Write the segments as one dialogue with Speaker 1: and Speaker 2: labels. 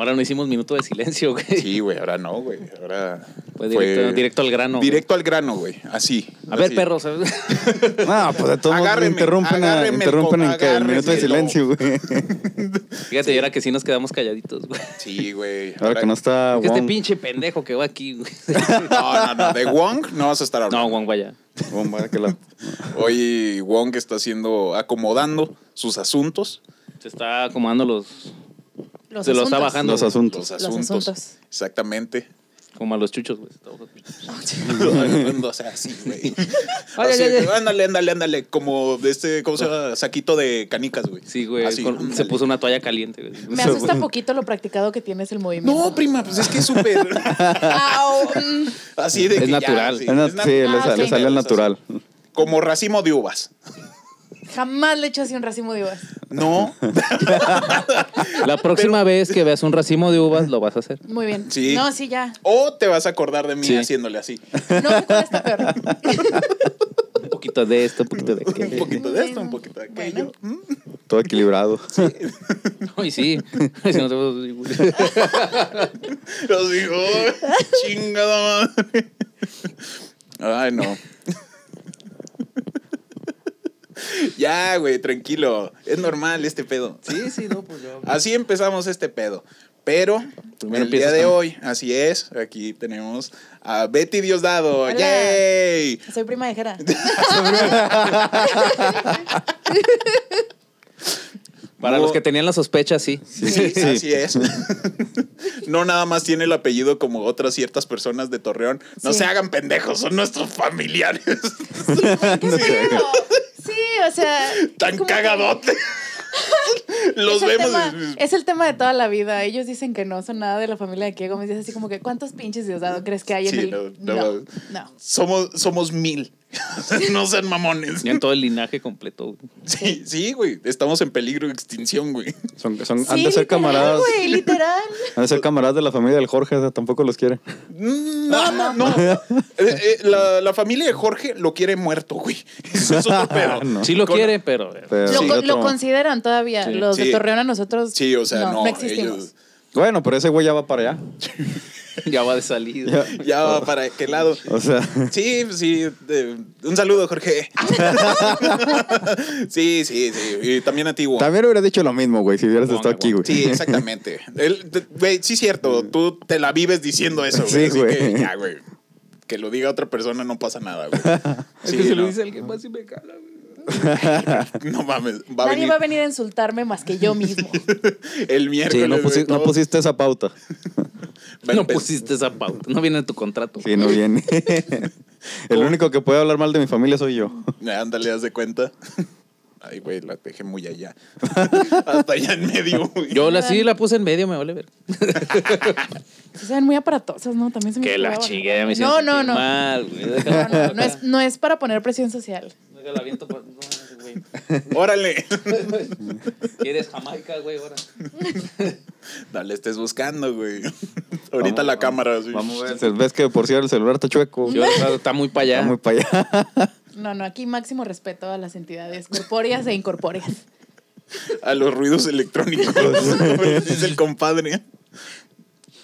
Speaker 1: Ahora no hicimos minuto de silencio, güey.
Speaker 2: Sí, güey, ahora no, güey. Ahora.
Speaker 1: Pues directo,
Speaker 2: fue
Speaker 1: directo al grano. güey.
Speaker 2: Directo al grano, güey. Así.
Speaker 1: A ver,
Speaker 2: así.
Speaker 1: perros.
Speaker 3: No, pues de todos modos
Speaker 2: Agárreme,
Speaker 3: interrumpen, a-
Speaker 2: agárreme el
Speaker 3: interrumpen en
Speaker 2: co-
Speaker 3: que el minuto de
Speaker 2: agárreme
Speaker 3: silencio, güey.
Speaker 1: Fíjate, y ahora que sí nos quedamos calladitos, güey.
Speaker 2: Sí, güey.
Speaker 3: Ahora que no está
Speaker 1: Que Este
Speaker 3: Wong.
Speaker 1: pinche pendejo que va aquí, güey.
Speaker 2: No, no, no. De Wong no vas a estar hablando.
Speaker 1: No, Juan Guaya.
Speaker 3: Wong va a que la-
Speaker 2: Hoy Wong está haciendo, acomodando sus asuntos.
Speaker 1: Se está acomodando los.
Speaker 4: Los
Speaker 1: Se lo está
Speaker 4: asuntos.
Speaker 1: bajando.
Speaker 3: Los asuntos.
Speaker 2: Los asuntos.
Speaker 4: asuntos.
Speaker 2: Exactamente.
Speaker 1: Como a los chuchos, güey.
Speaker 2: o sea, así, güey.
Speaker 1: Ay,
Speaker 2: Así,
Speaker 1: ay, ay.
Speaker 2: Ándale, ándale, ándale. Como de este, ¿cómo se llama? Saquito de canicas, güey.
Speaker 1: Ah, Sí, güey.
Speaker 2: Así,
Speaker 1: con- se
Speaker 2: ándale.
Speaker 1: puso una toalla caliente, güey.
Speaker 4: Me asusta poquito lo practicado que tienes el movimiento.
Speaker 2: No, prima, pues es que es súper.
Speaker 4: Au, mm.
Speaker 2: así de.
Speaker 1: Es
Speaker 2: que ya,
Speaker 1: natural.
Speaker 2: sí,
Speaker 3: Es nat-
Speaker 2: es nat-
Speaker 3: sí, le,
Speaker 4: ah,
Speaker 3: sa- le
Speaker 4: sí.
Speaker 3: sale
Speaker 2: O
Speaker 3: al
Speaker 2: sea,
Speaker 3: natural.
Speaker 2: Como racimo de uvas.
Speaker 4: Jamás le he hecho así un racimo de uvas.
Speaker 2: No.
Speaker 1: La próxima vez que veas un racimo de uvas, lo vas a hacer.
Speaker 4: Muy bien.
Speaker 2: Sí.
Speaker 4: No, sí, ya.
Speaker 2: O te vas a acordar de mí
Speaker 1: Sí.
Speaker 2: haciéndole así.
Speaker 4: No sé cuál está peor.
Speaker 1: Un poquito de esto, un poquito de
Speaker 2: Un
Speaker 1: aquello.
Speaker 2: poquito de esto, un poquito de aquello.
Speaker 3: Todo equilibrado.
Speaker 1: Ay, sí. Ay, si no te vas a-
Speaker 2: Los digo, "Ay, chingada madre. Ay, no. Ya, güey, tranquilo. Es normal este pedo.
Speaker 1: Sí, sí, no, pues yo.
Speaker 2: Así empezamos este pedo. Pero
Speaker 1: Primero
Speaker 2: el día
Speaker 1: empiezas
Speaker 2: de
Speaker 1: con-
Speaker 2: hoy, así es, aquí tenemos a Betty Diosdado.
Speaker 4: Hola.
Speaker 2: ¡Yay!
Speaker 4: Soy prima de Jera.
Speaker 1: Para
Speaker 2: No.
Speaker 1: los que tenían la sospecha, sí.
Speaker 3: Sí, sí.
Speaker 2: Así es. no nada más tiene el apellido como otras ciertas personas de Torreón. No
Speaker 4: Sí.
Speaker 2: se hagan pendejos, son nuestros familiares.
Speaker 4: ¿Qué pedo? Sí, o sea. es
Speaker 2: Tan
Speaker 4: como que
Speaker 2: cagadote. Los
Speaker 4: es el
Speaker 2: vemos.
Speaker 4: tema-
Speaker 2: y-
Speaker 4: es el tema de toda la vida. Ellos dicen que no son nada de la familia de Diego Gómez. Y es así como que, ¿cuántos pinches Diosdado crees que hay en
Speaker 2: Sí,
Speaker 4: el.?
Speaker 2: no, no.
Speaker 4: no. no.
Speaker 2: Somos, somos mil. no sean mamones.
Speaker 1: Tenían todo el linaje completo. güey.
Speaker 2: Sí, sí, güey. Estamos en peligro de extinción, güey.
Speaker 3: Son, son,
Speaker 4: Sí,
Speaker 3: han de ser
Speaker 4: literal,
Speaker 3: camaradas.
Speaker 4: güey, literal.
Speaker 3: Han de ser camaradas de la familia del Jorge, o sea, tampoco los quiere.
Speaker 4: Mm,
Speaker 2: No, no, no. Eh, eh, la, la familia de Jorge lo quiere muerto, güey. Eso es otro pedo.
Speaker 3: No.
Speaker 1: Sí lo
Speaker 2: Con-
Speaker 1: quiere, pero.
Speaker 3: Pero-
Speaker 4: Lo,
Speaker 2: Sí,
Speaker 4: con-
Speaker 3: otro-
Speaker 4: lo consideran todavía.
Speaker 1: Sí.
Speaker 4: Los
Speaker 2: Sí.
Speaker 4: de Torreón a nosotros.
Speaker 2: Sí, o sea, no.
Speaker 4: no, existimos.
Speaker 2: ellos-
Speaker 3: Bueno, pero ese güey ya va para allá.
Speaker 1: Ya va de salida.
Speaker 3: Ya-
Speaker 2: ya va para qué lado.
Speaker 3: O sea,
Speaker 2: Sí, sí. eh, un saludo, Jorge. sí, sí, sí. Y también a ti, Wong.
Speaker 3: también hubiera dicho lo mismo, güey, si hubieras
Speaker 1: Ponga,
Speaker 3: estado aquí, güey.
Speaker 2: Sí, exactamente. El- te- Güey, sí, cierto. Tú te la vives diciendo eso, güey.
Speaker 3: Sí,
Speaker 2: Así
Speaker 3: güey.
Speaker 2: que ya, güey. Que lo diga otra persona no pasa nada, güey.
Speaker 1: Es
Speaker 2: Sí,
Speaker 1: que se lo
Speaker 2: no.
Speaker 1: dice alguien más y me cala, güey.
Speaker 2: No mames. Va a
Speaker 4: Nadie
Speaker 2: venir
Speaker 4: va a venir a insultarme más que yo mismo.
Speaker 2: el miércoles.
Speaker 3: Sí, no,
Speaker 2: güey,
Speaker 3: pusi- no
Speaker 2: todo
Speaker 3: pusiste esa pauta.
Speaker 2: va a
Speaker 1: No
Speaker 2: empe-
Speaker 1: pusiste esa pauta. No viene en tu contrato.
Speaker 3: Sí, no viene. El único que puede hablar mal de mi familia soy yo.
Speaker 2: Ándale, haz de cuenta. Ay, güey, la dejé muy allá. Hasta allá en medio, güey.
Speaker 1: Yo la sí la puse en medio, me vale ver.
Speaker 4: Sí, se ven muy aparatosas, ¿no? También se me
Speaker 1: Que la
Speaker 4: figuraba.
Speaker 1: chingue, me
Speaker 4: No, no, no.
Speaker 1: Mal, güey.
Speaker 4: No,
Speaker 1: Déjala,
Speaker 4: no, no es, no es para poner presión social.
Speaker 1: Déjala, viento pa- no, güey.
Speaker 2: Órale.
Speaker 1: ¿Quieres Jamaica, güey, ahora?
Speaker 2: No le estés buscando, güey. Ahorita la cámara. sí.
Speaker 3: Vamos a ver. Ves que por cierto el celular está chueco.
Speaker 1: Sí, ahora está muy para allá.
Speaker 3: Está muy para allá.
Speaker 4: No, no, aquí máximo respeto a las entidades corpóreas e incorpóreas.
Speaker 2: a los ruidos electrónicos. es el compadre.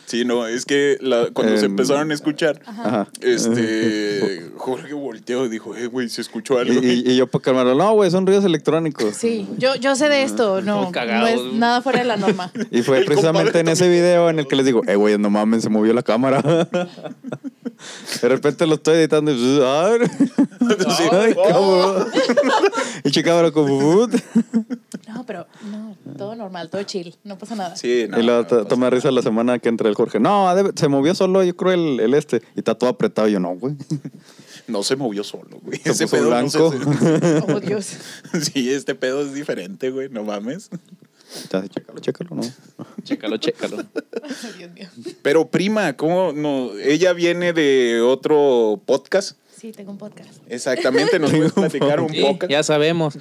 Speaker 2: Sí, no, es que la- cuando se
Speaker 3: Em,
Speaker 2: empezaron a escuchar,
Speaker 1: ah.
Speaker 3: Ajá.
Speaker 2: este Jorge volteó y dijo, eh, güey, se escuchó
Speaker 3: Y,
Speaker 2: algo.
Speaker 3: y- y yo para calmarlo, no, güey, son ruidos electrónicos.
Speaker 4: Sí, yo, yo sé de esto, no,
Speaker 1: Todos cagados.
Speaker 4: no es nada fuera de la norma.
Speaker 3: Y fue
Speaker 2: El
Speaker 3: precisamente
Speaker 2: compadre
Speaker 3: en ese video en el que les digo, eh, güey, no mames, se movió la cámara. De repente lo estoy editando y... ¡Ay,
Speaker 2: Entonces,
Speaker 3: ay,
Speaker 2: oh,
Speaker 3: cabrón! Y checaba con food.
Speaker 4: No, pero no, todo normal, todo chill, no pasa nada.
Speaker 2: sí, no,
Speaker 3: y luego
Speaker 2: no
Speaker 3: to-
Speaker 2: pasa
Speaker 3: toma
Speaker 2: nada.
Speaker 3: risa la semana que entra el Jorge. No, ha de- se movió solo, yo creo, el, el este. Y está todo apretado. Yo no, güey.
Speaker 2: No se movió solo, güey.
Speaker 3: Se
Speaker 2: Ese
Speaker 3: puso
Speaker 2: pedo no se-
Speaker 3: blanco.
Speaker 4: Oh, Dios.
Speaker 2: sí, este pedo es diferente, güey, no mames.
Speaker 3: Ya, Chécalo, chécalo, ¿no?
Speaker 1: Chécalo, chécalo.
Speaker 4: Ay, Dios mío.
Speaker 2: Pero prima, ¿cómo no? Ella viene de otro podcast.
Speaker 4: Sí, tengo un podcast.
Speaker 2: Exactamente, nos puedes platicar un
Speaker 1: Sí,
Speaker 2: poco.
Speaker 1: ya sabemos.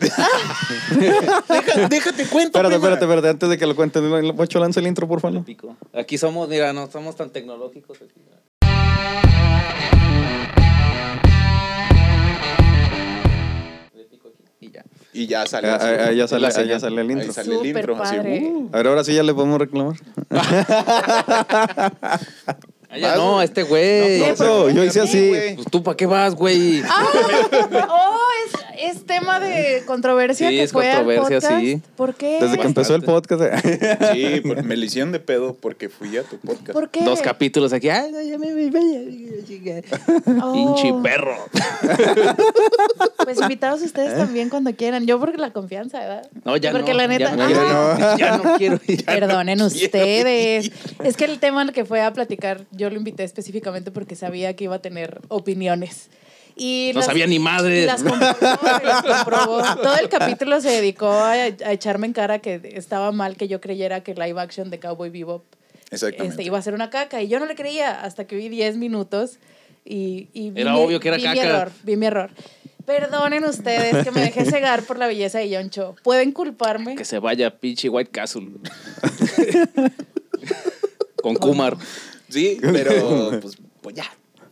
Speaker 2: déjate cuento.
Speaker 3: Espérate,
Speaker 2: prima.
Speaker 3: espérate, espérate. Antes de que lo cuentes, Bocho, lanza el intro, por favor.
Speaker 1: Pico. Aquí somos, mira, no somos tan tecnológicos. aquí. Le pico aquí. y ya.
Speaker 2: Y ya sale.
Speaker 3: Ah,
Speaker 2: así,
Speaker 3: ah,
Speaker 2: güey.
Speaker 3: ya sale-
Speaker 1: la señal.
Speaker 3: ah, ya sale el
Speaker 2: Ahí
Speaker 3: intro.
Speaker 2: sale el
Speaker 4: Súper
Speaker 2: intro. Así,
Speaker 4: padre.
Speaker 2: uh.
Speaker 3: A ver, ahora sí ya le podemos reclamar.
Speaker 1: Ah, ya no, este güey.
Speaker 3: No,
Speaker 2: pero
Speaker 3: yo
Speaker 2: a
Speaker 3: hice
Speaker 2: mí,
Speaker 3: así.
Speaker 2: güey.
Speaker 1: Pues tú, ¿para qué vas, güey?
Speaker 4: ¡Ah! Oh, es, es tema de controversia
Speaker 1: Sí,
Speaker 4: que
Speaker 1: es
Speaker 4: fue al
Speaker 1: controversia,
Speaker 4: podcast.
Speaker 1: sí.
Speaker 4: ¿Por qué?
Speaker 3: Desde que empezó el podcast. eh.
Speaker 2: Sí, pues, me le hicieron de pedo porque fui a tu podcast.
Speaker 4: ¿Por qué?
Speaker 1: Dos capítulos aquí. Ay, no, ya me voy, vaya, chica.
Speaker 4: Oh,
Speaker 1: Pinche perro.
Speaker 4: Pues invitados ustedes también cuando quieran. Yo por la confianza, ¿verdad?
Speaker 1: No, ya
Speaker 4: Porque
Speaker 1: no,
Speaker 4: la
Speaker 1: Ya
Speaker 4: neta.
Speaker 1: no,
Speaker 4: Ah,
Speaker 1: quiero, ya no quiero ir.
Speaker 4: Perdonen
Speaker 2: no quiero
Speaker 4: ustedes. Es que el tema al que fue a platicar, yo lo invité específicamente porque sabía que iba a tener opiniones. Y
Speaker 1: No
Speaker 4: las-
Speaker 1: sabía ni madre.
Speaker 4: Las comprobó, las comprobó. Todo el capítulo se dedicó a, a echarme en cara que estaba mal que yo creyera que live action de Cowboy Bebop
Speaker 2: Exactamente.
Speaker 4: este, iba a ser una caca. Y yo no le creía hasta que vi 10 minutos y, y vi
Speaker 1: Era
Speaker 4: mi-
Speaker 1: obvio que era
Speaker 4: vi Mi
Speaker 1: caca.
Speaker 4: error, vi mi error. Perdonen ustedes que me dejé cegar por la belleza de John Cho. Pueden culparme.
Speaker 1: Que se vaya, pinche White Castle. Con Kumar.
Speaker 2: Sí, pero pues, pues ya.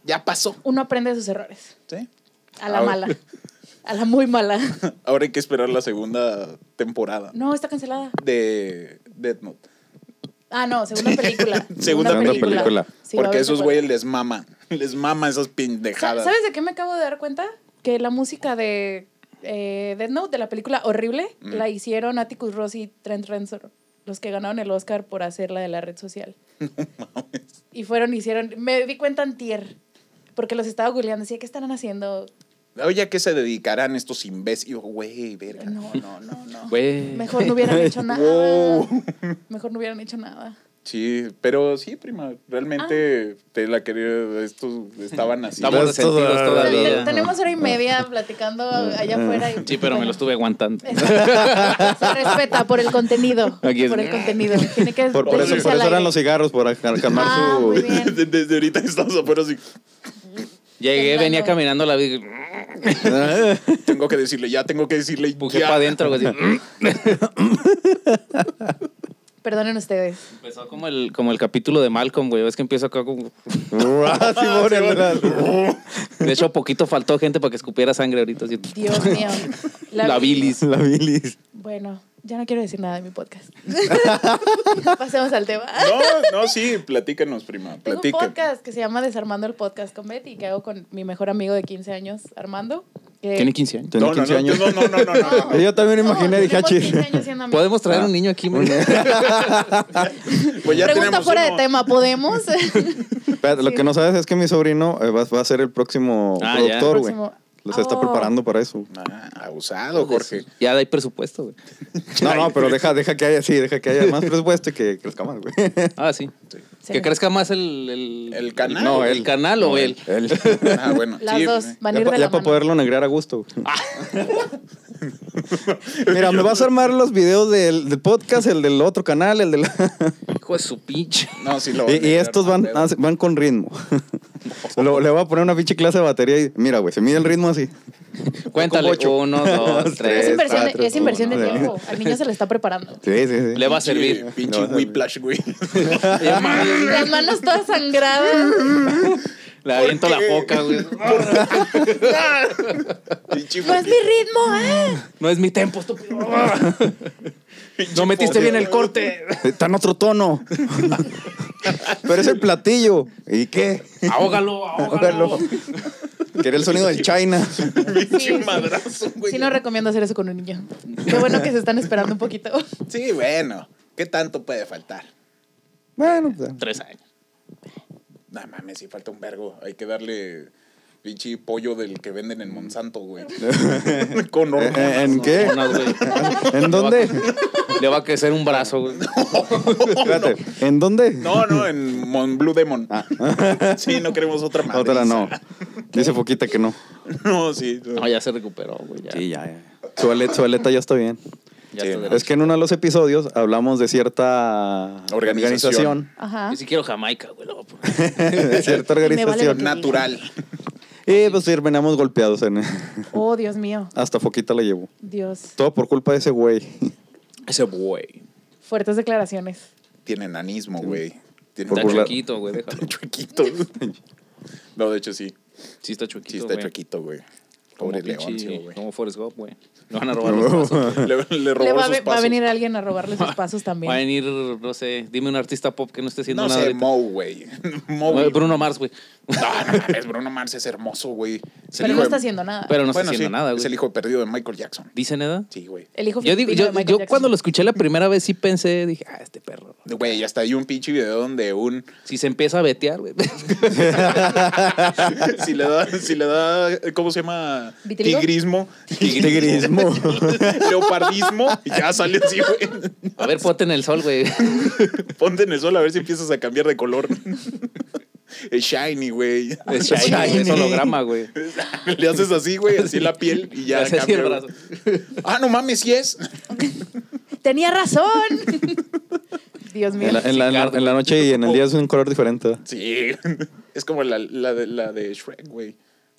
Speaker 2: Ya pasó.
Speaker 4: Uno aprende de sus errores.
Speaker 2: ¿sí?
Speaker 4: A la
Speaker 2: Ahora-
Speaker 4: mala. A la muy mala.
Speaker 2: Ahora hay que esperar la segunda temporada
Speaker 4: No, está cancelada.
Speaker 2: de Death Note.
Speaker 4: Ah, no, segunda película.
Speaker 2: Segunda
Speaker 3: película.
Speaker 4: Sí, va a
Speaker 2: porque
Speaker 4: haber
Speaker 2: esos
Speaker 4: secuela.
Speaker 2: güeyes les mama. Les mama esas
Speaker 4: Sa-
Speaker 2: pendejadas.
Speaker 4: ¿Sabes de qué me acabo de dar cuenta? Que la música de eh, Death Note, de la película horrible,
Speaker 2: Mm.
Speaker 4: la hicieron Atticus Ross y Trent Reznor, los que ganaron el Oscar por hacerla de la red social. Y fueron, hicieron, me di cuenta antier, porque los estaba googleando, decía, ¿qué estarán haciendo?
Speaker 2: Oye, ¿a qué se dedicarán estos imbéciles? Güey, verga.
Speaker 4: No, no, no, no.
Speaker 1: Güey.
Speaker 4: Mejor no hubieran hecho nada.
Speaker 2: Wow.
Speaker 4: Mejor no hubieran hecho nada.
Speaker 2: Sí, pero sí, prima. Realmente
Speaker 4: Ah.
Speaker 2: te la quería. Estos estaban así.
Speaker 1: Estamos
Speaker 3: Esto-
Speaker 1: resentidos
Speaker 4: Te-
Speaker 1: todavía.
Speaker 4: Tenemos hora y media platicando allá afuera. y-
Speaker 1: Sí, pero me lo estuve aguantando.
Speaker 4: Se respeta por el contenido.
Speaker 1: Aquí es-
Speaker 4: Por el contenido. Tiene que
Speaker 3: Por, por eso,
Speaker 4: decirse
Speaker 3: por
Speaker 4: al
Speaker 3: eso eran
Speaker 4: aire.
Speaker 3: los cigarros, para cal- calmar
Speaker 4: Ah,
Speaker 3: su.
Speaker 4: muy bien.
Speaker 2: Desde, desde ahorita estamos afuera así.
Speaker 1: Llegué,
Speaker 4: Temblando.
Speaker 1: venía caminando la vi.
Speaker 3: Ah,
Speaker 2: Tengo que decirle, ya tengo que decirle.
Speaker 1: Empujé
Speaker 2: ya.
Speaker 1: para adentro. güey, así.
Speaker 4: Perdonen ustedes.
Speaker 1: Empezó como el, como el capítulo de Malcolm, güey. Ves que empieza acá como.
Speaker 3: Ah, Simón,
Speaker 2: Simón.
Speaker 3: era-
Speaker 1: De hecho, poquito faltó gente para que escupiera sangre ahorita. así.
Speaker 4: Dios mío.
Speaker 1: La, bilis.
Speaker 3: La bilis.
Speaker 4: Bueno, ya no quiero decir nada de mi podcast. Pasemos al tema.
Speaker 2: No, no, sí, platícanos, prima.
Speaker 4: Tengo un
Speaker 2: Platícanos.
Speaker 4: podcast que se llama Desarmando el Podcast con Betty, que hago con mi mejor amigo de 15 años, Armando. que-
Speaker 1: Tiene 15 años.
Speaker 3: Tenía
Speaker 2: No, no,
Speaker 3: 15
Speaker 2: no,
Speaker 3: años.
Speaker 2: no, no, no, no, no, no.
Speaker 3: Yo también imaginé, dije,
Speaker 4: Oh,
Speaker 3: "Ah,
Speaker 4: tenemos
Speaker 3: chis".
Speaker 4: 15 años siendo amigos.
Speaker 1: Podemos traer Ah, un niño aquí, güey?
Speaker 2: Pues ya
Speaker 4: Pregunta
Speaker 2: tenemos
Speaker 4: fuera
Speaker 2: uno.
Speaker 4: de tema, ¿podemos?
Speaker 3: Espérate, Lo
Speaker 4: Sí.
Speaker 3: que no sabes es que mi sobrino eh, va, va a ser el próximo
Speaker 1: Ah, ya.
Speaker 3: productor, güey.
Speaker 4: Próximo.
Speaker 3: Se está
Speaker 4: Oh.
Speaker 3: preparando para eso.
Speaker 2: Ah, abusado, Jorge.
Speaker 1: Ya hay presupuesto, güey.
Speaker 3: No, no, pero deja, deja que haya, sí, deja que haya más presupuesto y que crezca más, güey.
Speaker 1: Ah, sí.
Speaker 4: Sí.
Speaker 1: Que crezca más el. El,
Speaker 2: ¿El canal?
Speaker 1: No, el
Speaker 3: él.
Speaker 1: canal o él.
Speaker 3: Él.
Speaker 2: Ah, bueno.
Speaker 4: Las
Speaker 2: sí,
Speaker 4: dos van a ir
Speaker 3: ya
Speaker 4: de
Speaker 3: pa-
Speaker 4: la
Speaker 3: ya para
Speaker 4: mano.
Speaker 3: poderlo negrar a gusto. güey. Mira, me vas a armar los videos del, del podcast, el del otro canal, el de la...
Speaker 1: Hijo de su pinche.
Speaker 2: No, sí lo
Speaker 3: Y,
Speaker 2: van a
Speaker 3: y
Speaker 2: ir
Speaker 3: estos van,
Speaker 2: armando.
Speaker 3: hace- van con ritmo. Lo- le voy a poner una pinche clase de batería y mira, güey, se mide el ritmo así.
Speaker 1: Cuéntale.
Speaker 3: ocho.
Speaker 1: Uno, dos,
Speaker 4: Es
Speaker 1: tres.
Speaker 3: Tres,
Speaker 4: inversión,
Speaker 3: cuatro,
Speaker 4: es inversión de
Speaker 3: uno, sí.
Speaker 4: tiempo. Al niño se le está preparando.
Speaker 3: Sí, sí, sí.
Speaker 1: Le va a
Speaker 2: Pinche-
Speaker 1: servir.
Speaker 2: Pinche
Speaker 3: No, no, no.
Speaker 2: whiplash, güey.
Speaker 4: Las manos todas sangradas.
Speaker 1: Le aviento la
Speaker 2: ¿Por qué?
Speaker 1: boca, güey.
Speaker 2: Pinche
Speaker 4: No es mi ritmo, ¿eh?
Speaker 1: No es mi tempo, estúpido. No metiste
Speaker 2: pobre.
Speaker 1: bien el corte.
Speaker 3: Está en otro tono. Pero es el platillo. ¿Y qué?
Speaker 1: Ahógalo, ahógalo.
Speaker 3: Quería el sonido del China.
Speaker 2: Pinche
Speaker 4: Sí, sí.
Speaker 2: madrazo, güey.
Speaker 4: Sí, no recomiendo hacer eso con un niño. Qué bueno que se están esperando un poquito.
Speaker 2: Sí, bueno. ¿Qué tanto puede faltar?
Speaker 3: Bueno, pues,
Speaker 1: Tres años.
Speaker 2: No mames, sí falta un vergo. Hay que darle pinche pollo del que venden
Speaker 1: Mm.
Speaker 2: en Monsanto, güey. Con
Speaker 3: ¿eh,
Speaker 2: hormonas.
Speaker 3: ¿En qué?
Speaker 1: No, güey.
Speaker 3: ¿En dónde?
Speaker 1: Le va a crecer un brazo, güey.
Speaker 3: Espérate, ¿en dónde?
Speaker 2: No, no, en Mon Blue Demon.
Speaker 1: Ah.
Speaker 2: Sí, no queremos otra madre.
Speaker 3: Otra no. Dice Foquita que no.
Speaker 2: No, sí. no.
Speaker 1: No, ya se recuperó, güey. Ya,
Speaker 3: ya, Su, ale- su aleta ya está bien.
Speaker 1: ya está
Speaker 2: sí, no.
Speaker 1: derecho.
Speaker 3: Es que en uno de los episodios hablamos de cierta
Speaker 2: Organización.
Speaker 4: Ajá.
Speaker 1: Ni siquiera Jamaica, güey. lo voy a poner.
Speaker 3: organización, de cierta
Speaker 4: Y me vale lo
Speaker 3: organización.
Speaker 4: que-
Speaker 2: Natural.
Speaker 3: Y pues terminamos golpeados en
Speaker 4: Oh, Dios mío.
Speaker 3: Hasta Foquita la llevó.
Speaker 4: Dios.
Speaker 3: Todo por culpa de ese güey.
Speaker 1: Ese güey.
Speaker 4: Fuertes declaraciones.
Speaker 2: Tiene nanismo, güey. Tiene
Speaker 3: Por
Speaker 1: Está
Speaker 3: burlar-
Speaker 1: chuequito, güey. Déjalo.
Speaker 2: chuequito. No, de hecho sí.
Speaker 1: Sí, está
Speaker 2: Sí
Speaker 1: chuequito.
Speaker 2: está
Speaker 1: güey.
Speaker 2: chuequito, güey.
Speaker 1: Como
Speaker 2: Pobre
Speaker 1: pinche-
Speaker 2: Leoncio, güey.
Speaker 1: Como Forrest Gump, güey. Le van a robar los pasos.
Speaker 2: Le, le robó
Speaker 4: Le va, a
Speaker 2: sus
Speaker 4: ve- va a
Speaker 2: pasos.
Speaker 4: venir alguien a robarle sus pasos
Speaker 1: Va a
Speaker 4: también.
Speaker 1: venir, no sé, dime un artista pop que no esté haciendo
Speaker 2: No
Speaker 1: nada.
Speaker 2: sé,
Speaker 1: ahorita.
Speaker 2: Mo, güey. Mo, güey.
Speaker 1: Bruno Mars, güey.
Speaker 2: No, no mames, Bruno Mars es hermoso, güey. Es el hijo
Speaker 4: Pero no
Speaker 2: de-
Speaker 4: está haciendo nada.
Speaker 1: Pero no está
Speaker 2: Bueno,
Speaker 1: haciendo
Speaker 2: sí,
Speaker 1: nada,
Speaker 2: Es
Speaker 1: güey.
Speaker 2: el hijo perdido de Michael Jackson.
Speaker 1: ¿Dicen edad?
Speaker 2: Sí, güey.
Speaker 4: El hijo
Speaker 1: Yo, digo,
Speaker 4: filipino de
Speaker 1: yo,
Speaker 4: Michael
Speaker 1: yo
Speaker 4: Jackson.
Speaker 1: cuando lo escuché la primera vez sí pensé, dije, ah, este perro.
Speaker 2: Güey, hasta hay un pinche video donde un.
Speaker 1: Si se empieza a vetear, güey.
Speaker 2: si le da, si le da, ¿cómo se llama?
Speaker 4: ¿Vitiligo?
Speaker 2: Tigrismo.
Speaker 3: Tigrismo.
Speaker 2: Leopardismo. y Ya sale así, güey.
Speaker 1: A ver, ponte en el sol, güey.
Speaker 2: Ponte en el sol a ver si empiezas a cambiar de color. Es shiny, güey.
Speaker 1: Es shiny,
Speaker 3: Shiny.
Speaker 1: es holograma, güey.
Speaker 2: Le haces así, güey, así la piel y ya
Speaker 1: Ya se así
Speaker 2: cambia.
Speaker 1: el
Speaker 2: güey.
Speaker 1: brazo.
Speaker 2: Ah, no mames, sí es.
Speaker 4: Tenía razón. Dios mío.
Speaker 3: En la, en la- en la- en la noche y en el día es un color diferente.
Speaker 2: Sí. Es como la, la, de, la de Shrek, güey.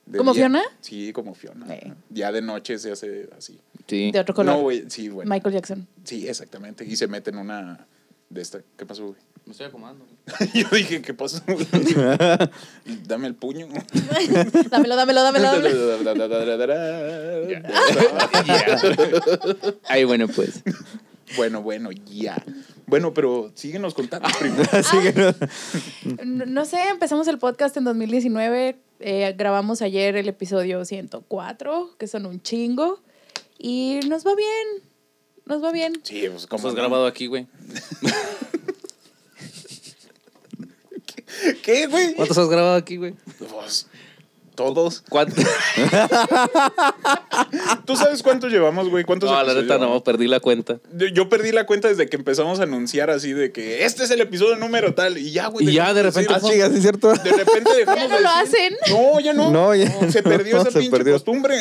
Speaker 2: De
Speaker 4: ¿Como
Speaker 2: día-
Speaker 4: Fiona?
Speaker 2: Sí, como Fiona.
Speaker 4: Eh.
Speaker 2: Ya de noche se hace así.
Speaker 1: Sí.
Speaker 4: De otro color.
Speaker 2: No, güey, sí, güey.
Speaker 4: Michael Jackson.
Speaker 2: Sí, exactamente. Y se mete en una de esta. ¿Qué pasó, güey?
Speaker 1: Me estoy acomodando.
Speaker 2: Yo dije, ¿qué pasó? Dame el puño.
Speaker 4: dámelo, dámelo, dámelo, dámelo.
Speaker 1: Ay, bueno, pues.
Speaker 2: Bueno, bueno, ya. Bueno, pero síguenos contando
Speaker 1: Ah.
Speaker 2: primo.
Speaker 3: Así que no-
Speaker 4: No, no sé, empezamos el podcast en 2019. eh, grabamos ayer el episodio 104, que son un chingo. Y nos va bien. Nos va bien.
Speaker 2: Sí, pues
Speaker 1: ¿Cómo
Speaker 2: como
Speaker 1: has grabado aquí, güey?
Speaker 2: ¿Qué, güey?
Speaker 1: ¿Cuántos has grabado aquí, güey?
Speaker 2: Pues, todos.
Speaker 1: ¿Cuántos?
Speaker 2: ¿Tú sabes cuántos llevamos, güey? ¿Cuántos
Speaker 1: No, la
Speaker 2: episodios
Speaker 1: neta
Speaker 2: llevamos?
Speaker 1: no, perdí la cuenta.
Speaker 2: Yo- Yo perdí la cuenta desde que empezamos a anunciar así de que este es el episodio número tal y ya, güey.
Speaker 1: Y ya, de
Speaker 2: dejamos
Speaker 1: repente,
Speaker 2: decirlo.
Speaker 3: Ah, chinga, ¿sí es cierto?
Speaker 2: De repente dejamos
Speaker 4: Ya no
Speaker 2: de
Speaker 4: lo
Speaker 2: decir-
Speaker 4: hacen.
Speaker 2: No, ya no.
Speaker 3: No, ya
Speaker 2: Se
Speaker 3: no,
Speaker 2: perdió esa
Speaker 3: se
Speaker 2: pinche
Speaker 3: perdió.
Speaker 2: costumbre.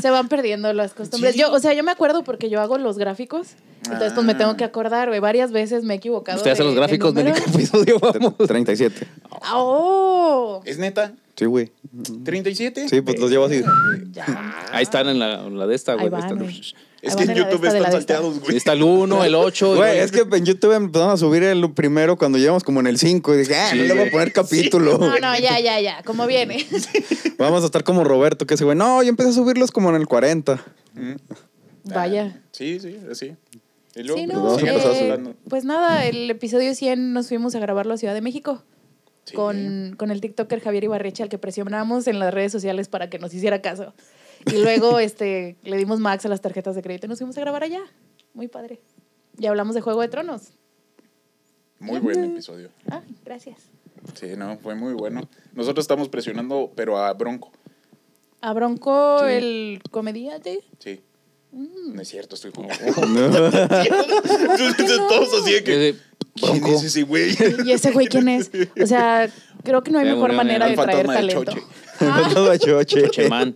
Speaker 4: Se van perdiendo las costumbres.
Speaker 2: Sí.
Speaker 4: Yo, o sea, yo me acuerdo porque yo hago los gráficos. Entonces, pues me
Speaker 2: Ah.
Speaker 4: tengo que acordar, güey. Varias veces me he equivocado.
Speaker 1: Usted hace
Speaker 4: de-
Speaker 1: los gráficos,
Speaker 4: de
Speaker 1: de
Speaker 4: número.
Speaker 1: qué episodio vamos.
Speaker 3: 37.
Speaker 4: Ah, ¡Oh!
Speaker 2: ¿Es neta?
Speaker 3: Sí, güey.
Speaker 2: ¿37?
Speaker 3: Sí, pues los llevo así.
Speaker 2: Ah,
Speaker 4: Ya.
Speaker 1: Ahí están en la, en la de esta,
Speaker 4: Ahí
Speaker 1: güey.
Speaker 4: van,
Speaker 1: Están-
Speaker 4: güey.
Speaker 2: Es que
Speaker 4: Ahí van
Speaker 2: en
Speaker 4: la de
Speaker 2: YouTube
Speaker 4: esta,
Speaker 2: están
Speaker 4: de la de esta.
Speaker 2: salteados, güey.
Speaker 1: Está el 1, el 8.
Speaker 3: Güey, es que en YouTube empezamos a subir el primero cuando llevamos como en el 5 y dije, ah,
Speaker 1: Sí,
Speaker 3: no le voy
Speaker 1: güey.
Speaker 3: a poner capítulo.
Speaker 4: No, no, ya, ya, ya. ¿Cómo viene?
Speaker 3: Vamos a estar como Roberto, que ese güey, no, yo empecé a subirlos como en el 40.
Speaker 4: Vaya.
Speaker 2: Sí, sí, así. Y luego,
Speaker 4: Sí,
Speaker 3: Lo
Speaker 4: no.
Speaker 3: vamos a
Speaker 2: síguenos
Speaker 3: empezar
Speaker 4: eh,
Speaker 2: hablando.
Speaker 4: pues nada, el episodio 100 nos fuimos a grabarlo a Ciudad de México
Speaker 2: Sí.
Speaker 4: con, con el TikToker Javier Ibarreche, al que presionamos en las redes sociales para que nos hiciera caso. Y luego este, le dimos max a las tarjetas de crédito y nos fuimos a grabar allá. Muy padre. Y hablamos de Juego de Tronos.
Speaker 2: Muy buen episodio.
Speaker 4: Ah, gracias.
Speaker 2: Sí, no, fue muy bueno. Nosotros estamos presionando, pero a Bronco.
Speaker 4: A Ah, Bronco,
Speaker 2: Sí.
Speaker 4: el comediante.
Speaker 2: Sí.
Speaker 4: Mm.
Speaker 2: No es cierto, estoy jugando.
Speaker 4: qué no?
Speaker 2: Todos así de que.
Speaker 1: Eh,
Speaker 2: ¿Quién
Speaker 1: Bronco.
Speaker 2: es ese güey?
Speaker 4: ¿Y ese güey quién es? O sea, creo que no hay
Speaker 1: Ya
Speaker 4: mejor
Speaker 1: murió,
Speaker 4: manera
Speaker 1: mira.
Speaker 2: Al
Speaker 4: de traer
Speaker 2: fantasma de
Speaker 4: talento.
Speaker 2: Choche.
Speaker 4: Ah,
Speaker 3: Todo a choche.
Speaker 1: Chochemán.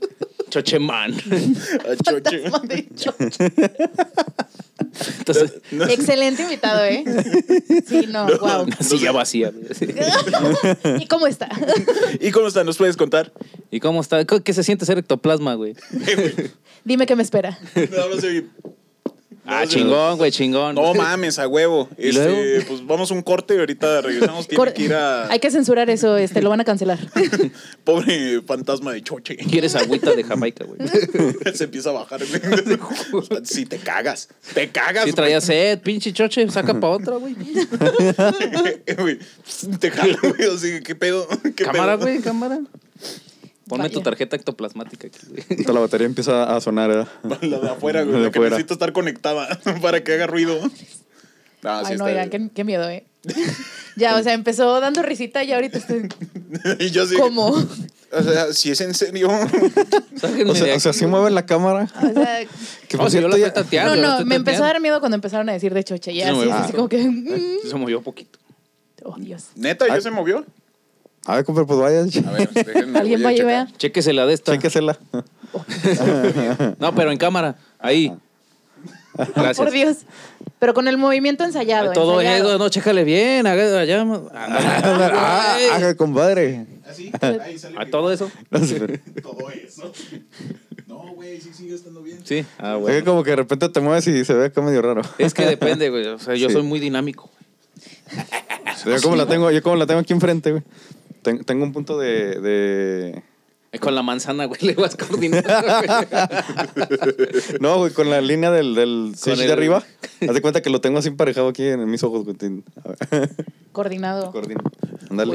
Speaker 1: Chochemán.
Speaker 2: A Choche.
Speaker 4: fantasma de Choche.
Speaker 1: Entonces,
Speaker 4: Excelente invitado, ¿eh? Sí, no, wow.
Speaker 1: una silla vacía. güey. Sí.
Speaker 4: ¿Y cómo está?
Speaker 2: ¿Y cómo está? ¿Nos puedes contar?
Speaker 1: ¿Y cómo está? ¿Qué qué se siente ser ectoplasma, güey?
Speaker 4: Dime qué me espera.
Speaker 2: Nada más oye,
Speaker 1: Ah,
Speaker 2: No,
Speaker 1: chingón, güey, chingón.
Speaker 2: No mames, a huevo.
Speaker 1: ¿Y
Speaker 2: Este,
Speaker 1: luego?
Speaker 2: pues vamos a un corte y ahorita regresamos. Tiene
Speaker 4: Cor-
Speaker 2: que ir a Ah,
Speaker 4: Hay que censurar eso, este, lo van a cancelar.
Speaker 2: pobre fantasma de choche.
Speaker 1: ¿Quieres agüita de Jamaica, güey?
Speaker 2: Se empieza a bajar. güey. Si te cagas, te cagas.
Speaker 1: Si traía sed, pinche choche, saca pa' otra, güey.
Speaker 2: güey. Güey, Te jalo, güey. Así, ¿qué pedo? ¿Qué
Speaker 1: Cámara,
Speaker 2: pedo?
Speaker 1: güey, cámara. Ponme
Speaker 4: Vaya.
Speaker 1: tu tarjeta ectoplasmática aquí, güey.
Speaker 3: Ahorita la batería empieza a sonar. ¿eh?
Speaker 2: La de afuera, güey.
Speaker 3: La
Speaker 2: La,
Speaker 3: de
Speaker 2: que
Speaker 3: afuera.
Speaker 2: necesito estar conectada para que haga ruido. Ah, sí
Speaker 4: Ay, no,
Speaker 2: está-
Speaker 4: oigan, qué, qué miedo, ¿eh? Ya, o sea, empezó dando risita y ahorita estoy
Speaker 2: Y yo así.
Speaker 4: como... O
Speaker 2: O sea, si es en serio.
Speaker 1: Sáquenme
Speaker 3: O
Speaker 1: de
Speaker 3: sea,
Speaker 1: aquí,
Speaker 3: o sea, sí
Speaker 1: güey.
Speaker 3: mueven la cámara.
Speaker 4: sea,
Speaker 3: Que
Speaker 1: No,
Speaker 3: por
Speaker 1: si yo
Speaker 3: cierto,
Speaker 1: la
Speaker 3: ya-
Speaker 1: estoy tanteando,
Speaker 4: no,
Speaker 1: yo la
Speaker 4: no,
Speaker 1: estoy
Speaker 4: me empezó a
Speaker 1: tanteando.
Speaker 4: dar miedo cuando empezaron a decir de choche. Ya,
Speaker 1: Sí,
Speaker 4: así,
Speaker 1: güey.
Speaker 4: así como que... mm,
Speaker 1: Se movió poquito.
Speaker 4: Oh, Dios.
Speaker 2: Neta, ya
Speaker 3: Ay.
Speaker 2: se movió.
Speaker 3: A ver, compa, pues vaya.
Speaker 2: A ver, déjenme,
Speaker 4: Alguien
Speaker 2: Mm, voy
Speaker 4: vaya y
Speaker 2: checar.
Speaker 4: vea.
Speaker 1: Chéquese la de esta.
Speaker 3: Chéquesela.
Speaker 1: No, pero en cámara. Ahí. Gracias.
Speaker 4: Por Dios. Pero con el movimiento ensayado.
Speaker 1: Todo
Speaker 4: ensayado.
Speaker 1: eso, no, chécale bien. haga- allá, ándale.
Speaker 3: Ah,
Speaker 1: Ay.
Speaker 3: ah, compadre.
Speaker 2: Así, ahí sale
Speaker 1: A todo eso.
Speaker 3: No sé, pero-
Speaker 2: todo eso. No, güey, sí sigue estando bien.
Speaker 1: Sí. Ah,
Speaker 3: Es que
Speaker 1: bueno.
Speaker 3: como que de repente te mueves y se ve acá medio raro.
Speaker 1: Es que depende, güey. O sea, yo
Speaker 3: Sí.
Speaker 1: soy muy dinámico.
Speaker 3: Yo como la tengo, yo como la tengo aquí enfrente, güey. Ten- tengo un punto de, de
Speaker 1: Con la manzana, güey, le vas coordinando.
Speaker 3: No, güey, con la línea del, del sushi
Speaker 1: el-
Speaker 3: de arriba. Haz de cuenta que lo tengo así emparejado aquí en mis ojos, güey. Tin- a ver,
Speaker 4: Coordinado.
Speaker 3: Coordina. Ándale.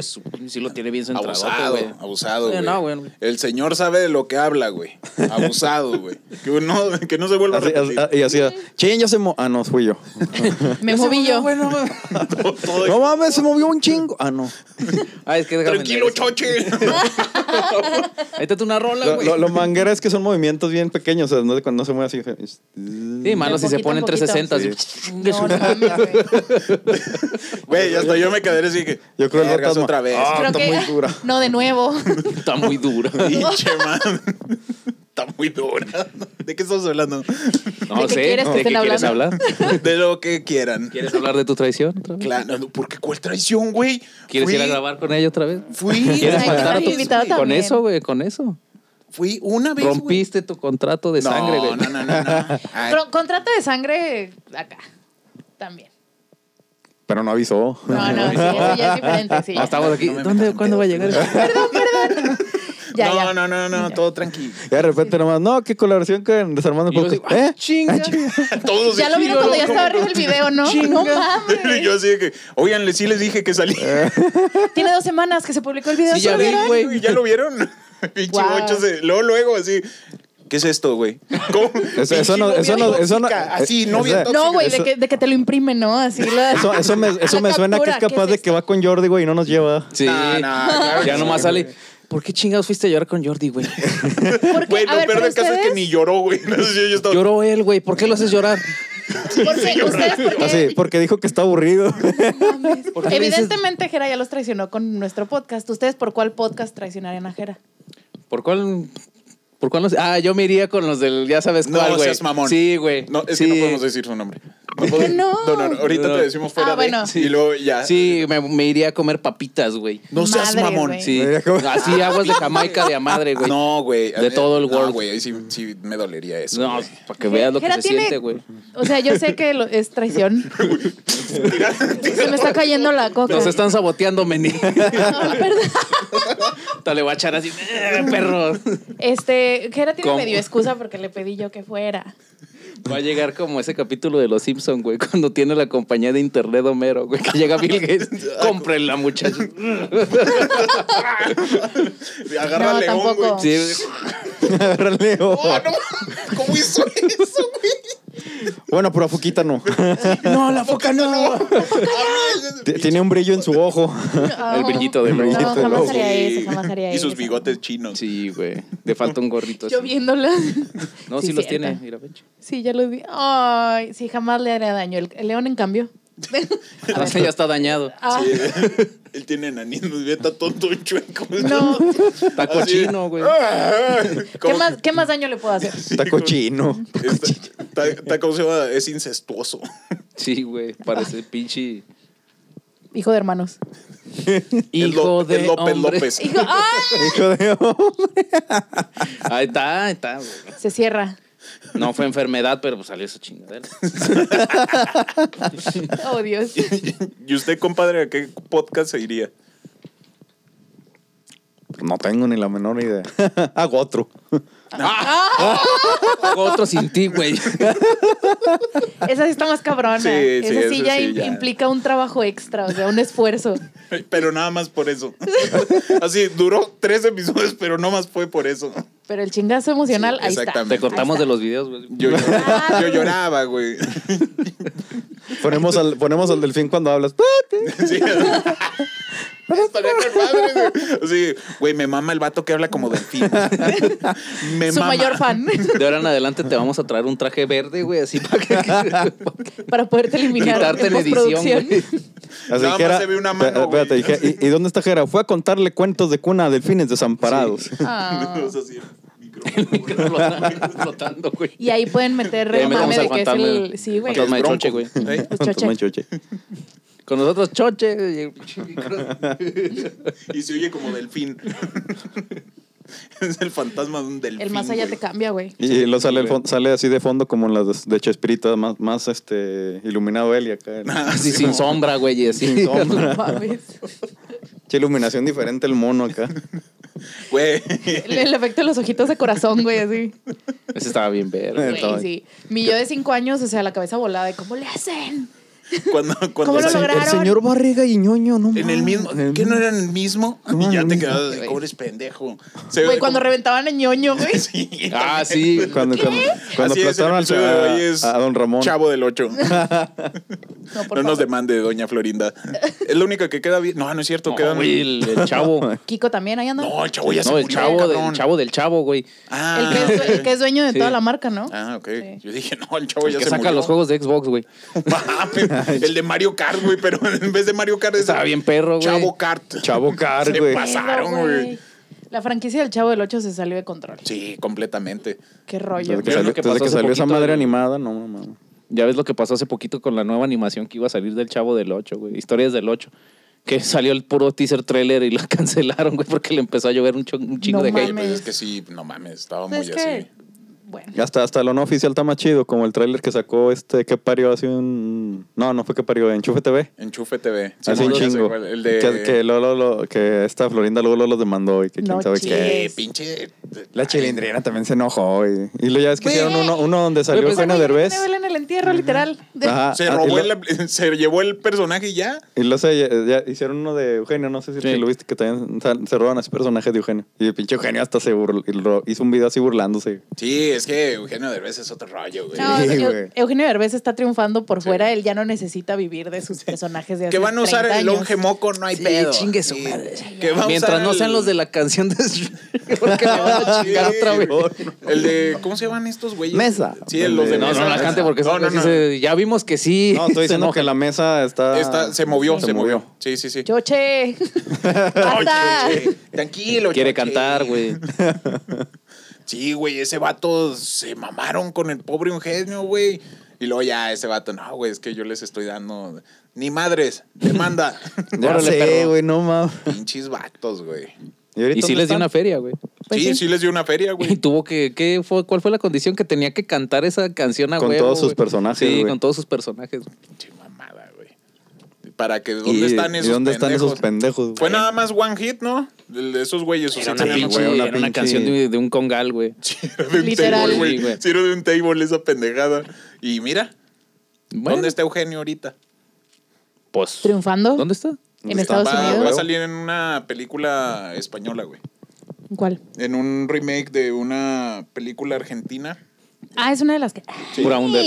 Speaker 1: Oh. Pues sí lo tiene bien centrado,
Speaker 2: Abusado,
Speaker 1: güey.
Speaker 2: abusado,
Speaker 1: Eh,
Speaker 2: güey.
Speaker 1: no, güey.
Speaker 2: El señor sabe de lo que habla, güey. Abusado, güey. Que no, que no se vuelva a
Speaker 3: Así-
Speaker 2: repetir.
Speaker 3: así- y así, ching, ya se mo Ah, no, fui yo.
Speaker 4: Me moví yo.
Speaker 2: Todo- todo-
Speaker 3: No mames, se movió un chingo. Ah, no.
Speaker 1: Ah, es que déjame
Speaker 2: Tranquilo,
Speaker 1: enderezar.
Speaker 2: choche.
Speaker 1: Ahí está una rola,
Speaker 3: Lo,
Speaker 1: güey.
Speaker 3: lo, lo manguera es que son movimientos bien pequeños, o sea, no, cuando no se mueve así.
Speaker 1: Sí, malo
Speaker 4: De
Speaker 1: si se
Speaker 4: poquito
Speaker 1: ponen
Speaker 4: en poquito.
Speaker 1: 360.
Speaker 4: No, no mames, güey.
Speaker 2: Güey, hasta yo me quedé así que.
Speaker 3: Yo creo el
Speaker 2: "Vergas,
Speaker 3: fantasma".
Speaker 2: otra vez.
Speaker 3: Ah,
Speaker 4: Creo
Speaker 3: está
Speaker 4: que.
Speaker 3: muy dura.
Speaker 4: No, de nuevo.
Speaker 1: Está muy dura.
Speaker 2: Pinche man. Está muy dura. ¿De qué estás hablando?
Speaker 1: No
Speaker 4: ¿De qué
Speaker 1: sé,
Speaker 4: quieres que
Speaker 1: ¿de qué
Speaker 4: estén
Speaker 1: quieres
Speaker 4: hablando?
Speaker 1: hablar?
Speaker 2: De lo que quieran.
Speaker 1: ¿Quieres hablar de tu traición? otra vez?
Speaker 2: Claro, no, porque cuál traición, güey.
Speaker 1: ¿Quieres
Speaker 2: Fui-
Speaker 1: ir a grabar con ella otra vez?
Speaker 2: Fui.
Speaker 1: ¿Quieres
Speaker 4: Ay,
Speaker 1: faltar a
Speaker 4: ay,
Speaker 1: tu
Speaker 4: invitado
Speaker 1: Con
Speaker 4: también.
Speaker 1: eso, güey, con eso.
Speaker 2: Fui una vez. güey.
Speaker 1: Rompiste tu contrato de
Speaker 2: No,
Speaker 1: sangre, güey.
Speaker 2: No, no, no, no. Ay,
Speaker 4: Pero contrato de sangre acá. También.
Speaker 3: Pero no avisó.
Speaker 4: No, no, sí, eso ya es diferente. Sí,
Speaker 1: Ah,
Speaker 4: ya.
Speaker 1: estamos aquí.
Speaker 2: No me
Speaker 1: ¿Dónde,
Speaker 2: metas
Speaker 1: cuándo
Speaker 2: en
Speaker 1: va a llegar?
Speaker 4: Ya,
Speaker 2: no,
Speaker 4: ya.
Speaker 2: no, no, no,
Speaker 4: Ya.
Speaker 2: todo tranquilo.
Speaker 3: Ya de repente nomás, no, qué colaboración con Desarmando
Speaker 1: Y yo
Speaker 3: el
Speaker 1: así,
Speaker 3: Podcast.
Speaker 1: ¡ah,
Speaker 3: ¿Eh?
Speaker 1: chinga!
Speaker 2: Todos
Speaker 4: Ya lo
Speaker 2: así,
Speaker 4: vieron cuando ya
Speaker 2: loco.
Speaker 4: estaba arriba el video, ¿no? No mames.
Speaker 2: Y yo así de que, oigan, le- sí les dije que salí.
Speaker 4: Tiene dos semanas que se publicó el video.
Speaker 1: Sí,
Speaker 4: ¿sí
Speaker 1: Ah, ya
Speaker 4: lo
Speaker 1: vi,
Speaker 4: vieron?
Speaker 1: güey.
Speaker 2: Uy, ¿Ya lo vieron? Pinche
Speaker 4: Guau.
Speaker 2: bocho se- Luego, luego, así. ¿Qué es esto, güey? ¿Cómo?
Speaker 3: Eso- eso no-
Speaker 2: Pinche
Speaker 3: eso
Speaker 2: novia
Speaker 3: no- eso no-
Speaker 2: tóxica,
Speaker 1: eh,
Speaker 2: Así, no bien
Speaker 3: eso-
Speaker 2: tóxica.
Speaker 4: No, güey, de
Speaker 3: Eso-
Speaker 4: que, de que te lo imprimen, ¿no? Así lo.
Speaker 3: Eso, eso me, eso
Speaker 4: La
Speaker 3: me suena que es
Speaker 4: captura, ¿qué
Speaker 3: capaz
Speaker 4: es
Speaker 3: de que va con Jordi, güey, y no nos lleva.
Speaker 1: Sí.
Speaker 2: No, no, claro
Speaker 1: ya
Speaker 2: que
Speaker 1: nomás
Speaker 2: sí,
Speaker 1: sale. ¿Por qué chingados fuiste a llorar con Jordi, güey?
Speaker 4: Porque,
Speaker 2: Güey,
Speaker 4: a
Speaker 2: lo peor
Speaker 4: ver, pero
Speaker 2: del caso es que
Speaker 4: ustedes-
Speaker 2: ni lloró, güey. No sé si yo estaba.
Speaker 1: Lloró él, güey. ¿Por qué lo haces llorar?
Speaker 4: Porque ustedes, porque
Speaker 3: Así, porque dijo que está aburrido.
Speaker 1: ¿Por qué le dices-
Speaker 4: Evidentemente, Jera ya los traicionó con nuestro podcast. ¿Ustedes por cuál podcast traicionarían a Jera?
Speaker 1: ¿Por cuál? ¿Por cuál no sé? Ah, yo me iría con los del, ya sabes
Speaker 2: No,
Speaker 1: cuál, güey.
Speaker 2: seas mamón.
Speaker 1: Sí, güey.
Speaker 2: No, es
Speaker 1: Sí.
Speaker 2: que no podemos decir su nombre. No,
Speaker 4: qué
Speaker 2: podemos-
Speaker 4: no?
Speaker 2: No, no, ahorita
Speaker 1: No.
Speaker 2: te decimos fuera
Speaker 4: Ah, bueno.
Speaker 2: de. Y luego ya.
Speaker 1: Sí, me, me iría a comer papitas, güey.
Speaker 2: No seas
Speaker 4: Madre,
Speaker 2: mamón.
Speaker 4: güey.
Speaker 1: Sí.
Speaker 3: Me iría a comer-
Speaker 1: Así aguas de Jamaica de a madre, güey. No,
Speaker 2: No, güey.
Speaker 1: De todo el
Speaker 2: No,
Speaker 1: world.
Speaker 2: güey. ahí Sí, sí, me dolería eso. güey.
Speaker 1: para que veas lo que
Speaker 4: Jera
Speaker 1: se
Speaker 4: tiene-
Speaker 1: siente, güey.
Speaker 4: O sea, yo sé que lo- es traición. Se me está cayendo la coca.
Speaker 1: Nos están saboteando, Meni.
Speaker 4: No, perdón.
Speaker 1: Te le voy a echar así, "Eh, perro.
Speaker 4: Este, Jera tiene
Speaker 1: ¿Cómo?
Speaker 4: medio excusa porque le pedí yo que fuera.
Speaker 1: Va a llegar como ese capítulo de Los Simpson, güey, cuando tiene la compañía de internet Homero, güey, que llega Bill Gates. Cómprenla, muchachos.
Speaker 2: Agarra
Speaker 4: No,
Speaker 2: a León,
Speaker 4: tampoco.
Speaker 2: güey.
Speaker 1: Sí,
Speaker 3: Agárrale, oh.
Speaker 2: Oh, no. ¿Cómo hizo eso, güey?
Speaker 3: Bueno, pero a Foquita no.
Speaker 1: no, la foca no.
Speaker 2: Ah,
Speaker 3: T- Tiene un brillo en su ojo.
Speaker 1: El brillito de
Speaker 4: Ah, No,
Speaker 1: brillito.
Speaker 3: del
Speaker 4: jamás
Speaker 3: ojo.
Speaker 4: haría
Speaker 2: Sí.
Speaker 4: eso, jamás haría eso.
Speaker 2: Y sus bigotes chinos.
Speaker 1: Sí, güey. Le falta un gorrito.
Speaker 4: Yo
Speaker 1: así.
Speaker 4: viéndola.
Speaker 1: No, sí, los
Speaker 4: cierto.
Speaker 1: tiene. Mira, Bencho.
Speaker 4: Sí, ya los vi. Ay, sí, jamás le haría daño. El, el león, en cambio. A ver.
Speaker 1: ya está dañado.
Speaker 4: Ah,
Speaker 2: Sí, Él tiene enanismo, ya está todo chueco.
Speaker 4: no.
Speaker 1: Está cochino, güey.
Speaker 4: ¿Qué
Speaker 2: ¿Cómo?
Speaker 4: más, ¿Qué más daño le puedo hacer?
Speaker 3: Está cochino.
Speaker 2: Está, está- está- ¿cómo se llama? Es incestuoso.
Speaker 1: Sí, güey. Parece pinche.
Speaker 4: Hijo de hermanos.
Speaker 2: Es
Speaker 1: Hijo
Speaker 2: Ló-
Speaker 1: de
Speaker 2: es López
Speaker 1: hombre.
Speaker 2: López.
Speaker 4: Hijo. ¡Ah!
Speaker 3: Hijo de
Speaker 1: Ahí está, ahí está, güey.
Speaker 4: Se cierra.
Speaker 1: No fue enfermedad, pero pues salió esa chingadera.
Speaker 4: Oh, Dios.
Speaker 2: ¿Y usted, compadre, a qué podcast se iría?
Speaker 3: No tengo ni la menor idea. Hago otro.
Speaker 1: Otro sin ti, güey.
Speaker 4: Esa sí está más cabrona.
Speaker 2: Sí, sí,
Speaker 4: esa sí
Speaker 2: esa
Speaker 4: ya,
Speaker 2: sí,
Speaker 4: im-
Speaker 2: ya.
Speaker 4: implica un trabajo extra, o sea, un esfuerzo.
Speaker 2: Pero nada más por eso. Así, duró tres episodios, pero no más fue por eso.
Speaker 4: Pero el chingazo emocional,
Speaker 2: Sí,
Speaker 4: ahí está.
Speaker 2: exactamente.
Speaker 1: Te cortamos de los videos, güey.
Speaker 2: Yo,
Speaker 4: Ah.
Speaker 2: lloraba- yo lloraba, güey.
Speaker 3: Ponemos al, ponemos al delfín cuando hablas.
Speaker 2: Sí. Estaría con madre, güey. Así, güey, me mama el vato que habla como delfín. Me
Speaker 4: Su
Speaker 2: mama.
Speaker 4: mayor fan.
Speaker 1: De ahora en adelante te vamos a traer un traje verde, güey, así para que
Speaker 4: para poderte eliminar.
Speaker 1: quitarte en edición,
Speaker 4: postproducción.
Speaker 1: güey.
Speaker 3: Así
Speaker 2: Nada más
Speaker 3: Jera-
Speaker 2: se ve una mano, güey.
Speaker 3: Espérate, dije, ¿y, y dónde está Jera? Fue a contarle cuentos de cuna a delfines desamparados.
Speaker 4: Ah.
Speaker 2: O sea, así, micrófono, güey.
Speaker 1: flotando, güey.
Speaker 4: Y ahí pueden meter
Speaker 1: Ahí
Speaker 4: el
Speaker 1: metemos
Speaker 4: mame
Speaker 1: al
Speaker 4: de que es
Speaker 1: fantasma, güey.
Speaker 4: el. Sí, güey.
Speaker 1: Fantasma de
Speaker 2: Bronco.
Speaker 1: choche, güey.
Speaker 2: ¿Eh?
Speaker 4: Pues,
Speaker 3: Con tu
Speaker 4: choche.
Speaker 3: manchoche.
Speaker 1: Con nosotros, choche. y el pinche micro.
Speaker 2: Y se oye como delfín. es el fantasma de un delfín.
Speaker 4: El más allá te
Speaker 2: güey.
Speaker 4: cambia, güey.
Speaker 3: Y, y lo sale, el
Speaker 1: güey.
Speaker 3: fon- sale así de fondo como en las de Chespirita, más, más este, iluminado él y acá. ¿no?
Speaker 1: Así sin sombra, güey, y así.
Speaker 3: Sin sombra.
Speaker 4: Mames.
Speaker 3: Che, iluminación diferente el mono acá.
Speaker 2: Güey.
Speaker 4: El, el efecto de los ojitos de corazón, güey, así.
Speaker 1: Ese estaba bien ver.
Speaker 4: Güey, sí. Mi yo de cinco años, o sea, la cabeza volada de cómo le hacen.
Speaker 2: Cuando, cuando
Speaker 4: ¿Cómo lo
Speaker 2: se-
Speaker 4: lograron?
Speaker 3: El señor Barriga y ñoño, no
Speaker 2: En el
Speaker 3: mames.
Speaker 2: mismo.
Speaker 3: En el
Speaker 2: ¿Qué no
Speaker 3: mismo.
Speaker 2: era en el mismo?
Speaker 3: No,
Speaker 2: y ya
Speaker 3: en el
Speaker 2: te
Speaker 3: mismo.
Speaker 2: quedas de
Speaker 4: Güey.
Speaker 2: cómo eres pendejo. Se
Speaker 4: Güey,
Speaker 2: ve
Speaker 4: cuando
Speaker 2: como-
Speaker 4: reventaban a ñoño, güey.
Speaker 2: Sí,
Speaker 1: Ah,
Speaker 2: también.
Speaker 1: sí.
Speaker 3: Cuando, cuando, cuando
Speaker 2: Así es, el
Speaker 3: aplastaron al-
Speaker 2: episodio de hoy es
Speaker 3: a, a Don Ramón.
Speaker 2: Chavo del 8.
Speaker 4: No, por
Speaker 2: No nos
Speaker 4: favor.
Speaker 2: demande, doña Florinda. Es la única que queda bien. No, no es cierto.
Speaker 1: No,
Speaker 2: quedan-
Speaker 1: güey, el, el chavo.
Speaker 4: Kiko también, ahí anda.
Speaker 2: No, el chavo ya se
Speaker 1: No, el
Speaker 2: murió,
Speaker 1: chavo, del
Speaker 2: cabrón.
Speaker 1: chavo del chavo, güey.
Speaker 2: Ah,
Speaker 4: El que, es, el que es dueño de
Speaker 1: Sí.
Speaker 4: toda la marca, ¿no?
Speaker 2: Ah, ok.
Speaker 4: Sí.
Speaker 2: Yo dije, no, el chavo
Speaker 1: El
Speaker 2: Pues ya
Speaker 1: que
Speaker 2: se
Speaker 1: saca
Speaker 2: murió.
Speaker 1: los juegos de Xbox, güey.
Speaker 2: Mames, el de Mario Kart, güey, pero en vez de Mario Kart es
Speaker 1: Estaba bien perro, güey.
Speaker 2: Chavo Kart.
Speaker 3: Chavo Car,
Speaker 2: Se
Speaker 3: güey.
Speaker 2: pasa. pasaron,
Speaker 4: Pero,
Speaker 2: güey.
Speaker 4: La franquicia del Chavo del 8 se salió de control.
Speaker 2: Sí, completamente.
Speaker 4: Qué rollo.
Speaker 3: Desde que
Speaker 1: Pero
Speaker 3: salió,
Speaker 1: lo que
Speaker 3: desde
Speaker 1: pasó
Speaker 3: que
Speaker 1: hace
Speaker 3: salió esa
Speaker 1: poquito,
Speaker 3: madre
Speaker 1: güey.
Speaker 3: animada, no mames.
Speaker 1: Ya ves lo que pasó hace poquito con la nueva animación que iba a salir del Chavo del 8, güey. Historias del 8. Que salió el puro teaser trailer y la cancelaron, güey, porque le empezó a llover un, cho- un chingo
Speaker 4: No
Speaker 1: de
Speaker 2: Oye,
Speaker 1: hate.
Speaker 4: mames.
Speaker 2: pues es que sí, no mames, estaba muy
Speaker 4: Pues es que,
Speaker 2: así.
Speaker 4: bueno,
Speaker 3: Hasta, hasta lo no oficial está más chido, como el tráiler que sacó este que parió hace un... No, no fue que parió, Enchufe TV.
Speaker 2: Enchufe TV. Sí,
Speaker 3: hace un
Speaker 2: no, ya sé
Speaker 3: chingo.
Speaker 2: cuál, El de...
Speaker 3: que, que Lolo, lo- que esta Florinda luego lo- los demandó y que quién
Speaker 4: No
Speaker 3: sabe qué.
Speaker 4: chingues.
Speaker 2: Eh, pinche...
Speaker 3: La chilindrina también se enojó y, y luego ya ves que
Speaker 2: Güey.
Speaker 3: hicieron uno, uno donde salió
Speaker 1: pues,
Speaker 3: Eugenio
Speaker 4: Ay,
Speaker 3: Derbez.
Speaker 4: me duele en el entierro, literal. De-
Speaker 3: Ajá.
Speaker 2: Se
Speaker 3: Ah, y
Speaker 2: robó,
Speaker 3: lo-
Speaker 2: el- se llevó el personaje y ya.
Speaker 3: Y luego se- ya, ya hicieron uno de Eugenio, no sé si
Speaker 1: Sí.
Speaker 3: lo viste, que también sal- se roban a ese personaje de Eugenio. Y el pinche Eugenio hasta se burló, y lo- hizo un video así burlándose.
Speaker 2: Sí, es que Eugenio Derbez es otro rollo, güey.
Speaker 4: No,
Speaker 3: Sí,
Speaker 4: Eu-
Speaker 3: güey.
Speaker 4: Eugenio Derbez está triunfando por fuera, él ya no necesita vivir de sus personajes de hace
Speaker 2: que van a usar
Speaker 4: 30
Speaker 2: el
Speaker 4: años.
Speaker 2: longe moco, no hay
Speaker 1: Sí,
Speaker 2: pedo.
Speaker 1: chingue su
Speaker 2: Sí.
Speaker 1: madre.
Speaker 2: Que va a
Speaker 1: Mientras
Speaker 2: usar
Speaker 1: no
Speaker 2: el-
Speaker 1: sean los de la canción de... porque me van a chingar
Speaker 2: Sí.
Speaker 1: otra vez.
Speaker 2: El de, ¿cómo se llaman estos güeyes?
Speaker 3: Mesa.
Speaker 2: Sí, los de
Speaker 1: No, no,
Speaker 2: mesa.
Speaker 1: la cante porque
Speaker 2: no,
Speaker 1: esos
Speaker 2: no,
Speaker 1: güeyes
Speaker 2: no.
Speaker 1: se- ya vimos que sí.
Speaker 3: No, estoy
Speaker 1: se
Speaker 3: diciendo que
Speaker 1: enojan.
Speaker 3: la mesa está...
Speaker 2: Está- se movió,
Speaker 3: Se
Speaker 2: se, movió.
Speaker 3: movió.
Speaker 2: Sí, sí, sí.
Speaker 4: Choche. Basta.
Speaker 2: Oye, oye, Tranquilo,
Speaker 1: Quiere
Speaker 2: Choche.
Speaker 1: cantar, güey.
Speaker 2: Sí, güey, ese vato se mamaron con el pobre Eugenio, güey. Y luego ya ese vato, no, güey, es que yo les estoy dando ni madres, demanda.
Speaker 3: Ya
Speaker 1: Órale,
Speaker 3: sé,
Speaker 1: perro.
Speaker 3: güey, no mames.
Speaker 2: Pinches vatos, güey.
Speaker 3: ahorita
Speaker 1: Y sí
Speaker 3: dónde
Speaker 1: les dio
Speaker 3: están?
Speaker 1: una feria, güey.
Speaker 4: Pues
Speaker 2: sí,
Speaker 4: sí.
Speaker 2: sí, les dio una feria,
Speaker 1: Y
Speaker 2: güey.
Speaker 1: tuvo que, ¿qué fue, ¿cuál fue la condición que tenía que cantar esa canción a
Speaker 3: Con
Speaker 1: huevo,
Speaker 3: todos sus
Speaker 1: güey?
Speaker 3: personajes,
Speaker 1: Sí,
Speaker 3: güey.
Speaker 1: con todos sus personajes.
Speaker 2: Pinche mamada, güey. Para que,
Speaker 3: ¿Y-
Speaker 2: ¿dónde están
Speaker 3: y
Speaker 2: esos
Speaker 3: dónde están
Speaker 2: pendejos?
Speaker 3: esos pendejos?
Speaker 2: Fue
Speaker 3: güey?
Speaker 2: nada más one hit, ¿no? El de esos güeyes. o
Speaker 1: Era una
Speaker 2: sea, que-
Speaker 1: pinche,
Speaker 3: güey, una
Speaker 1: era una
Speaker 3: pinche-
Speaker 1: canción de, de un congal, güey.
Speaker 2: Era de un
Speaker 4: Literal.
Speaker 2: table,
Speaker 1: Sí,
Speaker 2: güey.
Speaker 1: güey.
Speaker 2: Sí, era de un table esa pendejada. Y mira,
Speaker 1: Bueno,
Speaker 2: ¿dónde está Eugenio ahorita?
Speaker 1: Pues,
Speaker 4: Triunfando
Speaker 1: ¿Dónde está?
Speaker 4: en Estados
Speaker 2: va,
Speaker 4: Unidos.
Speaker 2: va a salir en una película española, güey.
Speaker 4: ¿Cuál?
Speaker 2: En un remake de una película argentina.
Speaker 4: Ah, es una de las que.
Speaker 1: Pura
Speaker 4: Ay,
Speaker 1: under.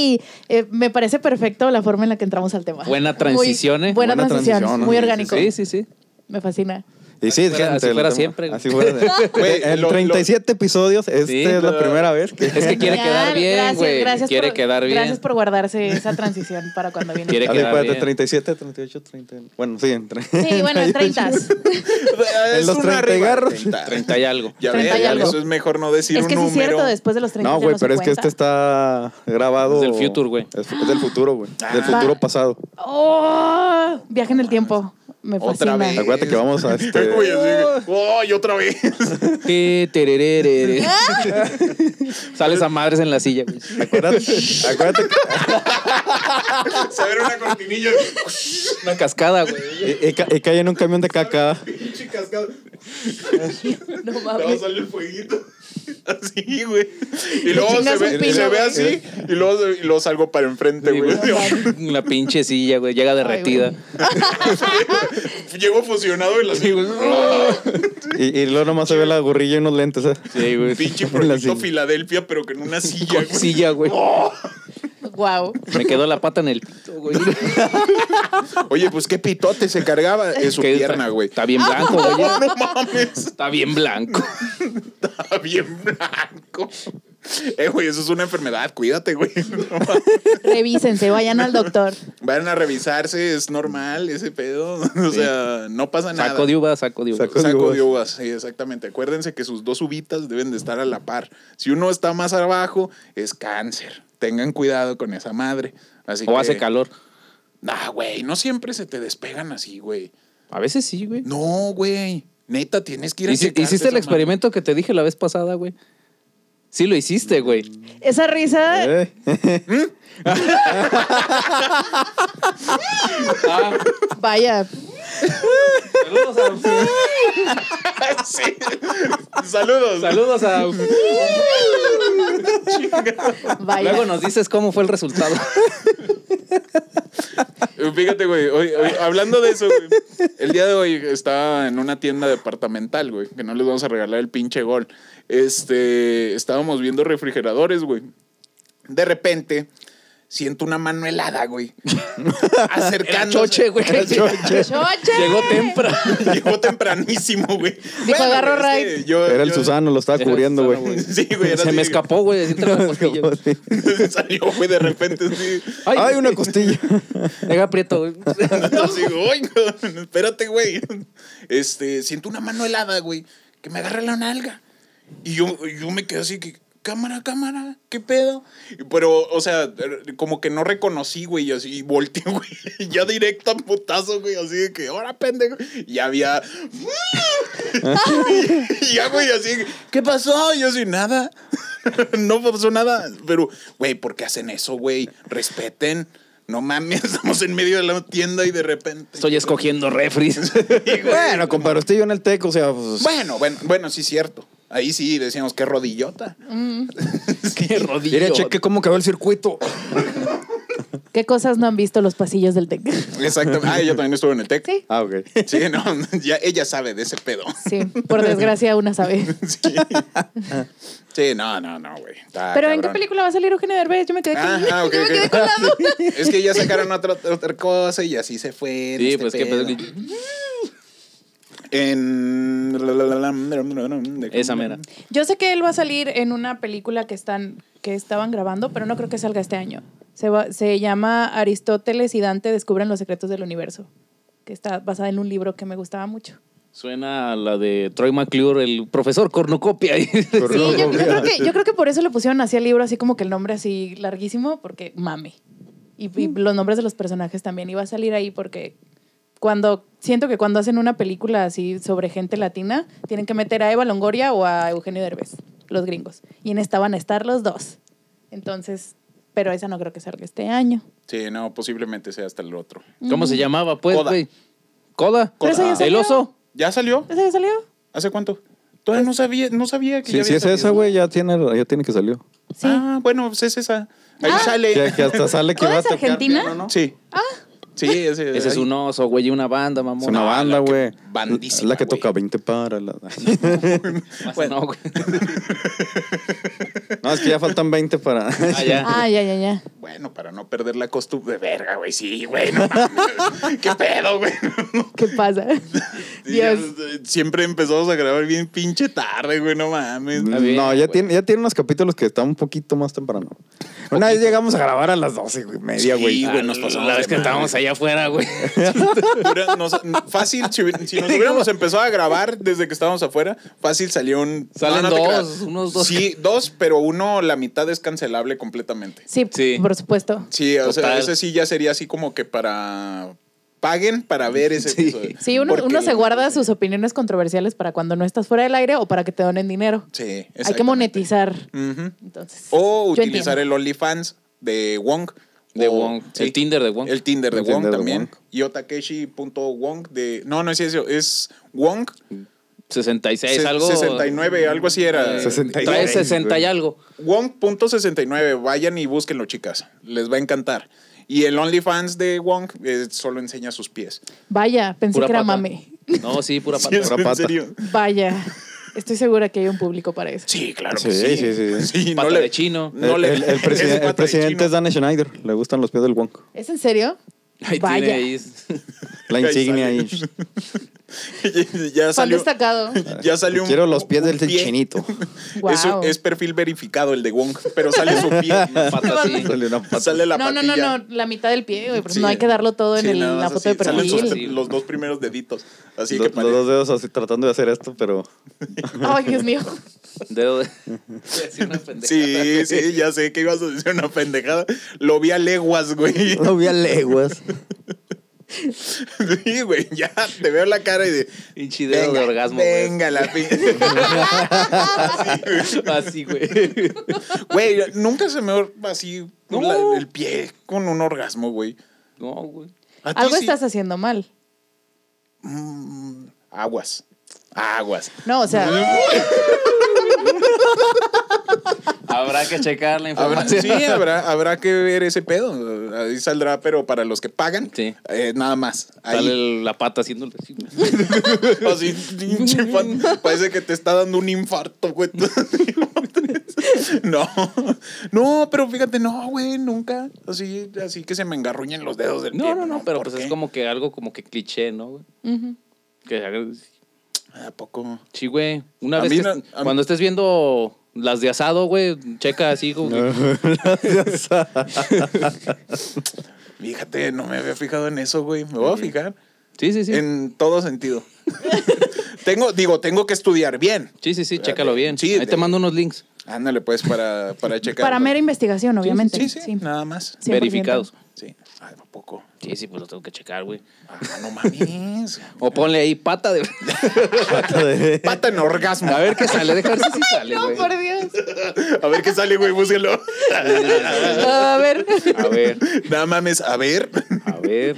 Speaker 4: eh, me parece perfecto la forma en la que entramos al tema.
Speaker 1: Buena
Speaker 4: Muy-
Speaker 1: transición, ¿eh?
Speaker 4: Buena,
Speaker 3: Buena
Speaker 4: transición,
Speaker 3: transición, ¿no?
Speaker 4: muy
Speaker 3: Sí, sí,
Speaker 4: orgánico.
Speaker 1: Sí, sí, sí.
Speaker 4: Me fascina.
Speaker 3: Y sí,
Speaker 1: Así fuera-
Speaker 3: gente,
Speaker 1: así
Speaker 3: el
Speaker 1: fuera
Speaker 3: tema-
Speaker 1: siempre, güey.
Speaker 3: Así fuera de-
Speaker 2: Güey,
Speaker 3: En
Speaker 2: lo-
Speaker 3: 37 episodios, esta
Speaker 1: Sí,
Speaker 3: es la
Speaker 2: lo-
Speaker 3: primera vez que...
Speaker 1: Es que quiere
Speaker 4: Genial,
Speaker 1: quedar bien,
Speaker 4: gracias,
Speaker 1: güey.
Speaker 4: gracias
Speaker 1: Quiere
Speaker 4: por-
Speaker 1: quedar bien.
Speaker 4: Gracias por guardarse esa transición para cuando viene.
Speaker 1: Quiere
Speaker 3: A ver,
Speaker 1: quedar
Speaker 3: espérate,
Speaker 1: bien.
Speaker 3: 37, 38, 30... Bueno, sí, entre...
Speaker 4: Sí, bueno, en 30.
Speaker 2: Es
Speaker 3: los
Speaker 2: una
Speaker 3: 30
Speaker 2: arriba de
Speaker 3: garros.
Speaker 2: 30.
Speaker 1: 30 y algo.
Speaker 2: Ya
Speaker 4: 30
Speaker 2: ves,
Speaker 4: y algo.
Speaker 2: eso es mejor no decir
Speaker 4: Es que
Speaker 2: un
Speaker 4: sí es
Speaker 2: número.
Speaker 4: cierto, después de los 30
Speaker 3: No,
Speaker 4: ya
Speaker 3: güey,
Speaker 4: se
Speaker 3: pero es que este
Speaker 4: cuenta.
Speaker 3: está grabado...
Speaker 1: Es del future, güey.
Speaker 3: Es, es del futuro, güey. Del
Speaker 2: Ah.
Speaker 3: futuro pasado.
Speaker 4: ¡Oh! Viaje en el tiempo. Me
Speaker 2: Otra
Speaker 4: fascina.
Speaker 2: vez.
Speaker 3: Acuérdate que vamos a
Speaker 2: Estoy
Speaker 3: este...
Speaker 2: muy así, güey. ¡Ay, otra vez!
Speaker 1: Ti, tererere. Sales a madres en la silla, güey.
Speaker 3: Acuérdate, acuérdate que-
Speaker 2: Se abre una cortinilla.
Speaker 1: Una cascada, güey.
Speaker 3: y, y ca- y cae en un camión de caca.
Speaker 2: Pinche cascada.
Speaker 4: No
Speaker 2: Le va a
Speaker 4: mames.
Speaker 2: salir el fueguito. Así, güey. Y
Speaker 4: Le
Speaker 2: luego se
Speaker 4: chingas un
Speaker 2: ve,
Speaker 4: pino,
Speaker 2: se ve
Speaker 4: güey.
Speaker 2: así. Y luego, se- y luego salgo para enfrente,
Speaker 1: Sí,
Speaker 2: güey.
Speaker 1: güey. La pinche silla, güey. Llega derretida.
Speaker 4: güey.
Speaker 2: Llego fusionado y la
Speaker 1: Sí, güey.
Speaker 3: Y, y luego nomás se ve la gorrilla y unos lentes. ¿eh?
Speaker 1: Sí, güey.
Speaker 2: Pinche
Speaker 3: En la
Speaker 2: proyecto
Speaker 3: silla.
Speaker 2: Filadelfia, pero con una silla,
Speaker 1: Con
Speaker 2: güey.
Speaker 1: silla, güey.
Speaker 4: Guau.
Speaker 1: Me quedó la pata en el pito, güey.
Speaker 2: Oye, pues qué pitote se cargaba en su
Speaker 1: Que está-
Speaker 2: pierna, güey.
Speaker 1: Está bien blanco, güey.
Speaker 2: No, no mames.
Speaker 1: Está bien blanco.
Speaker 2: Está bien blanco. Eh, güey, eso es una enfermedad. Cuídate, güey. No mames.
Speaker 4: Revísense, vayan al doctor.
Speaker 2: Vayan a revisarse, es normal ese pedo. O sea, no pasa nada.
Speaker 1: Saco de uva, saco de uva.
Speaker 3: Saco-
Speaker 2: Saco
Speaker 3: uvas.
Speaker 2: de uvas, sí, exactamente. Acuérdense que sus dos uvitas deben de estar a la par. Si uno está más abajo, es cáncer. Tengan cuidado con esa madre. Así
Speaker 1: O
Speaker 2: que-
Speaker 1: hace calor.
Speaker 2: Nah, güey, no siempre se te despegan así, güey.
Speaker 1: A veces sí, güey.
Speaker 2: No, güey. Neta, tienes que ir a
Speaker 1: Hici-
Speaker 2: checarte
Speaker 1: Hiciste el
Speaker 2: esa
Speaker 1: experimento que te dije la vez pasada, güey. Sí, lo hiciste, güey.
Speaker 4: Esa risa.
Speaker 3: ¿Eh?
Speaker 4: Vaya.
Speaker 2: Sí. Saludos.
Speaker 1: Saludos a.
Speaker 4: Vaya.
Speaker 1: Luego nos dices cómo fue el resultado.
Speaker 2: Fíjate, güey, hoy- hoy- hablando de eso, güey, el día de hoy estaba en una tienda departamental, güey, que no les vamos a regalar el pinche gol. Este, estábamos viendo refrigeradores, güey. De repente, siento una mano helada, güey.
Speaker 1: Era
Speaker 2: Acercándose.
Speaker 1: choche, güey.
Speaker 4: ¡Choche!
Speaker 1: Llegó temprano.
Speaker 2: Llegó tempranísimo, güey.
Speaker 4: agarro
Speaker 2: güey, es
Speaker 4: ride.
Speaker 2: que yo-
Speaker 3: Era el
Speaker 2: yo-
Speaker 3: Susano, lo estaba
Speaker 1: Era el
Speaker 3: cubriendo,
Speaker 1: Susano,
Speaker 3: güey.
Speaker 1: güey.
Speaker 2: Sí, güey. era
Speaker 1: Se me
Speaker 2: así,
Speaker 1: escapó, güey, decirte una costilla.
Speaker 2: Salió, güey, de repente, sí.
Speaker 1: Ay,
Speaker 3: Ay, una costilla.
Speaker 1: Llega Prieto, güey.
Speaker 2: Así, "Ay, cabrón, espérate, güey. Este, siento una mano helada, güey, que me agarra la nalga. Y yo, yo me quedo así que, cámara, cámara, ¿qué pedo? Pero, o sea, como que no reconocí, güey, y así, y volteé, güey, y ya directo a putazo, güey, así de que, ahora pendejo. Y había. y ya, güey, así, ¿qué pasó? Y yo así, nada. no pasó nada. Pero, güey, ¿por qué hacen eso, güey? Respeten. No mames, estamos en medio de la tienda y de repente.
Speaker 1: Estoy escogiendo refris.
Speaker 2: Sí, güey.
Speaker 3: bueno, compadre, usted y yo en el teco, o sea, pues,
Speaker 2: Bueno, bueno, bueno, sí, cierto. Ahí sí decíamos que rodillota.
Speaker 1: Mm. Qué rodillo.
Speaker 3: mire, cheque cómo quedó el circuito.
Speaker 4: ¿Qué cosas no han visto los pasillos del TEC?
Speaker 2: Exactamente. Ah, ella también estuvo en el TEC.
Speaker 4: Sí.
Speaker 3: Ah, ok.
Speaker 2: Sí, no, ya, ella sabe de ese pedo.
Speaker 4: Sí, por desgracia una sabe.
Speaker 2: Sí, Sí, no, no, no, güey. Está
Speaker 4: Pero ¿en qué
Speaker 2: Ah, cabrón.
Speaker 4: película va a salir Eugenio Derbez? Yo me quedé con,
Speaker 2: Ajá, ok,
Speaker 4: yo me
Speaker 2: ok.
Speaker 4: quedé con la duda.
Speaker 2: Es que ya sacaron otra, otra cosa y así se fue.
Speaker 1: Sí,
Speaker 2: este
Speaker 1: pues qué pedo. que-
Speaker 2: En.
Speaker 1: Esa mera.
Speaker 4: Yo sé que él va a salir en una película que están que estaban grabando, pero no creo que salga este año. Se, va- se llama Aristóteles y Dante descubren los secretos del universo, que está basada en un libro que me gustaba mucho.
Speaker 1: Suena a la de Troy McClure, el profesor cornucopia.
Speaker 4: Sí, yo, yo
Speaker 3: Cornucopia.
Speaker 4: creo que, yo creo que por eso le pusieron así al libro, así como que el nombre así larguísimo, porque mame. Y, y los nombres de los personajes también. Iba a salir ahí porque cuando siento que cuando hacen una película así sobre gente latina, tienen que meter a Eva Longoria o a Eugenio Derbez, los gringos. Y en esta van a estar los dos. Entonces, pero esa no creo que salga este año.
Speaker 2: Sí, no, posiblemente sea hasta el otro.
Speaker 1: ¿Cómo
Speaker 4: Mm.
Speaker 1: se llamaba, pues,
Speaker 2: Coda.
Speaker 1: güey? ¿Coda?
Speaker 2: Pero eso ya
Speaker 1: ¿El
Speaker 4: salió.
Speaker 1: oso?
Speaker 2: ¿Ya salió?
Speaker 4: ¿Esa ya salió?
Speaker 2: ¿Hace cuánto? Todavía no sabía, no sabía que ya
Speaker 3: Sí, sí
Speaker 2: había
Speaker 3: es esa,
Speaker 2: salido.
Speaker 3: güey, ya tiene, ya tiene que salió.
Speaker 4: Sí. Ah.
Speaker 2: Ah, bueno, pues es esa. Ahí sale.
Speaker 3: Que, que hasta sale que
Speaker 4: ¿Coda
Speaker 3: va a
Speaker 4: es
Speaker 3: tocar
Speaker 4: argentina?
Speaker 3: piano, ¿no?
Speaker 2: Sí. Ah. Sí, ese,
Speaker 1: Ese es
Speaker 2: ahí.
Speaker 1: un oso, güey, y una banda, mamón.
Speaker 3: Es una
Speaker 1: No,
Speaker 3: banda,
Speaker 2: la que-
Speaker 3: güey.
Speaker 2: bandísima,
Speaker 3: La que
Speaker 2: güey.
Speaker 3: toca 20 para. La...
Speaker 1: más
Speaker 2: Bueno.
Speaker 1: Pues, No, güey.
Speaker 3: No, es que ya faltan 20 para.
Speaker 1: Ah, ya.
Speaker 4: Ah, ya, ya, ya.
Speaker 2: Bueno, para no perder la costumbre. Verga, güey, sí, güey. no mames. ¿Qué pedo, güey?
Speaker 4: ¿Qué pasa? Dios.
Speaker 2: Siempre empezamos a grabar bien pinche tarde, güey, no mames.
Speaker 1: Está bien,
Speaker 3: no, ya
Speaker 1: güey.
Speaker 3: tiene, ya tiene unos capítulos que están un poquito más temprano. Una vez llegamos a grabar a las 12, güey, media,
Speaker 2: Sí,
Speaker 3: güey.
Speaker 2: güey, nos pasamos
Speaker 1: La
Speaker 2: de
Speaker 1: vez que
Speaker 2: madre.
Speaker 1: estábamos allá afuera, güey.
Speaker 2: Hubiera- nos- fácil, si, hubi- si nos hubiéramos empezado a grabar desde que estábamos afuera, fácil salió un.
Speaker 1: Salen
Speaker 2: te
Speaker 1: dos,
Speaker 2: creas.
Speaker 1: unos dos.
Speaker 2: Sí, dos, pero uno, la mitad es cancelable completamente.
Speaker 4: Sí,
Speaker 1: Sí.
Speaker 4: por supuesto.
Speaker 2: Sí, o sea,
Speaker 1: Total.
Speaker 2: ese sí ya sería así como que para. Paguen para ver ese
Speaker 1: Sí.
Speaker 2: episodio.
Speaker 4: Sí, uno,
Speaker 2: Porque
Speaker 4: uno se
Speaker 2: la-
Speaker 4: guarda sus opiniones controversiales para cuando no estás fuera del aire o para que te donen dinero.
Speaker 2: Sí,
Speaker 4: Hay que
Speaker 2: exactamente.
Speaker 4: monetizar.
Speaker 2: Ujú.
Speaker 4: Entonces,
Speaker 2: O
Speaker 4: yo
Speaker 2: utilizar
Speaker 4: entiendo.
Speaker 2: el OnlyFans de Wong.
Speaker 1: De
Speaker 2: O-
Speaker 1: Wong.
Speaker 2: sí,
Speaker 1: El Tinder de Wong.
Speaker 2: El Tinder de
Speaker 3: El
Speaker 2: Wong
Speaker 3: Tinder de
Speaker 2: también.
Speaker 3: Wong.
Speaker 2: Y otakeshi.wong de... No, no es eso. Es Wong
Speaker 1: 66,
Speaker 2: se-
Speaker 1: algo.
Speaker 2: 69, algo así era.
Speaker 1: Eh,
Speaker 3: 66,
Speaker 1: Trae 60 y
Speaker 3: güey.
Speaker 1: algo.
Speaker 2: Wong.69. Vayan y búsquenlo, chicas. Les va a encantar. Y el OnlyFans de Wong eh, solo enseña sus pies.
Speaker 4: Vaya, pensé
Speaker 1: Pura
Speaker 4: que era
Speaker 1: pata.
Speaker 4: mame.
Speaker 1: No, sí, pura
Speaker 2: Sí,
Speaker 1: pata.
Speaker 2: es-
Speaker 3: pura
Speaker 2: en
Speaker 3: pata.
Speaker 2: serio.
Speaker 4: Vaya, estoy segura que hay un público para eso.
Speaker 2: Sí, claro
Speaker 3: Sí,
Speaker 2: que sí.
Speaker 3: sí, sí, sí.
Speaker 2: Sí,
Speaker 1: Pata de chino.
Speaker 2: no
Speaker 3: el,
Speaker 2: le-
Speaker 3: el- el presi-
Speaker 2: es
Speaker 3: el
Speaker 2: pata de chino.
Speaker 3: presidente es Dan Schneider. Le gustan los pies del Wonk.
Speaker 4: ¿Es en serio?
Speaker 1: Ahí tiene
Speaker 4: Vaya.
Speaker 1: ahí.
Speaker 3: La
Speaker 2: Ahí
Speaker 3: insignia
Speaker 2: sale.
Speaker 3: ahí.
Speaker 2: ya
Speaker 4: Fan
Speaker 2: salió.
Speaker 4: destacado.
Speaker 2: Ya salió un-
Speaker 3: Quiero los pies
Speaker 2: un
Speaker 3: del
Speaker 2: pie.
Speaker 3: chinito.
Speaker 4: Wow.
Speaker 2: Es, es perfil verificado el de Wong, pero sale su pie.
Speaker 1: Una pata así.
Speaker 3: Sale una pata.
Speaker 2: sale la
Speaker 4: no, no, no,
Speaker 2: patilla.
Speaker 4: no, la mitad del pie, güey, porque
Speaker 2: Sí.
Speaker 4: no hay que darlo todo
Speaker 2: Sí,
Speaker 4: en el-
Speaker 2: nada
Speaker 4: la
Speaker 2: más
Speaker 4: foto de
Speaker 2: así. Salen sus-
Speaker 4: perfil.
Speaker 2: los dos primeros deditos. Así
Speaker 3: Los-
Speaker 2: que parece.
Speaker 3: los dos dedos así tratando de hacer esto, pero.
Speaker 4: Ay, Dios mío.
Speaker 1: Dedo de. Sí, una pendejada.
Speaker 2: Sí, sí, ya sé que ibas a decir una pendejada. Lo vi a leguas, güey.
Speaker 3: No vi a leguas.
Speaker 2: Sí, güey, ya te veo la cara y de.
Speaker 1: Pinche dedo de orgasmo, güey.
Speaker 2: venga la pinche.
Speaker 1: Así, güey.
Speaker 2: Güey, nunca se me or- así
Speaker 1: No.
Speaker 2: la- el pie con un orgasmo, güey.
Speaker 1: No, güey.
Speaker 2: ¿A ti
Speaker 4: Algo
Speaker 2: sí?
Speaker 4: estás haciendo mal.
Speaker 2: Mm, aguas. Aguas.
Speaker 4: No, o sea,
Speaker 1: Habrá que checar la
Speaker 2: Habrá,
Speaker 1: información.
Speaker 2: sí, habrá, habrá que ver ese pedo. Ahí saldrá, pero para los que pagan,
Speaker 1: Sí.
Speaker 2: eh, nada más. Ahí.
Speaker 1: Sale la pata haciéndole así.
Speaker 2: Así, pinche fan, parece que te está dando un infarto, güey. No, no, pero fíjate, no, güey, nunca. Así, así que se me engarruñen los dedos del pie.
Speaker 1: No, no, no, pero
Speaker 2: ¿por
Speaker 1: pues es
Speaker 2: qué?
Speaker 1: como que algo como que cliché, ¿no? güey?
Speaker 4: ujú.
Speaker 1: Que se haga-
Speaker 2: ¿A poco?
Speaker 1: Sí, güey. Una
Speaker 2: A
Speaker 1: vez
Speaker 2: mí
Speaker 1: que
Speaker 2: no-
Speaker 1: est-
Speaker 2: a mí-
Speaker 1: cuando estés viendo las de asado, güey, checa así como que-
Speaker 2: Fíjate, no me había fijado en eso, güey. Me voy a fijar.
Speaker 1: Sí, sí, sí.
Speaker 2: En todo sentido. tengo, digo, tengo que estudiar bien.
Speaker 1: Sí, sí, sí, chécalo bien.
Speaker 2: Sí,
Speaker 1: Ahí
Speaker 2: de-
Speaker 1: te mando unos links
Speaker 2: Ándale, pues, para, para checar.
Speaker 4: para mera investigación, obviamente.
Speaker 2: Sí, sí,
Speaker 4: sí.
Speaker 2: nada más.
Speaker 4: 100%.
Speaker 1: verificados.
Speaker 2: Sí. Ay, ¿a poco?
Speaker 1: Sí, sí, pues lo tengo que checar, güey.
Speaker 2: Ah, no mames.
Speaker 1: O ponle ahí pata de.
Speaker 2: Pata en orgasmo.
Speaker 1: A ver qué sale, deja ver si sí sale,
Speaker 4: No,
Speaker 1: güey.
Speaker 4: por Dios.
Speaker 2: A ver qué sale, güey, búsquelo.
Speaker 4: A ver.
Speaker 1: A ver,
Speaker 2: Nada mames, a ver.
Speaker 1: a ver.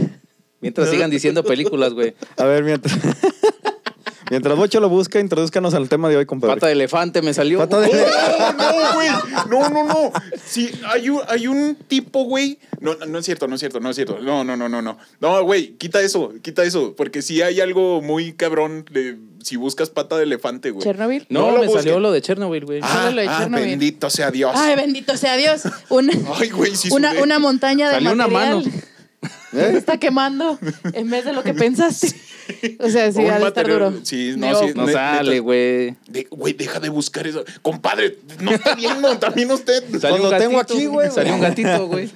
Speaker 1: Mientras sigan diciendo películas, güey.
Speaker 3: A ver, mientras. mientras Bocho lo busca, introduzcanos al tema de hoy, compadre.
Speaker 1: Pata de elefante me salió. Uh,
Speaker 3: Pata de-
Speaker 2: No, no, güey. No, no, no. Sí, hay un, hay un tipo, güey. No, no, no es cierto, no es cierto, no es cierto. No, no, no, no, no. No, güey, quita eso, quita eso. Porque si hay algo muy cabrón de- si buscas pata de elefante, güey.
Speaker 4: Chernobyl.
Speaker 1: No,
Speaker 2: No lo
Speaker 1: me salió
Speaker 2: busquen.
Speaker 1: lo de Chernobyl, güey.
Speaker 2: Ah,
Speaker 4: Solo lo de
Speaker 2: ah,
Speaker 4: Chernobyl.
Speaker 2: bendito sea Dios.
Speaker 4: Ay, bendito sea Dios. Una,
Speaker 2: Ay, güey, sí
Speaker 4: una,
Speaker 2: sudé.
Speaker 4: una montaña de
Speaker 1: Salió una
Speaker 4: material.
Speaker 1: mano.
Speaker 3: ¿Eh?
Speaker 4: Se está quemando en vez de lo que pensaste. O sea, sí,
Speaker 2: Un
Speaker 4: ha de estar
Speaker 2: material-
Speaker 4: duro.
Speaker 2: sí, no,
Speaker 4: Digo,
Speaker 2: sí,
Speaker 1: No
Speaker 2: Ne-
Speaker 1: sale,
Speaker 2: neta.
Speaker 1: güey.
Speaker 2: De- Güey, deja de buscar eso. Compadre, no está viendo, también usted.
Speaker 1: Salió
Speaker 3: Pues
Speaker 1: un
Speaker 3: lo tengo
Speaker 1: gatito,
Speaker 3: aquí, güey.
Speaker 1: Salió un gatito, güey.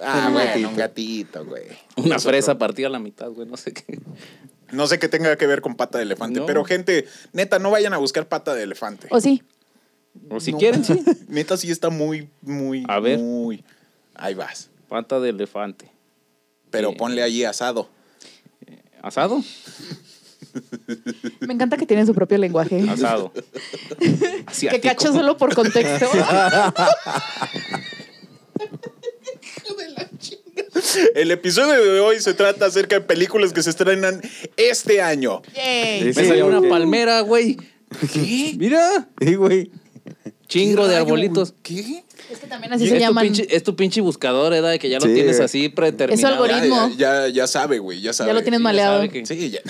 Speaker 2: Ah, güey, un gatito, güey.
Speaker 1: Una fresa partida a la mitad, güey. No sé qué.
Speaker 2: No sé qué tenga que ver con pata de elefante,
Speaker 1: No.
Speaker 2: pero gente, neta, no vayan a buscar pata de elefante.
Speaker 4: O sí.
Speaker 1: O si
Speaker 2: No.
Speaker 1: quieren, sí.
Speaker 2: Neta, sí está muy, muy,
Speaker 1: A ver.
Speaker 2: muy. Ahí vas.
Speaker 1: Pata de elefante.
Speaker 2: Pero
Speaker 1: Sí.
Speaker 2: ponle allí asado.
Speaker 1: ¿Asado?
Speaker 4: Me encanta que tienen su propio lenguaje.
Speaker 1: Asado.
Speaker 4: Que
Speaker 1: Ah, Asiático.
Speaker 4: cacho solo por contexto.
Speaker 2: El episodio de hoy se trata acerca de películas que se estrenan este año.
Speaker 4: Yay.
Speaker 3: Sí.
Speaker 1: Me salió una
Speaker 3: güey.
Speaker 1: palmera, güey. ¿Qué? Mira.
Speaker 3: Sí, güey.
Speaker 1: Chingo de arbolitos.
Speaker 2: ¿Qué?
Speaker 4: Es que también así
Speaker 1: es,
Speaker 4: se
Speaker 1: tu
Speaker 4: llaman.
Speaker 1: pinche, es tu pinche buscador, ¿eh? Que ya lo
Speaker 3: Sí,
Speaker 1: tienes
Speaker 3: güey.
Speaker 1: así predeterminado.
Speaker 4: algoritmo.
Speaker 2: Ya, ya, ya, ya sabe, güey, ya sabe.
Speaker 4: Ya lo tienes
Speaker 1: ya
Speaker 4: maleado.
Speaker 1: sabe que-
Speaker 2: Sí, ya.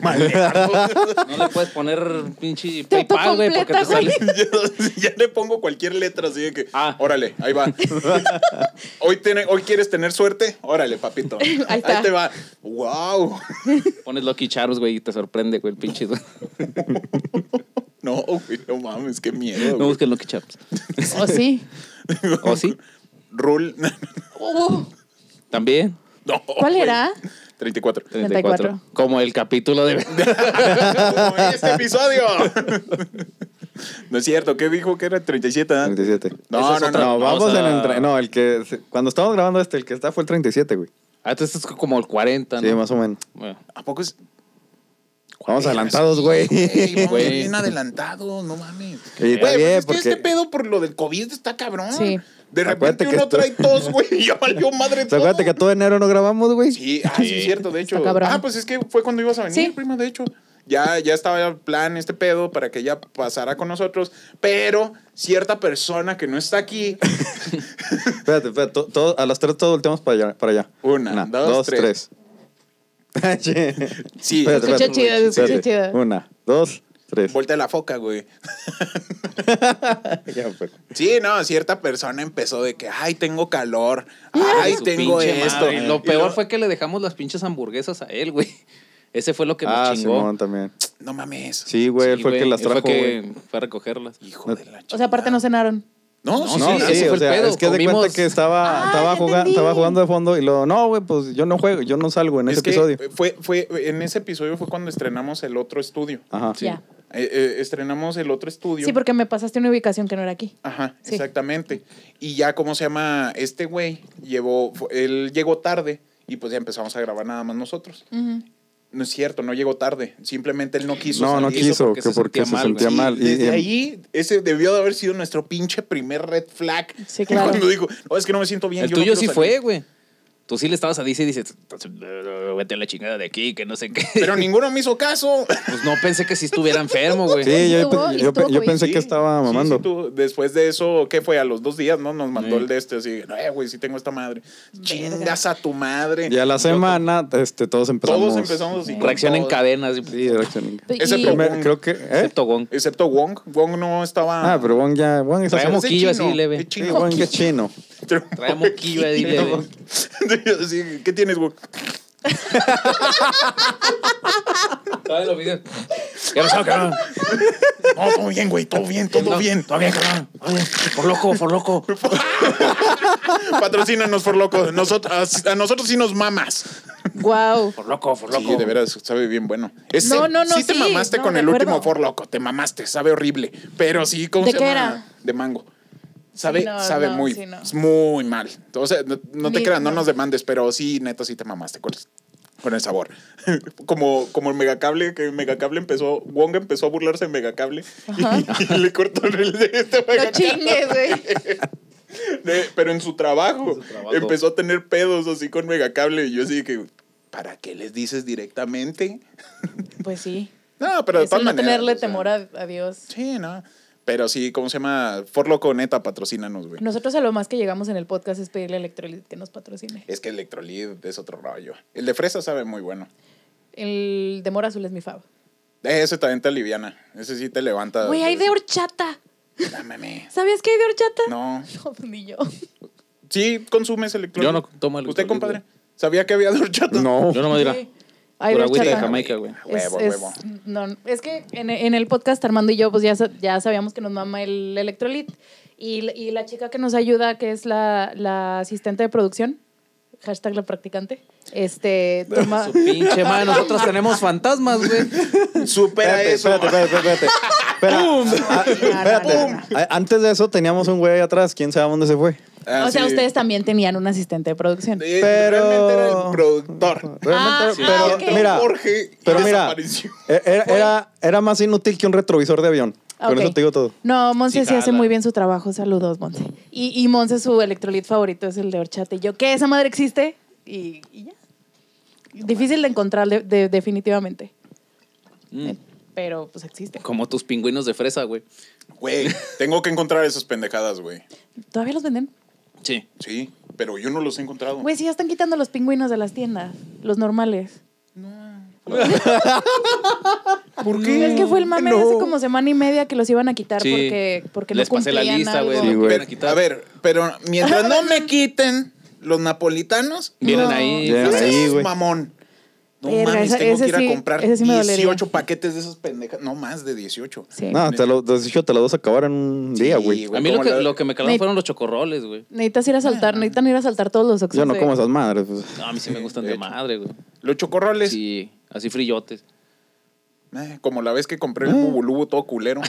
Speaker 2: Maleado.
Speaker 1: No le puedes poner pinche
Speaker 4: Te
Speaker 1: PayPal, güey, porque
Speaker 4: autocompleta,
Speaker 1: te sale.
Speaker 2: Yo- ya le pongo cualquier letra así de que,
Speaker 1: Ah.
Speaker 2: órale, ahí va. hoy, tiene, hoy quieres tener suerte, órale, papito. Ahí,
Speaker 4: está.
Speaker 2: te va. Wow.
Speaker 1: Pones Lucky Charms, güey, y te sorprende, güey, el pinche. No
Speaker 2: No, güey, no mames, qué miedo. güey.
Speaker 1: busques Lucky Charms.
Speaker 4: O sí.
Speaker 1: ¿O sí?
Speaker 2: Rule.
Speaker 4: Uh,
Speaker 1: También.
Speaker 2: No,
Speaker 4: ¿Cuál
Speaker 2: güey.
Speaker 4: era?
Speaker 2: 34.
Speaker 4: 34.
Speaker 1: Como el capítulo de.
Speaker 2: Como este episodio. no es cierto, ¿qué dijo que era 37? ah?
Speaker 3: 37.
Speaker 1: Esa
Speaker 2: No,
Speaker 1: es
Speaker 2: no,
Speaker 1: otra.
Speaker 2: no.
Speaker 3: No, vamos
Speaker 1: o sea-
Speaker 3: en el. tre- No, el que. se- Cuando estábamos grabando este, el que está fue el 37, güey.
Speaker 1: Ah, entonces es como el 40, ¿no?
Speaker 3: Sí, más o menos.
Speaker 1: Bueno,
Speaker 2: ¿A poco es?
Speaker 3: Vamos adelantados, güey.
Speaker 2: Ey, pues, vamos
Speaker 1: Güey.
Speaker 2: bien adelantados, no mames.
Speaker 3: Y está
Speaker 2: Güey, pues es que
Speaker 3: bien, porque-
Speaker 2: este pedo por lo del COVID está cabrón.
Speaker 4: Sí.
Speaker 2: De repente
Speaker 3: Acuérdate que
Speaker 2: uno
Speaker 3: esto-
Speaker 2: trae tos, güey, y ya valió madre
Speaker 3: ¿Te
Speaker 2: todo.
Speaker 3: acuerdas que todo enero no grabamos, güey?
Speaker 2: Sí, ah, sí, es cierto, de hecho.
Speaker 4: Está cabrón.
Speaker 2: Ah, pues es que fue cuando ibas a venir,
Speaker 4: Sí.
Speaker 2: prima, de hecho. Ya, ya estaba el plan, este pedo, para que ella pasara con nosotros. Pero cierta persona que no está aquí,
Speaker 3: Espérate, espérate. to- todo- a las tres todos volteamos para allá. Para allá.
Speaker 2: Una, dos, tres.
Speaker 3: tres. Ah,
Speaker 2: sí,
Speaker 3: Sí. Espérate,
Speaker 4: Se escucha
Speaker 3: espérate.
Speaker 4: chido, se escucha
Speaker 3: Espérate.
Speaker 4: chido.
Speaker 3: Una, dos, tres.
Speaker 2: voltea la foca, güey.
Speaker 3: Ya, pues.
Speaker 2: Sí, no, cierta persona empezó de que, ay, tengo calor, ay,
Speaker 1: su
Speaker 2: tengo
Speaker 1: pinche
Speaker 2: esto.
Speaker 1: madre. Lo
Speaker 2: Y
Speaker 1: peor
Speaker 2: luego-
Speaker 1: fue que le dejamos las pinches hamburguesas a él, güey. Ese fue lo que
Speaker 3: Ah,
Speaker 1: me chingó.
Speaker 3: Simón también.
Speaker 2: No mames.
Speaker 3: Sí, güey, él
Speaker 1: Sí,
Speaker 3: fue el que
Speaker 1: güey,
Speaker 3: las
Speaker 1: él fue
Speaker 3: trajo,
Speaker 1: que
Speaker 3: güey.
Speaker 1: fue a recogerlas.
Speaker 2: Hijo de la
Speaker 4: O sea, aparte no cenaron.
Speaker 2: No,
Speaker 1: No,
Speaker 2: sí,
Speaker 3: No,
Speaker 2: sí,
Speaker 3: sí,
Speaker 1: ese fue
Speaker 3: o
Speaker 1: el
Speaker 3: sea,
Speaker 1: pedo,
Speaker 3: es que de
Speaker 1: comimos-
Speaker 3: cuenta que estaba,
Speaker 4: Ah,
Speaker 3: estaba,
Speaker 4: ya
Speaker 3: jugando,
Speaker 4: entendí.
Speaker 3: estaba jugando de fondo y luego, no, güey, pues yo no juego, yo no salgo en
Speaker 2: es
Speaker 3: ese
Speaker 2: que
Speaker 3: episodio.
Speaker 2: Fue, fue, en ese episodio fue cuando estrenamos el otro estudio.
Speaker 3: Ajá.
Speaker 4: Ya.
Speaker 2: Eh, eh, estrenamos el otro estudio.
Speaker 4: Ah. Sí, porque me pasaste una ubicación que no era aquí.
Speaker 2: Ajá,
Speaker 4: Sí.
Speaker 2: exactamente. Y ya, ¿cómo se llama? Este güey llevó, fu- él llegó tarde y pues ya empezamos a grabar nada más nosotros.
Speaker 4: Ujú.
Speaker 2: No es cierto, no llegó tarde. Simplemente él no quiso.
Speaker 3: No, no
Speaker 2: salir.
Speaker 3: quiso,
Speaker 1: porque
Speaker 3: que
Speaker 1: se
Speaker 3: porque se
Speaker 1: sentía mal,
Speaker 3: sentía
Speaker 1: güey.
Speaker 3: mal.
Speaker 2: Y
Speaker 3: Y-
Speaker 2: desde
Speaker 3: y-
Speaker 2: ahí, ese debió de haber sido nuestro pinche primer red flag.
Speaker 4: Sí, claro.
Speaker 2: Cuando dijo, "No, es que no me siento bien.
Speaker 1: El
Speaker 2: yo no
Speaker 1: tuyo
Speaker 2: quiero
Speaker 1: sí
Speaker 2: salir".
Speaker 1: fue, güey. Tú sí le estabas a DC y dices, vete a la chingada de aquí, que no sé qué.
Speaker 2: Pero ninguno me hizo caso.
Speaker 1: Pues no pensé que sí estuviera enfermo, güey.
Speaker 3: Sí, yo,
Speaker 4: Estuvo-
Speaker 3: yo-
Speaker 4: estuvo
Speaker 3: yo pensé
Speaker 2: Sí,
Speaker 3: que estaba
Speaker 2: sí,
Speaker 3: mamando.
Speaker 2: sí, tú- después de eso, ¿qué fue? A los dos días, ¿no? Nos mandó el de este, así, eh, güey, sí tengo esta madre. Chingas a tu madre.
Speaker 3: Y a la semana, este, todos empezamos.
Speaker 2: Todos empezamos. así con
Speaker 1: Reacción en
Speaker 2: todo.
Speaker 1: cadena, así,
Speaker 3: Sí, reacción.
Speaker 4: Pe-
Speaker 2: Ese
Speaker 4: y-
Speaker 2: primer-
Speaker 3: Primer- creo que. ¿eh?
Speaker 1: excepto Gon.
Speaker 2: Excepto Wong. Wong no estaba.
Speaker 3: Ah, pero Wong ya. Wong es
Speaker 1: Trae
Speaker 3: así.
Speaker 2: Ese
Speaker 1: moquillo así
Speaker 2: chino,
Speaker 1: leve.
Speaker 2: es
Speaker 3: Sí,
Speaker 2: chino.
Speaker 3: Wong es chino.
Speaker 1: Trae moquillo ahí, leve.
Speaker 2: Sí, ¿Qué tienes, Wong?
Speaker 1: Todavía lo videos. Ya lo sabe, cabrón.
Speaker 2: No, todo bien, güey, todo bien, todo
Speaker 1: No.
Speaker 2: bien.
Speaker 1: Todo bien, cabrón. Todo bien. Por loco, por loco.
Speaker 2: Patrocínanos por loco. Nosotros, a nosotros sí nos mamas.
Speaker 4: Wow.
Speaker 1: Por loco, por loco.
Speaker 2: Sí, de veras, sabe bien bueno. Ese-
Speaker 4: No, no, no,
Speaker 2: Sí te
Speaker 4: sí,
Speaker 2: mamaste
Speaker 4: no,
Speaker 2: con
Speaker 4: de
Speaker 2: el
Speaker 4: acuerdo.
Speaker 2: último for loco, te mamaste, sabe horrible. Pero sí, ¿cómo
Speaker 4: ¿De
Speaker 2: se
Speaker 4: qué
Speaker 2: llama?
Speaker 4: era?
Speaker 2: De mango. Sabe,
Speaker 4: Sí, no,
Speaker 2: sabe
Speaker 4: no,
Speaker 2: muy,
Speaker 4: sí, no.
Speaker 2: es muy mal. O sea, no, no te
Speaker 4: Ni-
Speaker 2: creas, no,
Speaker 4: no.
Speaker 2: nos demandes, pero sí, neta, sí te mamaste con, con el sabor. como, como el megacable, que el megacable empezó, Wong empezó a burlarse de megacable y, le cortó el de este
Speaker 4: No
Speaker 2: megacable.
Speaker 4: chingues, güey.
Speaker 2: De- pero en su, trabajo,
Speaker 1: En su trabajo.
Speaker 2: empezó a tener pedos así con megacable y yo así que, ¿para qué les dices directamente?
Speaker 4: Pues sí.
Speaker 2: No, pero de
Speaker 4: es el
Speaker 2: todas
Speaker 4: no
Speaker 2: maneras.
Speaker 4: tenerle
Speaker 2: o sea,
Speaker 4: temor a, a Dios.
Speaker 2: Sí, no. Pero sí, ¿cómo se llama? Forloco neta, patrocínanos, güey.
Speaker 4: Nosotros a lo más que llegamos en el podcast es pedirle a Electrolit que nos patrocine.
Speaker 2: Es que Electrolit es otro rollo. El de fresa sabe muy bueno.
Speaker 4: El de mora azul es mi favo.
Speaker 2: Eh, Ese también te aliviana. Ese sí te levanta.
Speaker 4: Güey, hay de horchata.
Speaker 2: Ah, mami.
Speaker 4: ¿Sabías que hay de horchata?
Speaker 2: No.
Speaker 4: No, pues ni yo.
Speaker 2: Sí, consumes Electrolit.
Speaker 1: Yo no tomo
Speaker 2: ¿Usted,
Speaker 1: Electrolit,
Speaker 2: compadre?
Speaker 1: güey.
Speaker 2: ¿Sabía que había horchata?
Speaker 3: No.
Speaker 1: Yo no me dirá.
Speaker 4: Sí. Hay de
Speaker 1: Pura agüita de
Speaker 4: horchata.
Speaker 1: Jamaica, güey.
Speaker 4: Es-
Speaker 2: Ah, Huevo,
Speaker 4: es-
Speaker 2: huevo.
Speaker 4: no, es que en, en el podcast Armando y yo pues ya, sa- ya sabíamos que nos mama el electrolit y, la- y la chica que nos ayuda, que es la, la asistente de producción, hashtag la practicante, este, toma-
Speaker 1: Su pinche madre, nosotros tenemos fantasmas, güey.
Speaker 2: Supera
Speaker 3: Espérate,
Speaker 2: eso.
Speaker 3: espérate, espérate, espérate. Espera. Ah,
Speaker 4: No, no,
Speaker 3: Espérate. A- Antes de eso teníamos un güey ahí atrás, quién sabe dónde se fue.
Speaker 2: Ah,
Speaker 4: o sea,
Speaker 2: sí.
Speaker 4: ustedes también tenían un asistente de producción.
Speaker 2: Eh,
Speaker 3: Pero-
Speaker 2: Realmente era el productor.
Speaker 4: Ah,
Speaker 3: Realmente,
Speaker 4: sí.
Speaker 3: pero
Speaker 4: ah, ok.
Speaker 3: mira,
Speaker 2: Jorge y
Speaker 3: pero mira,
Speaker 2: desapareció.
Speaker 3: e- era, era, era más inútil que un retrovisor de avión.
Speaker 4: Ah,
Speaker 3: Con
Speaker 4: ok.
Speaker 3: eso te digo todo.
Speaker 4: No, Monse
Speaker 1: Sí,
Speaker 4: sí, hace
Speaker 1: jala.
Speaker 4: muy bien su trabajo. Saludos, Monse. Y, y Monse, su electrolit favorito es el de horchata. Y yo, ¿qué? ¿Esa madre existe? Y, y ya. Difícil de encontrar, de- de- definitivamente.
Speaker 1: Mm.
Speaker 4: Pero, pues, existe.
Speaker 1: Como tus pingüinos de fresa, güey.
Speaker 2: Güey, tengo que encontrar esas pendejadas, güey.
Speaker 4: ¿Todavía los venden?
Speaker 1: Sí.
Speaker 2: Sí, pero yo no los he encontrado.
Speaker 4: Güey, sí, ya están quitando los pingüinos de las tiendas. Los normales.
Speaker 2: ¿Por
Speaker 4: Es que fue el mame hace como semana y media que los iban a quitar
Speaker 1: Sí.
Speaker 4: porque, porque
Speaker 1: Les
Speaker 4: no
Speaker 1: pasé la
Speaker 4: cumplían
Speaker 1: lista, güey. de
Speaker 4: algo.
Speaker 1: lo que
Speaker 3: Sí, güey.
Speaker 1: iban a quitar.
Speaker 2: a ver, pero mientras no me quiten los napolitanos,
Speaker 1: Vienen
Speaker 4: No.
Speaker 1: ahí.
Speaker 3: Vienen
Speaker 2: no
Speaker 3: ahí,
Speaker 2: seas
Speaker 3: güey.
Speaker 2: mamón. No
Speaker 4: Verga,
Speaker 2: mames,
Speaker 4: esa-
Speaker 2: tengo
Speaker 4: ese
Speaker 2: que ir a
Speaker 4: sí-
Speaker 2: comprar
Speaker 4: ese sí me dolería.
Speaker 2: 18 paquetes de esas pendejas. No más de 18.
Speaker 4: Sí.
Speaker 3: No, te lo, de hecho, te lo vas a acabar en un día, güey.
Speaker 1: A mí lo
Speaker 2: como
Speaker 1: que,
Speaker 2: la-
Speaker 1: lo que me calaron
Speaker 4: Me-
Speaker 1: fueron los chocorroles, güey.
Speaker 4: Necesitas ir a saltar, necesitan ir a saltar todos los oxos.
Speaker 3: Yo no como esas madres. pues.
Speaker 1: No, a mí sí me gustan
Speaker 2: de
Speaker 1: de
Speaker 2: hecho.
Speaker 1: madre, güey.
Speaker 2: Los chocorroles.
Speaker 1: Sí, así frillotes.
Speaker 2: eh, como la vez que compré
Speaker 4: Mm.
Speaker 2: el bubulubu todo culero.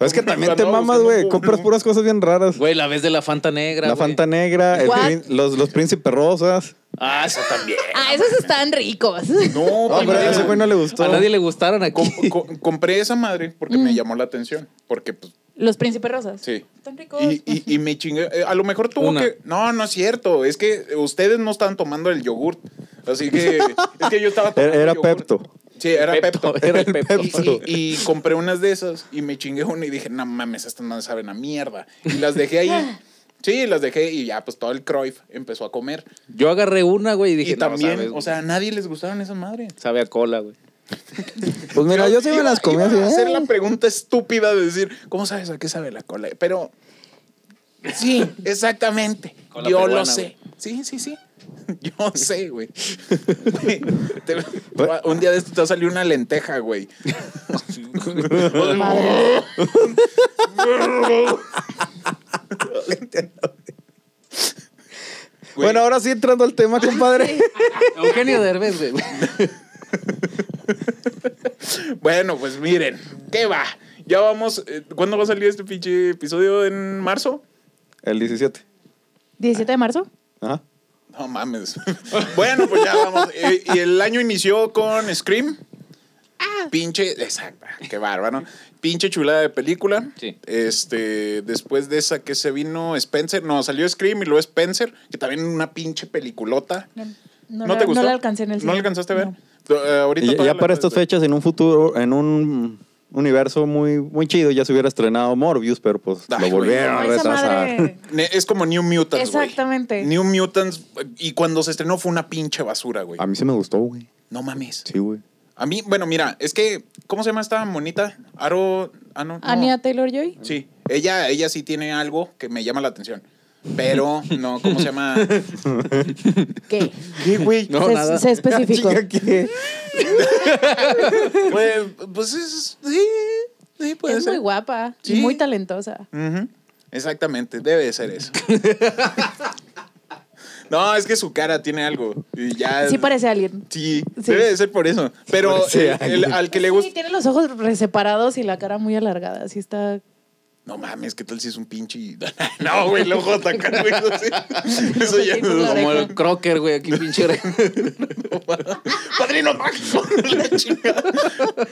Speaker 3: Es que también te
Speaker 2: Andaba
Speaker 3: mamas,
Speaker 2: buscando
Speaker 3: güey.
Speaker 2: un-
Speaker 3: Compras puras cosas bien raras.
Speaker 1: Güey, la vez de la Fanta Negra.
Speaker 3: La
Speaker 1: güey.
Speaker 3: Fanta Negra, el
Speaker 4: What?
Speaker 3: prín- los, los Príncipes Rosas.
Speaker 1: Ah, eso también.
Speaker 4: Ah, esos están ricos.
Speaker 2: No,
Speaker 3: No, pero a
Speaker 2: primero-
Speaker 3: ese güey no le gustó.
Speaker 1: A nadie le gustaron aquí.
Speaker 2: Com- co- compré esa madre porque
Speaker 4: Mm.
Speaker 2: me llamó la atención. Porque, pues,
Speaker 4: Los príncipes rosas.
Speaker 2: sí.
Speaker 4: Están ricos.
Speaker 2: Y, y, y me chingué. Eh, A lo mejor tuvo
Speaker 1: Una.
Speaker 2: que. No, no es cierto. Es que ustedes no están tomando el yogurt. Así que. es que yo estaba tomando.
Speaker 3: Era, era
Speaker 2: yogurt.
Speaker 3: Pepto.
Speaker 2: Sí, era Pepto.
Speaker 1: Era el Pepto.
Speaker 2: Y, y- y compré unas de esas y me chingué una y dije, no mames, estas no saben a mierda. Y las dejé ahí. Sí, las dejé y ya, pues todo el Cruyff empezó a comer.
Speaker 1: Yo agarré una, güey, y dije,
Speaker 2: y también,
Speaker 1: no, sabes,
Speaker 2: o sea, a nadie les gustaron esas madres.
Speaker 1: sabe a cola, güey.
Speaker 3: Pues mira, yo sí me
Speaker 2: iba-
Speaker 3: las comí
Speaker 2: iba
Speaker 3: así.
Speaker 2: a hacer la
Speaker 3: eh.
Speaker 2: pregunta estúpida de decir, ¿cómo sabes a qué sabe la cola? Pero sí, exactamente.
Speaker 1: Cola
Speaker 2: yo
Speaker 1: peruana,
Speaker 2: lo sé. Sí, sí, sí. Yo sé, güey. Güey, te- un día de esto te va a salir una lenteja, güey.
Speaker 4: Madre.
Speaker 2: Güey.
Speaker 3: Bueno, ahora sí entrando al tema, compadre.
Speaker 1: Eugenio Derbez, güey.
Speaker 2: Bueno, pues miren, ¿qué va? Ya vamos. eh, ¿Cuándo va a salir este pinche episodio? ¿En marzo?
Speaker 3: El 17.
Speaker 4: 17 de marzo.
Speaker 3: Ajá.
Speaker 2: No mames. bueno, pues ya vamos. Eh, y el año inició con Scream. Ah, Pinche, exacto, qué bárbaro. Pinche chulada de película.
Speaker 1: Sí.
Speaker 2: Este, después de esa que se vino Spencer, no, salió Scream y luego Spencer, que también una pinche peliculota.
Speaker 4: No,
Speaker 2: ¿No,
Speaker 4: no la-
Speaker 2: te gustó?
Speaker 4: No la alcancé en el
Speaker 2: ¿No
Speaker 4: cine.
Speaker 2: la alcanzaste a ver?
Speaker 4: No.
Speaker 2: Eh, ahorita
Speaker 3: Y ya- ya,
Speaker 2: todavía la
Speaker 3: para estas
Speaker 2: puedes ver.
Speaker 3: fechas, en un futuro, en un universo muy, muy chido, ya se hubiera estrenado Morbius, pero pues
Speaker 2: Ay,
Speaker 3: lo
Speaker 2: güey,
Speaker 3: volvieron
Speaker 2: no,
Speaker 3: a
Speaker 4: esa
Speaker 3: retrasar.
Speaker 4: madre.
Speaker 2: Ne- Es como New Mutants, güey.
Speaker 4: Exactamente.
Speaker 2: New Mutants. Y cuando se estrenó fue una pinche basura, güey.
Speaker 3: A mí se me gustó, güey.
Speaker 2: No mames.
Speaker 3: Sí, güey.
Speaker 2: A mí, bueno, mira, es que, ¿cómo se llama esta monita? Aro. Ah, no, no.
Speaker 4: Anya Taylor Joy.
Speaker 2: Sí, ella, ella sí tiene algo que me llama la atención. Pero, no, ¿cómo se llama?
Speaker 4: ¿Qué?
Speaker 3: ¿Qué, güey?
Speaker 1: No,
Speaker 4: se,
Speaker 1: nada.
Speaker 4: se especificó.
Speaker 3: Chica, ¿qué?
Speaker 2: pues, pues es. Sí, sí, puede
Speaker 4: es
Speaker 2: ser.
Speaker 4: muy guapa
Speaker 2: Sí.
Speaker 4: y muy talentosa.
Speaker 2: Ujú, Exactamente, debe de ser eso. no, es que su cara tiene algo. Y ya.
Speaker 4: Sí parece alguien.
Speaker 2: Sí,
Speaker 4: Sí.
Speaker 2: debe de ser por eso. Pero
Speaker 3: Parece
Speaker 2: el- el- al que le
Speaker 4: Sí,
Speaker 2: gusta.
Speaker 4: tiene los ojos reseparados y la cara muy alargada. Así está.
Speaker 2: No mames, ¿qué tal si es un pinche? No, güey, el ojo acá, güey. no sé. Eso ya
Speaker 4: Sí, pues por la
Speaker 1: Como
Speaker 2: no
Speaker 1: el Crocker, güey, aquí pinche. oreja.
Speaker 2: Padrino mágico. la chingada.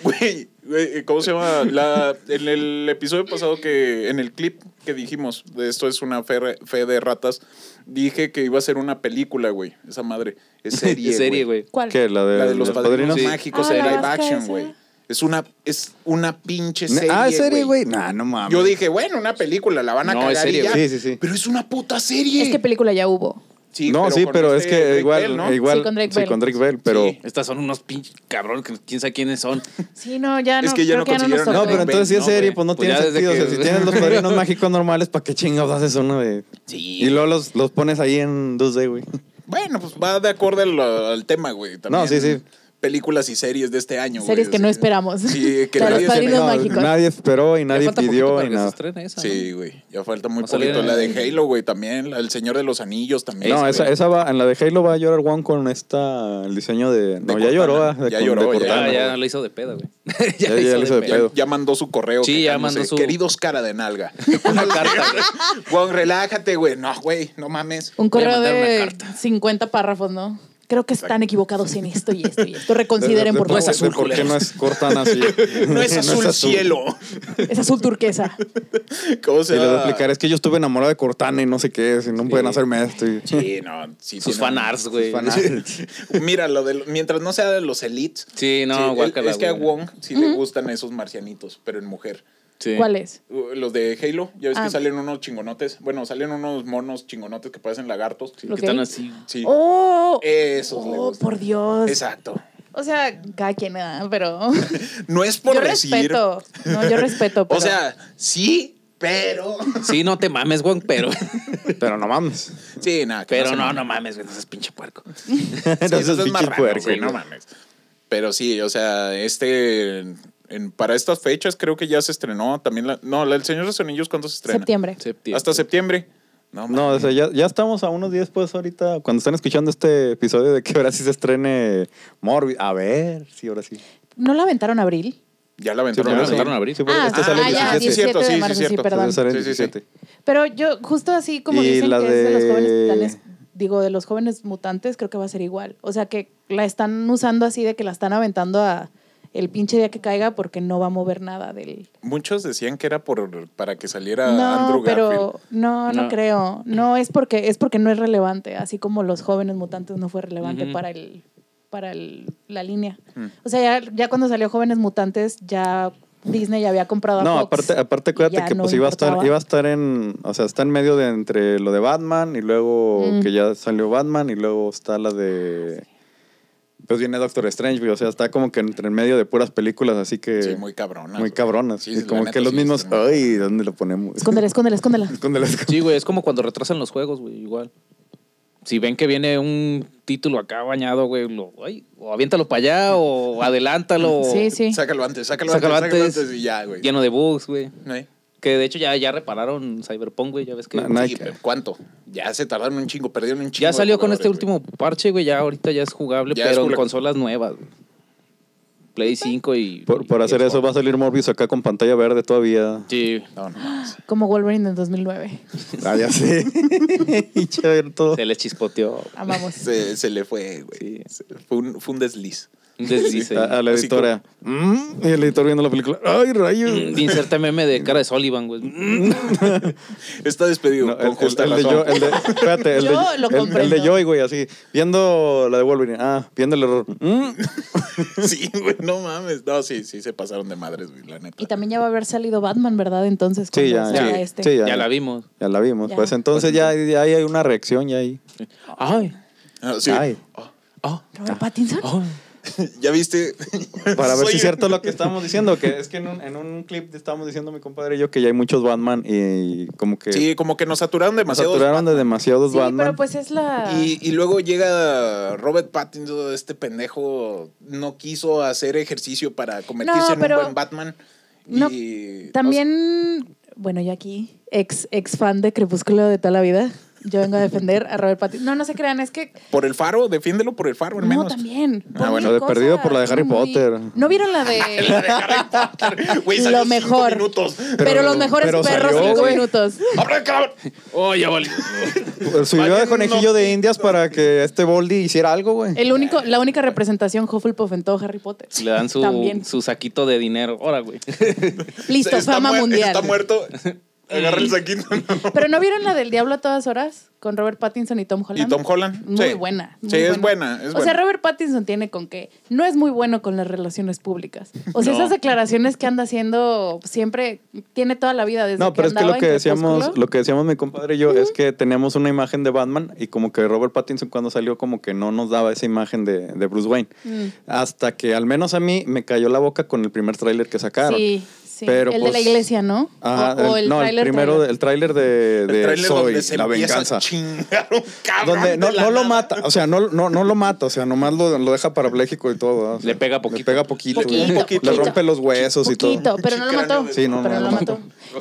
Speaker 2: Güey, güey, eh, ¿cómo se llama? La, en el episodio pasado que, en el clip que dijimos, de esto es una fe, re- fe de ratas, dije que iba a ser una película, güey. Esa madre. Es serie.
Speaker 1: Es serie, güey.
Speaker 4: ¿Cuál?
Speaker 3: ¿Qué? ¿La de,
Speaker 2: La de los padrinos,
Speaker 1: Sí.
Speaker 2: mágicos,
Speaker 4: Ah,
Speaker 2: en
Speaker 4: la
Speaker 2: live
Speaker 4: vasca
Speaker 2: action,
Speaker 4: esa.
Speaker 2: güey. Es una, es una pinche
Speaker 3: Ne-
Speaker 2: serie.
Speaker 3: ah, ¿es serie, güey? Nah, no mames.
Speaker 2: Yo dije, bueno, una película, la van a
Speaker 1: No, es
Speaker 2: cagar
Speaker 1: serie,
Speaker 2: y ya.
Speaker 3: güey. Sí, sí, sí.
Speaker 2: Pero es una puta serie.
Speaker 4: Es que película ya hubo.
Speaker 2: Sí,
Speaker 3: no, sí,
Speaker 2: con
Speaker 3: pero es
Speaker 2: este
Speaker 3: que
Speaker 2: Drake
Speaker 3: igual, eh,
Speaker 2: Bell, ¿no?
Speaker 3: igual,
Speaker 4: Sí, con Drake Bell.
Speaker 3: Bell, pero...
Speaker 2: Sí.
Speaker 1: Estas son unos pinches cabrón, que quién sabe quiénes son.
Speaker 4: Sí, no, ya no.
Speaker 2: Es que ya
Speaker 4: creo
Speaker 2: no
Speaker 4: que ya no nos
Speaker 2: consiguieron
Speaker 4: tocó.
Speaker 2: a
Speaker 3: No, pero
Speaker 2: Drake
Speaker 3: entonces si
Speaker 2: Bell,
Speaker 3: es
Speaker 2: no,
Speaker 3: serie,
Speaker 2: güey.
Speaker 3: pues no
Speaker 1: Pues
Speaker 3: tiene
Speaker 1: ya desde
Speaker 3: sentido. O sea,
Speaker 1: que-
Speaker 3: si tienes los padrinos mágicos normales, ¿para qué chingados haces uno de...?
Speaker 1: Sí.
Speaker 3: Y luego los, los pones ahí en 2D, güey.
Speaker 2: Bueno, pues va de acorde al, al tema, güey. También
Speaker 3: No, sí, sí.
Speaker 2: Películas y series de este año, güey.
Speaker 4: Series que
Speaker 2: Así
Speaker 4: no esperamos.
Speaker 2: Sí, que
Speaker 4: La de
Speaker 2: nadie
Speaker 4: los padrinos
Speaker 2: esperaba.
Speaker 3: No,
Speaker 4: mágicos.
Speaker 3: Nadie esperó y
Speaker 1: Ya
Speaker 3: nadie
Speaker 1: falta poquito
Speaker 3: pidió
Speaker 1: para
Speaker 3: y
Speaker 1: que se
Speaker 3: nada.
Speaker 1: estrene esa, Ah,
Speaker 2: Sí, güey. Ya falta muy
Speaker 1: Va a salir
Speaker 2: poquito.
Speaker 1: en-
Speaker 2: La de Halo, güey, también. La del Señor de los Anillos también.
Speaker 3: No,
Speaker 2: güey.
Speaker 3: esa, esa va, en la de Halo va a llorar One con esta, el diseño de... No, ya
Speaker 2: Cortana.
Speaker 3: lloró, ah, de-
Speaker 2: Ya
Speaker 3: con-
Speaker 2: lloró,
Speaker 3: de
Speaker 2: ya.
Speaker 3: Cortana,
Speaker 1: Ya,
Speaker 3: güey.
Speaker 1: ya lo hizo de pedo, güey.
Speaker 3: Ya, ya lo hizo de
Speaker 2: Ya,
Speaker 3: pedo.
Speaker 2: ya mandó su correo.
Speaker 1: Sí, ya
Speaker 2: quejándose.
Speaker 1: mandó su-
Speaker 2: Queridos cara de nalga.
Speaker 1: Una carta, güey.
Speaker 2: Juan, relájate, güey. No, güey, no mames.
Speaker 4: Un
Speaker 1: Voy a
Speaker 4: correo
Speaker 1: mandar una
Speaker 4: de
Speaker 1: carta.
Speaker 4: 50 párrafos, ¿no? Creo que están equivocados en esto y esto y esto. Reconsideren,
Speaker 3: De- de-
Speaker 4: por
Speaker 3: de-
Speaker 4: favor.
Speaker 1: es azul,
Speaker 3: de ¿Por qué
Speaker 1: culeros.
Speaker 3: no es Cortana así?
Speaker 2: No es azul cielo.
Speaker 4: Es azul turquesa.
Speaker 2: ¿Cómo
Speaker 3: Y
Speaker 2: se
Speaker 3: les voy a
Speaker 2: llama?
Speaker 3: explicar, es que yo estuve enamorado de Cortana y no sé qué es, y no pueden hacerme esto. y-
Speaker 2: Sí, no. Sí,
Speaker 1: Sus
Speaker 2: tiene-
Speaker 1: fanarts, güey.
Speaker 3: fanarts.
Speaker 2: Mira, lo de, mientras no sea de los elites.
Speaker 1: Sí, no,
Speaker 2: Sí, el-
Speaker 1: guácala,
Speaker 2: Es que a
Speaker 1: güey.
Speaker 2: Wong sí le gustan esos marcianitos, pero en mujer.
Speaker 1: Sí.
Speaker 4: ¿Cuál es?
Speaker 2: Uh, Los de Halo, ya ves que
Speaker 4: Ah.
Speaker 2: salen unos chingonotes. Bueno, salen unos monos chingonotes que parecen lagartos. Sí.
Speaker 1: Que están así.
Speaker 2: Sí.
Speaker 4: ¡Oh!
Speaker 2: Esos le
Speaker 4: ¡Oh,
Speaker 2: gustan.
Speaker 4: por Dios!
Speaker 2: Exacto.
Speaker 4: O sea, cada quien, ah, pero...
Speaker 2: No es por
Speaker 4: yo
Speaker 2: decir.
Speaker 4: respeto. No, yo respeto, pero...
Speaker 2: O sea, sí, pero.
Speaker 1: Sí, no te mames, güey, pero.
Speaker 3: Pero no mames.
Speaker 2: Sí, nada. que
Speaker 1: Pero
Speaker 2: se
Speaker 1: no,
Speaker 2: mamen.
Speaker 1: no mames, güey, no seas pinche puerco.
Speaker 2: Sí,
Speaker 3: Entonces,
Speaker 2: eso es
Speaker 3: pinche
Speaker 2: marrano,
Speaker 3: puerco,
Speaker 2: güey, no
Speaker 3: güey.
Speaker 2: mames. Pero sí, o sea, este. en- para estas fechas creo que ya se estrenó también la. No, la del Señor de los Anillos, ¿cuándo se estrena?
Speaker 4: septiembre.
Speaker 1: Septiembre.
Speaker 2: Hasta septiembre. No,
Speaker 3: No, o sea, ya, ya estamos a unos días pues ahorita, cuando están escuchando este episodio de que ahora sí se estrene Morbi. A ver, sí, ahora sí.
Speaker 4: ¿No la aventaron abril?
Speaker 2: Ya la
Speaker 3: Sí,
Speaker 1: ya
Speaker 2: aventaron.
Speaker 3: por
Speaker 1: la
Speaker 2: ahora sí.
Speaker 3: eso.
Speaker 1: aventaron a abril.
Speaker 3: Sí, por-
Speaker 4: Ah,
Speaker 3: este sale
Speaker 4: ah,
Speaker 3: el
Speaker 4: ya,
Speaker 3: 17.
Speaker 4: 17 de marzo, sí, perdón.
Speaker 3: Este sale el
Speaker 2: Sí, sí, sí.
Speaker 3: 17.
Speaker 4: Pero yo, justo así como
Speaker 3: Y
Speaker 4: dicen
Speaker 3: la
Speaker 4: que es de los
Speaker 3: de-
Speaker 4: jóvenes titanes, digo, de los jóvenes mutantes, creo que va a ser igual. O sea, que la están usando así de que la están aventando a el pinche día que caiga porque no va a mover nada del...
Speaker 2: Muchos decían que era por, para que saliera
Speaker 4: No,
Speaker 2: Andrew Garfield.
Speaker 4: pero no, no,
Speaker 1: No.
Speaker 4: creo. No, es porque, es porque no es relevante, así como los jóvenes mutantes no fue relevante
Speaker 1: Ujú.
Speaker 4: para el para el- la línea.
Speaker 2: Mm.
Speaker 4: O sea, ya, ya cuando salió Jóvenes Mutantes, ya Disney ya había comprado a
Speaker 3: No,
Speaker 4: Fox.
Speaker 3: aparte, aparte acuérdate
Speaker 4: Ya
Speaker 3: que
Speaker 4: no
Speaker 3: pues iba a estar,
Speaker 4: importaba.
Speaker 3: iba a estar en, o sea, está en medio de entre lo de Batman y luego
Speaker 4: Mm.
Speaker 3: que ya salió Batman y luego está la de pues viene Doctor Strange, güey, o sea, está como que entre en medio de puras películas, así que
Speaker 2: Sí, eh, muy
Speaker 3: muy,
Speaker 2: cabronas. güey.
Speaker 3: cabronas.
Speaker 2: Sí,
Speaker 3: Y
Speaker 2: la
Speaker 3: como
Speaker 2: neta
Speaker 3: que los
Speaker 2: sí,
Speaker 3: mismos,
Speaker 2: están-
Speaker 3: ay, ¿dónde lo ponemos?
Speaker 4: Escóndela, escóndela, escóndela.
Speaker 3: Escóndela,
Speaker 1: Sí, güey, es como cuando retrasan los juegos, güey, igual. Si ven que viene un título acá bañado, güey, lo, ay, o aviéntalo para allá, o adelántalo. o-
Speaker 4: Sí, sí.
Speaker 2: Sácalo antes, sácalo,
Speaker 1: Sácalo
Speaker 2: antes, sácalo
Speaker 1: antes.
Speaker 2: antes y ya, güey.
Speaker 1: Lleno de bugs, güey.
Speaker 2: ¿Eh?
Speaker 1: Que de hecho ya, ya repararon Cyberpunk, güey, ya ves que...
Speaker 3: Na- na-
Speaker 2: Sí,
Speaker 3: Nike.
Speaker 2: pero ¿Cuánto? Ya se tardaron un chingo, perdieron un chingo.
Speaker 1: ya
Speaker 2: de
Speaker 1: salió con este
Speaker 2: jugadores, güey.
Speaker 1: último parche, güey, ya ahorita ya es jugable,
Speaker 2: Ya es
Speaker 1: pero en
Speaker 2: jugable.
Speaker 1: consolas nuevas, güey. Play 5 y...
Speaker 3: Por, por
Speaker 1: y
Speaker 3: hacer eso va a salir Morbius acá con pantalla verde todavía.
Speaker 1: Sí,
Speaker 2: No, no mames.
Speaker 4: Como Wolverine en 2009.
Speaker 3: Ah, ya sé. y chévere todo.
Speaker 1: se les chispoteó.
Speaker 4: Amamos.
Speaker 2: Se, se le fue, güey.
Speaker 1: Sí.
Speaker 2: Se- Fue, un, fue un desliz.
Speaker 1: Un
Speaker 2: Este,
Speaker 1: deslice.
Speaker 3: A, a la
Speaker 2: Así
Speaker 3: editora. Mm, Y el editor viendo la película. ¡Ay, rayos!
Speaker 1: Mm, Inserta meme de cara de Sullivan, güey. Mm.
Speaker 2: Está despedido,
Speaker 3: No,
Speaker 2: con justa
Speaker 3: de
Speaker 2: razón.
Speaker 3: yo- el de- espérate, el de,
Speaker 4: Yo lo
Speaker 3: el- el,
Speaker 4: comprendo.
Speaker 3: de Joy, güey, así. Viendo la de Wolverine. Ah, viendo el error. Mm.
Speaker 2: Sí, güey, no mames. No, sí, sí, se pasaron de madres, güey, la neta.
Speaker 4: Y también ya va a haber salido Batman, ¿verdad? Entonces,
Speaker 3: Sí, ya,
Speaker 4: cuando salga
Speaker 1: ya,
Speaker 4: este.
Speaker 3: sí,
Speaker 1: Ya, la vimos.
Speaker 3: Ya la vimos.
Speaker 4: Ya.
Speaker 3: Pues entonces ya, ya ahí hay una reacción, ya ahí.
Speaker 1: Ay,
Speaker 2: Ah, sí.
Speaker 3: Ay.
Speaker 2: Oh,
Speaker 1: oh,
Speaker 4: ¿Robert Pattinson?
Speaker 1: oh.
Speaker 2: ya viste.
Speaker 3: Para ver
Speaker 2: Soy-
Speaker 3: si es cierto lo que estamos diciendo, que es que en un, en un clip estábamos diciendo mi compadre y yo que ya hay muchos Batman y como que
Speaker 2: Sí, como que nos saturaron demasiado.
Speaker 3: saturaron de demasiados
Speaker 4: Sí,
Speaker 3: Batman.
Speaker 4: pero pues es la...
Speaker 2: Y, y luego llega Robert Pattinson, este pendejo no quiso hacer ejercicio para convertirse
Speaker 4: No,
Speaker 2: en
Speaker 4: pero-
Speaker 2: un buen Batman.
Speaker 4: No,
Speaker 2: y,
Speaker 4: También, bueno, yo aquí, ex, ex fan de Crepúsculo de toda la vida, yo vengo a defender a Robert Pattinson. No, no se crean, es que...
Speaker 2: o sea, por el faro, defiéndelo por el faro, al
Speaker 4: No,
Speaker 2: menos.
Speaker 4: también.
Speaker 2: Ah, bueno,
Speaker 4: ponle
Speaker 3: de perdido por la de
Speaker 4: cosas
Speaker 3: Harry
Speaker 4: muy-
Speaker 3: Potter.
Speaker 4: ¿No vieron la de...?
Speaker 2: Güey,
Speaker 4: Lo
Speaker 2: salió cinco
Speaker 4: mejor.
Speaker 2: minutos.
Speaker 4: Pero, los mejores
Speaker 3: pero
Speaker 4: perros,
Speaker 3: salió,
Speaker 4: cinco
Speaker 3: güey.
Speaker 4: minutos.
Speaker 2: ¡Abra el cabrón!
Speaker 1: Oh, ya valió.
Speaker 3: Subió de
Speaker 2: Vayan
Speaker 3: conejillo
Speaker 2: unos-
Speaker 3: de indias para que este Boldy hiciera algo, güey.
Speaker 4: El único, la única representación Hufflepuff en todo Harry Potter.
Speaker 1: Le dan su,
Speaker 4: También.
Speaker 1: su saquito de dinero. Ahora, güey.
Speaker 4: Listo,
Speaker 2: Está
Speaker 4: fama
Speaker 2: muer-
Speaker 4: mundial.
Speaker 2: Está muerto. Agarra el saquito.
Speaker 4: Pero ¿no vieron la del Diablo a todas horas? Con Robert Pattinson y Tom Holland.
Speaker 2: ¿Y Tom Holland?
Speaker 4: Muy
Speaker 2: Sí.
Speaker 4: buena.
Speaker 2: Sí,
Speaker 4: muy
Speaker 2: es buena, es
Speaker 4: o sea,
Speaker 2: buena.
Speaker 4: Robert Pattinson tiene con que no es muy bueno con las relaciones públicas. O sea,
Speaker 2: No.
Speaker 4: esas declaraciones que anda haciendo siempre, tiene toda la vida desde
Speaker 3: No, pero es que
Speaker 4: andaba
Speaker 3: lo que
Speaker 4: en
Speaker 3: decíamos,
Speaker 4: Crepúsculo.
Speaker 3: lo que decíamos mi compadre y yo es que teníamos una imagen de Batman y como que Robert Pattinson cuando salió como que no nos daba esa imagen de, de Bruce Wayne.
Speaker 4: Mm.
Speaker 3: Hasta que al menos a mí me cayó la boca con el primer tráiler que sacaron.
Speaker 4: Sí, sí.
Speaker 3: Pero,
Speaker 4: el
Speaker 3: pues,
Speaker 4: de la iglesia, ¿no?
Speaker 3: Ajá,
Speaker 4: o, o
Speaker 3: el- no, el
Speaker 4: tráiler,
Speaker 3: primero,
Speaker 4: tráiler.
Speaker 3: el tráiler de, de
Speaker 2: el tráiler
Speaker 3: Soy,
Speaker 2: donde se
Speaker 3: la
Speaker 2: empieza
Speaker 3: venganza.
Speaker 2: a chingar un cabrón.
Speaker 3: Donde no,
Speaker 2: de la
Speaker 3: no lo
Speaker 2: nada.
Speaker 3: mata, o sea, no, no, no lo mata, o sea, nomás lo, lo deja parapléjico y todo. ¿no? O sea,
Speaker 1: Le pega poquito.
Speaker 3: Le pega poquito,
Speaker 4: Poquito,
Speaker 3: güey.
Speaker 2: poquito.
Speaker 3: Le rompe los huesos y
Speaker 4: Poquito,
Speaker 3: todo.
Speaker 4: pero no lo mató.
Speaker 2: Sí,
Speaker 3: no,
Speaker 4: pero
Speaker 3: no,
Speaker 4: no,
Speaker 3: no.
Speaker 4: lo mató.
Speaker 1: Resumido.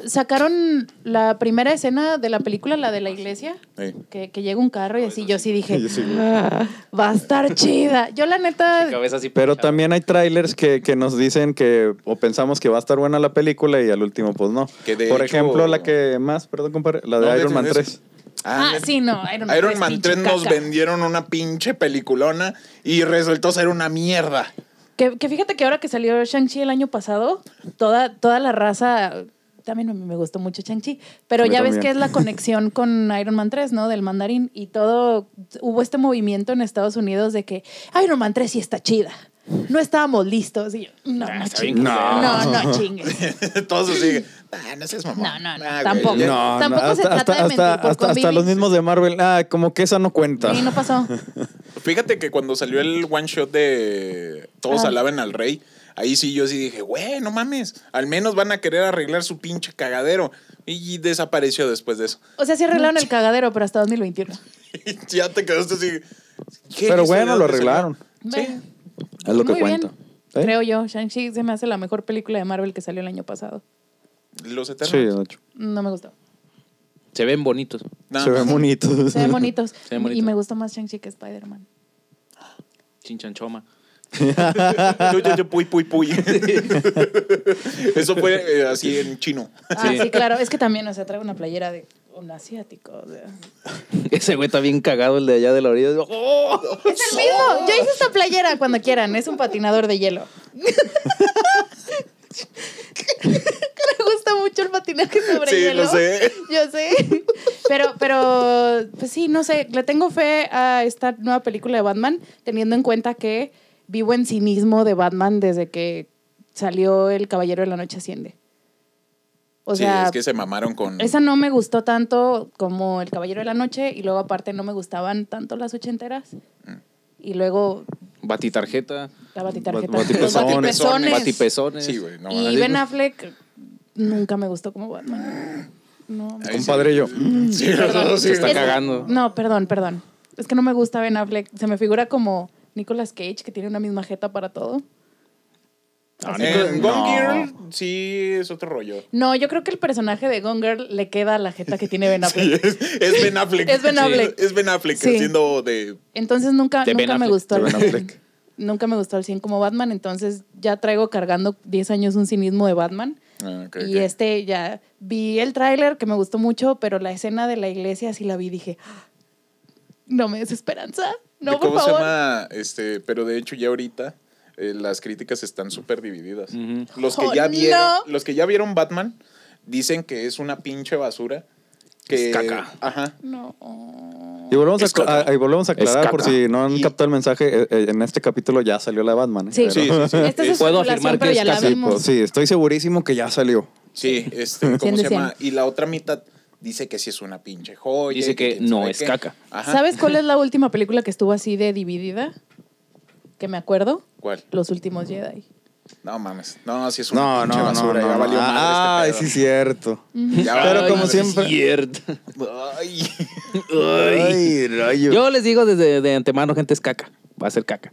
Speaker 4: Yo sacaron la primera escena de la película, la de la iglesia,
Speaker 2: Sí.
Speaker 4: que, que llega un carro y así, yo sí dije,
Speaker 3: Y sí, güey.
Speaker 4: "Ah, va a estar chida. Yo la neta,
Speaker 1: Cabeza así
Speaker 3: Pero
Speaker 1: pinchada.
Speaker 3: también hay trailers que, que nos dicen que o pensamos que va a estar buena la película y al último pues no.
Speaker 2: Que de
Speaker 3: Por
Speaker 2: hecho-
Speaker 3: ejemplo, la que más, perdón compadre, la de
Speaker 2: No,
Speaker 3: Iron Man
Speaker 2: vete,
Speaker 3: 3.
Speaker 4: ah,
Speaker 2: neta.
Speaker 4: sí, no, Iron Man
Speaker 2: Iron
Speaker 4: 3,
Speaker 2: Man 3
Speaker 4: pinche
Speaker 2: nos
Speaker 4: caca.
Speaker 2: vendieron una pinche peliculona y resultó ser una mierda.
Speaker 4: Que, que fíjate que ahora que salió Shang-Chi el año pasado, toda, toda la raza, también a mí me gustó mucho Shang-Chi, pero
Speaker 3: A mí
Speaker 4: ya ves
Speaker 3: también.
Speaker 4: que es la conexión con Iron Man 3, ¿no? Del mandarín y todo, hubo este movimiento en Estados Unidos de que Iron Man 3 sí está chida. No estábamos listos. Y yo, no,
Speaker 1: Ah,
Speaker 4: no,
Speaker 1: está bien
Speaker 4: chingues. No.
Speaker 1: culero.
Speaker 4: no, chingues.
Speaker 2: Todo se sigue. Ah, no seas mamón.
Speaker 4: No, no, no,
Speaker 2: Ah, güey,
Speaker 4: tampoco.
Speaker 2: ya-
Speaker 4: No. Tampoco se trata de mentir por
Speaker 3: hasta, hasta
Speaker 4: convivir.
Speaker 3: los mismos de Marvel, ah, como que esa no cuenta.
Speaker 4: Y no pasó.
Speaker 2: Fíjate que cuando salió el one shot de Todos
Speaker 4: Ah.
Speaker 2: alaben al rey, ahí sí yo sí dije, güey, no mames, al menos van a querer arreglar su pinche cagadero. Y desapareció después de eso.
Speaker 4: O sea, sí arreglaron el cagadero, pero hasta 2021.
Speaker 2: ya te quedaste así. ¿qué
Speaker 3: Pero
Speaker 2: hizo?
Speaker 3: bueno,
Speaker 2: ¿De
Speaker 3: lo
Speaker 2: dónde salió?
Speaker 3: arreglaron.
Speaker 4: Bueno,
Speaker 3: Es lo que
Speaker 4: muy bien,
Speaker 3: cuenta. ¿Eh?
Speaker 4: Creo yo, Shang-Chi se me hace la mejor película de Marvel que salió el año pasado.
Speaker 2: Los
Speaker 3: Sí,
Speaker 2: eternos.
Speaker 3: de hecho.
Speaker 4: No me gustó.
Speaker 1: Se ven bonitos.
Speaker 2: Nada
Speaker 3: Se ven
Speaker 2: más.
Speaker 3: bonitos.
Speaker 4: Se ven bonitos.
Speaker 1: Se ven bonitos.
Speaker 4: Y me gusta más Shang-Chi que Spider-Man.
Speaker 1: Chinchanchoma.
Speaker 2: Yo- yo- yo, puy, puy, puy. Eso fue eh, así en chino.
Speaker 4: Ah, sí.
Speaker 1: Sí.
Speaker 4: claro. Es que también, o sea, trae una playera de un asiático. o sea.
Speaker 1: Ese güey está bien cagado, el de allá de la orilla. ¡Oh!
Speaker 4: Es el mismo. Yo hice esta playera cuando quieran. Es un patinador de hielo. me gusta mucho el patinaje sobre
Speaker 2: Sí,
Speaker 4: hielo.
Speaker 2: lo sé.
Speaker 4: Yo sé. Pero, pero, pues sí, no sé. Le tengo fe a esta nueva película de Batman, teniendo en cuenta que vivo en cinismo de Batman desde que salió El Caballero de la Noche Asciende. O
Speaker 2: sí,
Speaker 4: sea,
Speaker 2: es que se mamaron con.
Speaker 4: esa no me gustó tanto como El Caballero de la Noche y luego aparte no me gustaban tanto las ochenteras.
Speaker 2: Mm.
Speaker 4: Y luego
Speaker 1: Batitarjeta,
Speaker 4: la batitarjeta.
Speaker 3: Bat-
Speaker 4: Los
Speaker 3: batipezones.
Speaker 4: batipezones.
Speaker 1: batipezones.
Speaker 2: Sí, güey, no.
Speaker 4: y Ben Affleck nunca me gustó como Batman. No, Mm.
Speaker 2: Ahí
Speaker 3: Compadre y yo.
Speaker 2: Sí, sí,
Speaker 4: perdón.
Speaker 2: sí.
Speaker 1: Se está
Speaker 4: Es-
Speaker 1: cagando.
Speaker 4: No, perdón, perdón. Es que no me gusta Ben Affleck. Se me figura como Nicolas Cage, que tiene una misma jeta para todo.
Speaker 1: No, Nicolas-
Speaker 2: En Gone
Speaker 1: Ah, no.
Speaker 2: Girl, sí, es otro rollo.
Speaker 4: No, yo creo que el personaje de Gone Girl le queda la jeta que tiene Ben Affleck.
Speaker 2: Sí, es, es Ben Affleck.
Speaker 4: Es Ben
Speaker 2: Sí,
Speaker 4: Affleck.
Speaker 2: es Ben Affleck
Speaker 4: Sí.
Speaker 2: haciendo de.
Speaker 4: Entonces nunca,
Speaker 1: De Ben
Speaker 4: nunca me
Speaker 1: Affleck,
Speaker 4: gustó
Speaker 3: de
Speaker 4: al
Speaker 3: Ben
Speaker 4: 100.
Speaker 3: Affleck.
Speaker 4: Nunca me gustó al 100 como Batman, entonces ya traigo cargando 10 años un cinismo de Batman.
Speaker 2: Ah, ok,
Speaker 4: y
Speaker 2: ok.
Speaker 4: este ya vi el tráiler que me gustó mucho, pero la escena de la iglesia sí la vi y dije, "Ah, no me desesperanza. No,
Speaker 2: de
Speaker 4: por
Speaker 2: cómo se
Speaker 4: favor.
Speaker 2: llama, este, pero de hecho ya ahorita eh, las críticas están súper divididas.
Speaker 1: Ujú.
Speaker 2: Los que
Speaker 4: Oh,
Speaker 2: ya vieron,
Speaker 4: no.
Speaker 2: los que ya vieron Batman dicen que es una pinche basura. Que,
Speaker 1: Es caca.
Speaker 2: Ajá.
Speaker 4: No.
Speaker 3: Y volvemos, a,
Speaker 2: Es caca.
Speaker 3: a- y volvemos a aclarar,
Speaker 1: Es
Speaker 3: por
Speaker 1: caca.
Speaker 3: si no han
Speaker 2: Y-
Speaker 3: captado el mensaje, eh, eh, en este capítulo ya salió la de Batman. ¿eh?
Speaker 4: Sí.
Speaker 3: Pero-
Speaker 2: Sí, sí, sí.
Speaker 4: Esta es su
Speaker 1: Puedo
Speaker 4: especulación,
Speaker 1: afirmar que
Speaker 4: pero
Speaker 1: es
Speaker 4: ya la
Speaker 1: casi,
Speaker 3: Sí,
Speaker 4: vimos.
Speaker 3: pues, sí, estoy segurísimo que ya salió.
Speaker 2: Sí, este, ¿cómo
Speaker 4: de
Speaker 2: se llama?
Speaker 4: cien.
Speaker 2: Y la otra mitad dice que sí es una pinche joya.
Speaker 1: Dice
Speaker 2: y
Speaker 1: que
Speaker 2: quién sabe
Speaker 1: no es
Speaker 2: qué.
Speaker 1: caca.
Speaker 2: Ajá.
Speaker 4: ¿Sabes cuál es la última película que estuvo así de dividida? Que me acuerdo.
Speaker 2: ¿Cuál?
Speaker 4: Los últimos Jedi.
Speaker 2: No mames. No, sí es una
Speaker 3: No,
Speaker 2: pinche
Speaker 3: no, no,
Speaker 2: basura.
Speaker 3: no,
Speaker 2: ya
Speaker 3: no.
Speaker 2: valió
Speaker 3: Ah,
Speaker 2: madre
Speaker 3: ay,
Speaker 2: este
Speaker 3: sí, cierto.
Speaker 2: pedo. Ya
Speaker 3: Pero
Speaker 2: valió
Speaker 3: como
Speaker 2: madre.
Speaker 3: siempre-
Speaker 1: Cierto.
Speaker 2: Ay.
Speaker 1: Ay.
Speaker 3: Ay, rayo.
Speaker 1: Yo les digo desde de antemano, gente, es caca. Va a ser caca.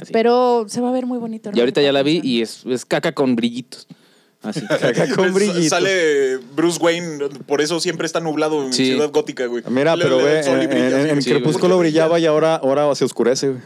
Speaker 1: Así.
Speaker 4: Pero se va a ver muy bonito.
Speaker 1: y ahorita ya la vi y es, es caca con brillitos. Así.
Speaker 3: Caca con brillitos.
Speaker 2: Sale Bruce Wayne, por eso siempre está nublado en
Speaker 1: Sí.
Speaker 2: Ciudad Gótica, güey.
Speaker 3: Mira,
Speaker 2: Le-
Speaker 3: pero
Speaker 2: le da
Speaker 3: ve,
Speaker 2: el sol y
Speaker 3: en,
Speaker 2: brilla,
Speaker 3: en- en
Speaker 1: sí,
Speaker 3: Crepúsculo
Speaker 2: güey.
Speaker 3: brillaba y ahora, ahora se oscurece. güey.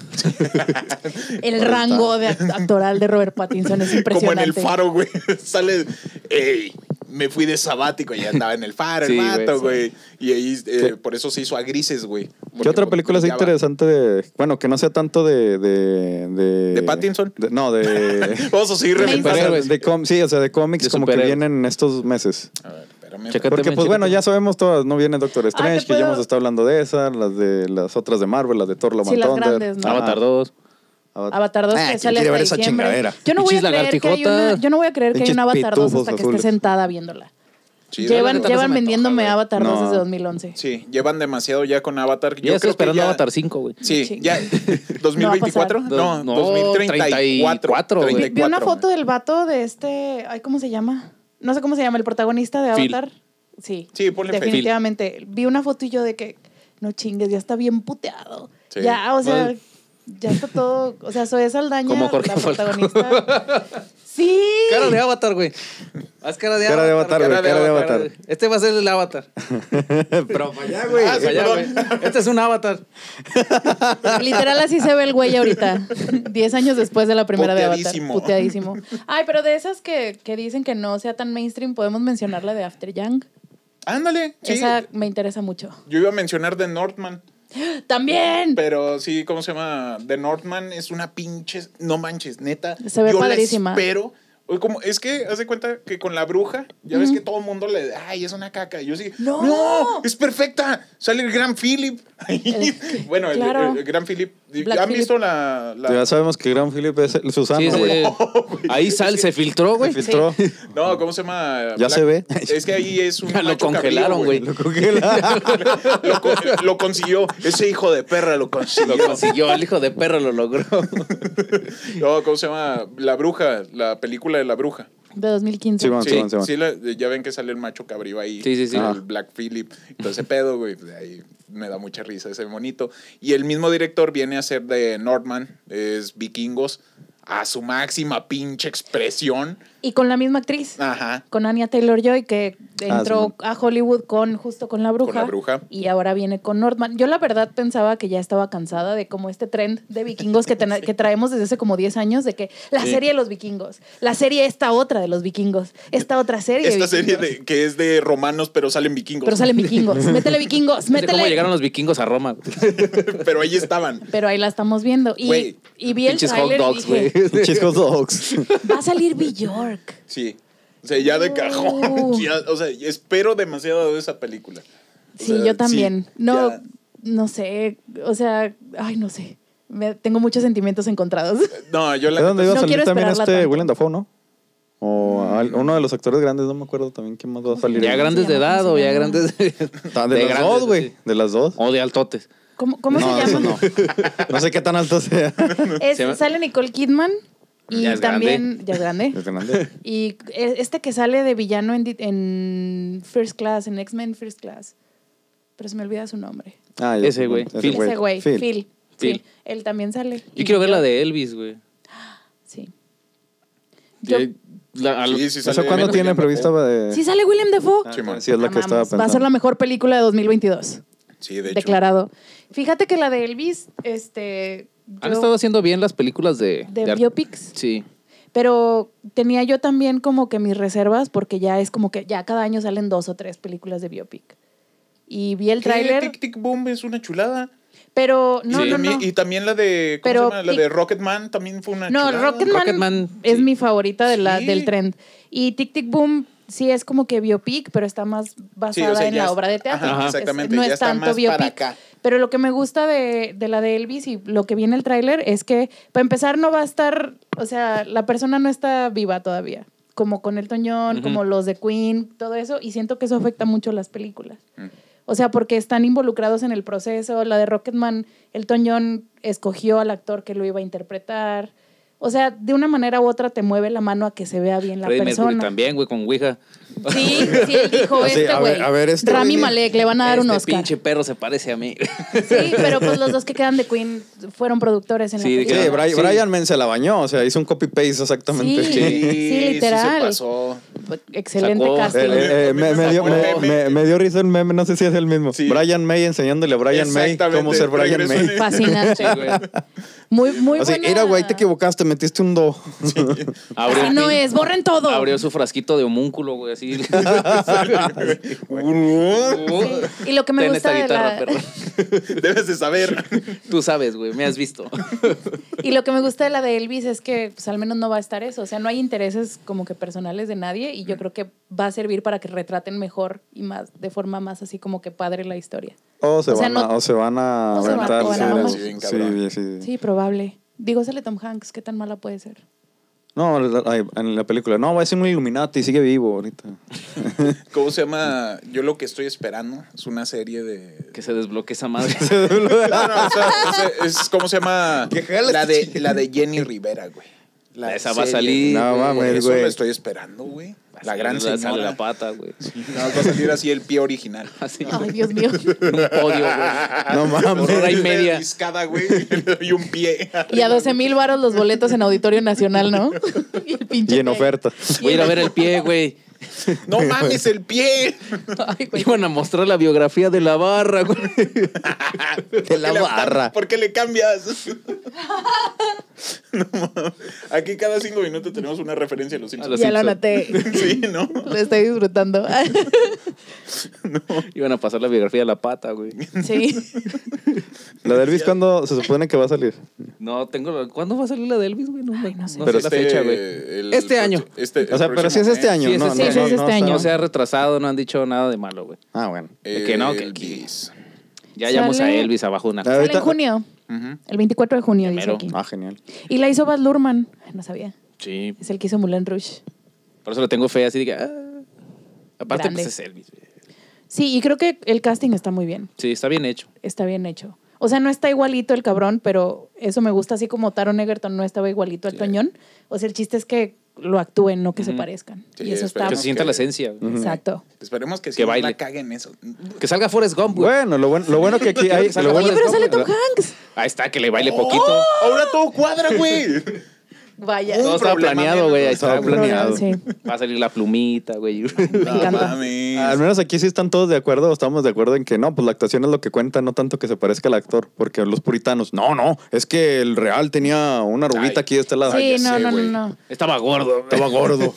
Speaker 4: El rango de act- actoral de Robert Pattinson es
Speaker 2: Como en
Speaker 4: impresionante.
Speaker 2: el faro, güey. Sale, ey, me fui de sabático, ya andaba en el faro,
Speaker 1: Sí,
Speaker 2: el
Speaker 1: güey,
Speaker 2: vato,
Speaker 1: sí.
Speaker 2: güey. Y ahí, eh,
Speaker 3: ¿Qué?
Speaker 2: por eso se hizo a grises, güey.
Speaker 3: ¿Qué
Speaker 2: Porque
Speaker 3: otra película es
Speaker 2: brillaba.
Speaker 3: interesante de... Bueno, que no sea tanto de... ¿De, de,
Speaker 2: ¿De Pattinson?
Speaker 3: de- no, de...
Speaker 2: Vamos a seguir
Speaker 4: De
Speaker 2: reventando.
Speaker 1: superhéroes.
Speaker 3: de com- sí, o sea, de cómics
Speaker 1: De
Speaker 3: como que
Speaker 1: superhéroes.
Speaker 3: vienen en estos meses.
Speaker 2: A ver, espérame.
Speaker 1: Chécate,
Speaker 3: Porque,
Speaker 1: men,
Speaker 3: pues bueno,
Speaker 1: chécate.
Speaker 3: ya sabemos todas, no viene
Speaker 1: Ah,
Speaker 3: Doctor Strange,
Speaker 4: te
Speaker 3: que ya
Speaker 4: puedo-
Speaker 3: hemos estado hablando de esa, las de las otras de Marvel, las de Thor, Love
Speaker 4: Sí,
Speaker 3: and
Speaker 4: las
Speaker 3: Thunder.
Speaker 4: grandes, ¿no?
Speaker 3: Ajá.
Speaker 1: Avatar 2.
Speaker 3: Avatar.
Speaker 4: Avatar 2
Speaker 3: Ah,
Speaker 4: que
Speaker 3: ¿quién
Speaker 4: sale
Speaker 3: quiere
Speaker 4: hasta
Speaker 3: ver esa
Speaker 4: diciembre.
Speaker 3: chingadera?
Speaker 4: Yo no voy a
Speaker 1: Pinches
Speaker 4: creer que hay
Speaker 1: lagartijotas.
Speaker 4: una, yo no voy a creer que hay
Speaker 3: Pinches
Speaker 4: una Avatar 2 hasta
Speaker 3: pitufos
Speaker 4: que esté
Speaker 3: azules.
Speaker 4: sentada viéndola.
Speaker 2: Sí, la
Speaker 4: llevan
Speaker 2: neta no se
Speaker 4: llevan
Speaker 2: me antoja,
Speaker 4: vendiéndome
Speaker 2: güey.
Speaker 4: Avatar 2
Speaker 3: No.
Speaker 4: desde 2011.
Speaker 2: Sí, llevan demasiado ya con Avatar.
Speaker 1: Yo ya estoy
Speaker 2: creo que
Speaker 1: esperando
Speaker 2: ya-
Speaker 1: Avatar 5, güey.
Speaker 2: Sí,
Speaker 4: Sí.
Speaker 2: ya. ¿2024?
Speaker 1: No va
Speaker 2: No,
Speaker 1: a pasar. No,
Speaker 2: 2034.
Speaker 1: güey.
Speaker 4: Vi, vi una
Speaker 2: 34,
Speaker 4: foto
Speaker 2: güey.
Speaker 4: del vato de este, ay, ¿cómo se llama? No sé cómo se llama el protagonista de
Speaker 1: Phil.
Speaker 4: Avatar. Sí.
Speaker 2: Sí, ponle Phil.
Speaker 4: definitivamente. Vi una foto y yo de que no chingues, ya está bien puteado.
Speaker 2: Sí.
Speaker 4: Ya, o sea,
Speaker 1: Mal.
Speaker 4: ya está todo, o sea, soy Saldaña,
Speaker 1: Como Jorge
Speaker 4: la
Speaker 1: Falcón.
Speaker 4: protagonista. sí.
Speaker 1: Cara de Avatar, güey. Haz cara de
Speaker 3: Cara de
Speaker 1: Avatar.
Speaker 3: Avatar, güey, cara de Avatar.
Speaker 1: güey. Este va a ser el Avatar.
Speaker 3: Pero para allá, güey.
Speaker 2: Ah, sí,
Speaker 1: Para allá,
Speaker 2: perdón.
Speaker 1: güey. Este es un Avatar.
Speaker 4: Literal así se ve el güey ahorita. Diez años después de la primera de Avatar.
Speaker 2: Puteadísimo.
Speaker 4: Puteadísimo. Ay, pero de esas que, que dicen que no sea tan mainstream, podemos mencionar la de After Young.
Speaker 2: Ándale, sí.
Speaker 4: Esa me interesa mucho.
Speaker 2: Yo iba a mencionar The Northman,
Speaker 4: También.
Speaker 2: pero sí, ¿cómo se llama? The Northman es una pinche, no manches, neta.
Speaker 4: Se ve
Speaker 2: yo la
Speaker 4: padrísima.
Speaker 2: espero. O Como, es que, haz de cuenta que con la bruja, ya ves que todo el mundo le, ay, es una caca. Y yo sí,
Speaker 4: No.
Speaker 2: no, es perfecta. Sale el Gran Philip. bueno, el-
Speaker 4: claro.
Speaker 2: el, el Gran Philip.
Speaker 4: Black
Speaker 2: ¿Han
Speaker 4: Philip.
Speaker 2: visto la, la-
Speaker 3: Ya sabemos que el gran Philip es el
Speaker 1: Sí,
Speaker 3: Susano,
Speaker 1: sí.
Speaker 3: Ah, güey.
Speaker 1: Ahí sal, se filtró, güey.
Speaker 3: Se filtró.
Speaker 2: No, ¿cómo se llama?
Speaker 3: Ya se ve.
Speaker 2: Es que ahí es un.
Speaker 1: Lo
Speaker 2: macho
Speaker 1: congelaron,
Speaker 2: cabrío,
Speaker 1: güey.
Speaker 3: Lo congela.
Speaker 2: Lo, con- lo consiguió. Ese hijo de perra lo consiguió.
Speaker 1: Lo consiguió, el hijo de perro lo logró.
Speaker 2: No, ¿cómo se llama? La bruja, la película de la bruja.
Speaker 4: De 2015.
Speaker 3: Simón.
Speaker 2: Sí,
Speaker 3: Simón, Simón.
Speaker 2: sí, la- ya ven que sale el macho cabrío ahí.
Speaker 1: Sí, sí, sí.
Speaker 2: El
Speaker 1: Ajá.
Speaker 2: Black Philip. Todo ese pedo, güey. pues, ahí me da mucha risa ese monito. Y el mismo director viene a ser de Norman, es Vikingos, a su máxima pinche expresión.
Speaker 4: Y con la misma actriz.
Speaker 2: Ajá.
Speaker 4: Con Anya Taylor Joy, que
Speaker 3: Ah,
Speaker 4: entró
Speaker 3: Simón.
Speaker 4: a Hollywood con justo con la bruja.
Speaker 2: Con La Bruja.
Speaker 4: Y ahora viene con Nordman. Yo la verdad pensaba que ya estaba cansada de como este trend de vikingos que, tena- que traemos desde hace como 10 años, de que la
Speaker 1: Sí.
Speaker 4: serie de los vikingos, la serie esta otra de los vikingos, esta otra serie. de
Speaker 2: Esta serie
Speaker 4: vikingos.
Speaker 2: de- que es de romanos, pero salen vikingos.
Speaker 4: Pero salen vikingos. Métele vikingos,
Speaker 1: No sé ¿Cómo
Speaker 4: métele.
Speaker 1: llegaron los vikingos a Roma?
Speaker 2: pero ahí estaban.
Speaker 4: Pero ahí la estamos viendo. Y,
Speaker 2: Güey,
Speaker 4: y vi el
Speaker 1: Pinches hot
Speaker 4: tráiler y
Speaker 1: dogs, güey.
Speaker 4: dije,
Speaker 3: Chiscos dogs.
Speaker 4: va a salir Bjork.
Speaker 2: Sí. O sea, ya de
Speaker 4: Oh.
Speaker 2: cajón. ya, o sea, espero demasiado de esa película. O
Speaker 4: Sí,
Speaker 2: sea,
Speaker 4: yo también.
Speaker 2: sí,
Speaker 4: no,
Speaker 2: ya.
Speaker 4: no sé. O sea, ay, no sé. Me- tengo muchos sentimientos encontrados.
Speaker 2: No, yo la.
Speaker 3: ¿De dónde iba a
Speaker 4: No
Speaker 3: salir
Speaker 4: quiero
Speaker 3: también
Speaker 4: esperarla
Speaker 3: este
Speaker 4: tanto.
Speaker 3: Willem Dafoe, no? O al- uno de los actores grandes, no me acuerdo también quién más va a salir.
Speaker 1: Ya
Speaker 4: Sí,
Speaker 1: grandes de
Speaker 4: sí,
Speaker 1: edad o
Speaker 4: sí,
Speaker 1: ya
Speaker 4: sí.
Speaker 1: grandes de,
Speaker 3: Ah, De,
Speaker 1: de
Speaker 3: las
Speaker 1: grandes,
Speaker 3: dos, güey.
Speaker 1: sí.
Speaker 3: De las dos.
Speaker 1: O de altotes.
Speaker 4: ¿Cómo, cómo
Speaker 3: no,
Speaker 4: se
Speaker 3: eso
Speaker 4: llama?
Speaker 3: no. No sé qué tan alto sea.
Speaker 4: Es-
Speaker 1: Se llama-
Speaker 4: sale Nicole Kidman y
Speaker 1: Ya es
Speaker 4: también ya es grande.
Speaker 3: Es grande.
Speaker 4: Y e- este que sale de villano en, di- en First Class, en X-Men First Class. Pero se me olvida su nombre.
Speaker 3: Ah, ya
Speaker 1: Ese
Speaker 3: sé,
Speaker 1: güey, Phil.
Speaker 4: Ese güey, Phil. Sí,
Speaker 1: Phil.
Speaker 4: él también sale.
Speaker 1: Yo quiero ver la de Elvis, güey.
Speaker 4: Sí. Yo-
Speaker 1: Eh, la- al-
Speaker 2: Sí, sí,
Speaker 3: ¿Eso
Speaker 2: sale
Speaker 3: cuándo
Speaker 2: Willem
Speaker 3: tiene
Speaker 2: Dafoe.
Speaker 3: previsto? De...
Speaker 4: sí sale William Defoe.
Speaker 3: Ah,
Speaker 2: Simón.
Speaker 3: sí, es la que estaba pensando.
Speaker 4: Va a ser la mejor película de 2022.
Speaker 2: Sí, de hecho.
Speaker 4: declarado. Fíjate que la de Elvis, este.
Speaker 1: Han
Speaker 4: yo-
Speaker 1: estado haciendo bien las películas de...
Speaker 4: De
Speaker 1: ar-
Speaker 4: biopics.
Speaker 1: Sí.
Speaker 4: Pero tenía yo también como que mis reservas, porque ya es como que ya cada año salen dos o tres películas de biopic. Y vi el
Speaker 2: ¿Qué?
Speaker 4: tráiler,
Speaker 2: Tic Tic Boom es una chulada.
Speaker 4: Pero no,
Speaker 1: Sí.
Speaker 4: no,
Speaker 2: También-
Speaker 4: no.
Speaker 2: Y también la de. ¿Cómo
Speaker 4: Pero
Speaker 2: se llama? La
Speaker 4: Tic-
Speaker 2: de Rocketman también fue una.
Speaker 4: No,
Speaker 2: chulada.
Speaker 4: Rocketman,
Speaker 1: Rocketman,
Speaker 4: es
Speaker 1: sí.
Speaker 4: mi favorita de la,
Speaker 2: Sí.
Speaker 4: del trend. Y Tic Tic Boom sí es como que biopic, pero está más basada
Speaker 2: sea,
Speaker 4: en
Speaker 2: ya
Speaker 4: la
Speaker 2: es-
Speaker 4: obra de teatro.
Speaker 2: ajá,
Speaker 4: Es-
Speaker 2: exactamente,
Speaker 4: no
Speaker 2: ya
Speaker 4: es
Speaker 2: está
Speaker 4: tanto
Speaker 2: más para
Speaker 4: biopic.
Speaker 2: acá.
Speaker 4: Pero lo que me gusta de, de la de Elvis y lo que viene el tráiler es que, para empezar, no va a estar, o sea, la persona no está viva todavía. Como con Elton John,
Speaker 1: Ujú.
Speaker 4: como los de Queen, todo eso. Y siento que eso afecta mucho las películas.
Speaker 2: Mm.
Speaker 4: O sea, porque están involucrados en el proceso. La de Rocketman, Elton John escogió al actor que lo iba a interpretar. O sea, de una manera u otra te mueve la mano a que se vea bien la
Speaker 1: Freddie Mercury
Speaker 4: persona.
Speaker 1: también, güey, con Ouija.
Speaker 4: Sí, sí, él dijo
Speaker 3: Ah, sí,
Speaker 4: este
Speaker 3: a
Speaker 4: güey.
Speaker 3: ver- a ver, este
Speaker 4: Rami
Speaker 3: güey-
Speaker 4: Malek, le van a dar un
Speaker 1: Este
Speaker 4: Oscar.
Speaker 1: pinche perro se parece a mí.
Speaker 4: Sí, pero pues los dos que quedan de Queen fueron productores en
Speaker 1: Sí,
Speaker 4: la
Speaker 1: de
Speaker 3: Sí,
Speaker 1: que-
Speaker 4: película.
Speaker 3: Brian,
Speaker 1: Sí.
Speaker 3: Brian Men se la bañó, o sea, hizo un copy-paste exactamente.
Speaker 4: Sí.
Speaker 2: Sí,
Speaker 4: Sí,
Speaker 2: sí,
Speaker 4: literal.
Speaker 2: se pasó.
Speaker 4: Excelente
Speaker 1: Sacó-
Speaker 4: casting.
Speaker 3: Eh, eh, eh, me, me dio, me, me- me dio risa el meme, no sé si es el mismo.
Speaker 2: Sí.
Speaker 3: Brian May enseñándole a Brian May cómo
Speaker 2: Exactamente,
Speaker 3: ser Brian
Speaker 2: regreso en
Speaker 3: May.
Speaker 2: el-
Speaker 4: Fascinante. Muy, muy
Speaker 3: Así,
Speaker 4: buena.
Speaker 3: mira, güey, te equivocaste, metiste un do.
Speaker 1: Abrió,
Speaker 4: Así Ah, no es, borren todo.
Speaker 1: abrió su frasquito de homúnculo, güey, así.
Speaker 4: Sí, Y lo que me
Speaker 1: Ten esta
Speaker 4: gusta de
Speaker 1: guitarra,
Speaker 4: la...
Speaker 1: perro.
Speaker 2: Debes de saber.
Speaker 1: Tú sabes, güey, me has visto.
Speaker 4: Y lo que me gusta de la de Elvis es que pues, al menos no va a estar eso. O sea, no hay intereses como que personales de nadie y yo creo que va a servir para que retraten mejor y más, de forma más así como que padre la historia.
Speaker 3: O se,
Speaker 4: O sea,
Speaker 3: van, a,
Speaker 4: no-
Speaker 3: o se van a
Speaker 4: o se van a-
Speaker 3: aventar.
Speaker 4: o van a
Speaker 3: sí,
Speaker 4: mamar.
Speaker 3: sí,
Speaker 2: Sí, bien
Speaker 3: sí,
Speaker 2: cabrón.
Speaker 3: sí.
Speaker 4: Sí, probable. Digo, sale Tom Hanks, ¿qué tan mala puede ser?
Speaker 3: No, la- ay, en la película. No, va a ser un Illuminati, sigue vivo ahorita.
Speaker 2: ¿Cómo se llama? Yo lo que estoy esperando es una serie de.
Speaker 1: Que se desbloquee esa madre.
Speaker 2: No, no, o sea, es, es- ¿Cómo se llama?
Speaker 3: Que jala
Speaker 2: La
Speaker 3: este
Speaker 2: de, la de Jenny Rivera, güey. La
Speaker 1: Esa va a
Speaker 2: serie,
Speaker 1: salir,
Speaker 3: No
Speaker 2: güey.
Speaker 3: mames,
Speaker 2: Eso
Speaker 3: güey.
Speaker 2: lo estoy esperando, güey. La gran
Speaker 1: Sale
Speaker 2: señora.
Speaker 1: la pata, güey.
Speaker 2: Nada más va a salir así el pie original.
Speaker 1: Así.
Speaker 4: Ay, Dios mío.
Speaker 1: en un podio, güey.
Speaker 3: No mames.
Speaker 1: Por hora y media.
Speaker 2: Discada, güey. Y un pie.
Speaker 4: Y a 12 mil varos los boletos en Auditorio Nacional, ¿no? y el pinche
Speaker 3: Y en
Speaker 4: pie.
Speaker 3: oferta.
Speaker 1: Voy a ir a ver el pie, güey.
Speaker 2: No mames, el pie.
Speaker 4: Ay, güey.
Speaker 1: Iban a mostrar la biografía de la barra, güey.
Speaker 2: ¿Por qué
Speaker 3: De la
Speaker 2: le-
Speaker 3: barra.
Speaker 2: ¿Por qué le cambias? No mames. Aquí cada cinco minutos tenemos una referencia a los Simpsons.
Speaker 4: Ya lo
Speaker 1: Simpson.
Speaker 4: anoté.
Speaker 2: Sí, ¿no?
Speaker 4: Lo estoy disfrutando.
Speaker 1: Iban a pasar la biografía de la pata, güey.
Speaker 4: sí.
Speaker 3: La de Elvis, ¿cuándo se supone que va a salir?
Speaker 1: No, tengo. la- ¿Cuándo va a salir la de Elvis, güey? No, me-
Speaker 4: no sé.
Speaker 1: no sé la fecha, güey.
Speaker 2: el
Speaker 1: Este
Speaker 2: prox-
Speaker 1: año.
Speaker 2: Este,
Speaker 3: este, O sea,
Speaker 2: el
Speaker 3: pero si es
Speaker 2: próximo
Speaker 3: este
Speaker 2: mes.
Speaker 3: año,
Speaker 1: Sí, es
Speaker 3: ¿no?
Speaker 1: este
Speaker 3: no,
Speaker 1: año.
Speaker 3: no,
Speaker 4: Sí, es
Speaker 3: no
Speaker 4: este
Speaker 3: está-
Speaker 4: año.
Speaker 1: No se ha retrasado, no han dicho nada de malo, güey.
Speaker 3: Ah, bueno.
Speaker 1: De que no, que-
Speaker 2: Elvis.
Speaker 1: Ya llamamos a
Speaker 4: Sale-
Speaker 1: Elvis abajo de una.
Speaker 3: Ah,
Speaker 4: Sale
Speaker 3: Ahorita-
Speaker 4: en junio.
Speaker 2: Ujú.
Speaker 4: El 24 de junio, dice
Speaker 1: Primero.
Speaker 4: aquí.
Speaker 3: Ah, genial.
Speaker 4: Y la hizo Baz Luhrmann. Ay, No sabía.
Speaker 1: Sí.
Speaker 4: Es el que hizo Mulan Rush.
Speaker 1: Por eso lo tengo fe, así de que. ah. Aparte,
Speaker 4: Grande.
Speaker 1: pues es Elvis, güey.
Speaker 4: Sí, y creo que el casting está muy bien.
Speaker 1: Sí, está bien hecho.
Speaker 4: Está bien hecho. O sea, no está igualito el cabrón, pero eso me gusta, así como Taron Egerton no estaba igualito al Toñón. O sea, el chiste es que lo actúen, no que se
Speaker 1: Ujú.
Speaker 4: parezcan.
Speaker 2: Sí,
Speaker 4: y eso está...
Speaker 1: Que
Speaker 2: espero Vamos,
Speaker 1: se sienta
Speaker 2: que-
Speaker 1: la esencia. güey.
Speaker 4: Exacto.
Speaker 2: Esperemos que sí
Speaker 1: Que
Speaker 2: no
Speaker 1: baile.
Speaker 2: la caguen eso.
Speaker 1: Que salga Forrest Gump, güey.
Speaker 3: Bueno, lo bueno, lo bueno que aquí hay.
Speaker 1: Oye,
Speaker 3: lo bueno
Speaker 4: Oye,
Speaker 3: es-
Speaker 4: pero sale Tom Hanks.
Speaker 1: Ahí está, que le baile poquito.
Speaker 2: ¡Oh! Ahora todo cuadra, güey.
Speaker 4: Vaya.
Speaker 1: Todo
Speaker 2: Un
Speaker 1: estaba
Speaker 2: problema
Speaker 1: planeado,
Speaker 2: menos.
Speaker 1: güey. Ahí está,
Speaker 3: Estaba
Speaker 1: güey.
Speaker 3: planeado.
Speaker 4: Sí.
Speaker 1: Va a salir la plumita, güey.
Speaker 2: No
Speaker 4: encanta.
Speaker 2: mames.
Speaker 3: Al menos aquí sí están todos de acuerdo, o estamos de acuerdo en que no, pues la actuación es lo que cuenta, no tanto que se parezca al actor, porque los puritanos, no, no, es que el real tenía una
Speaker 1: Ay.
Speaker 3: rubita aquí de este lado.
Speaker 4: Sí,
Speaker 3: Ay, ya
Speaker 4: no,
Speaker 3: sé,
Speaker 4: no,
Speaker 3: güey.
Speaker 4: no, no.
Speaker 1: Estaba gordo. güey.
Speaker 3: Estaba gordo.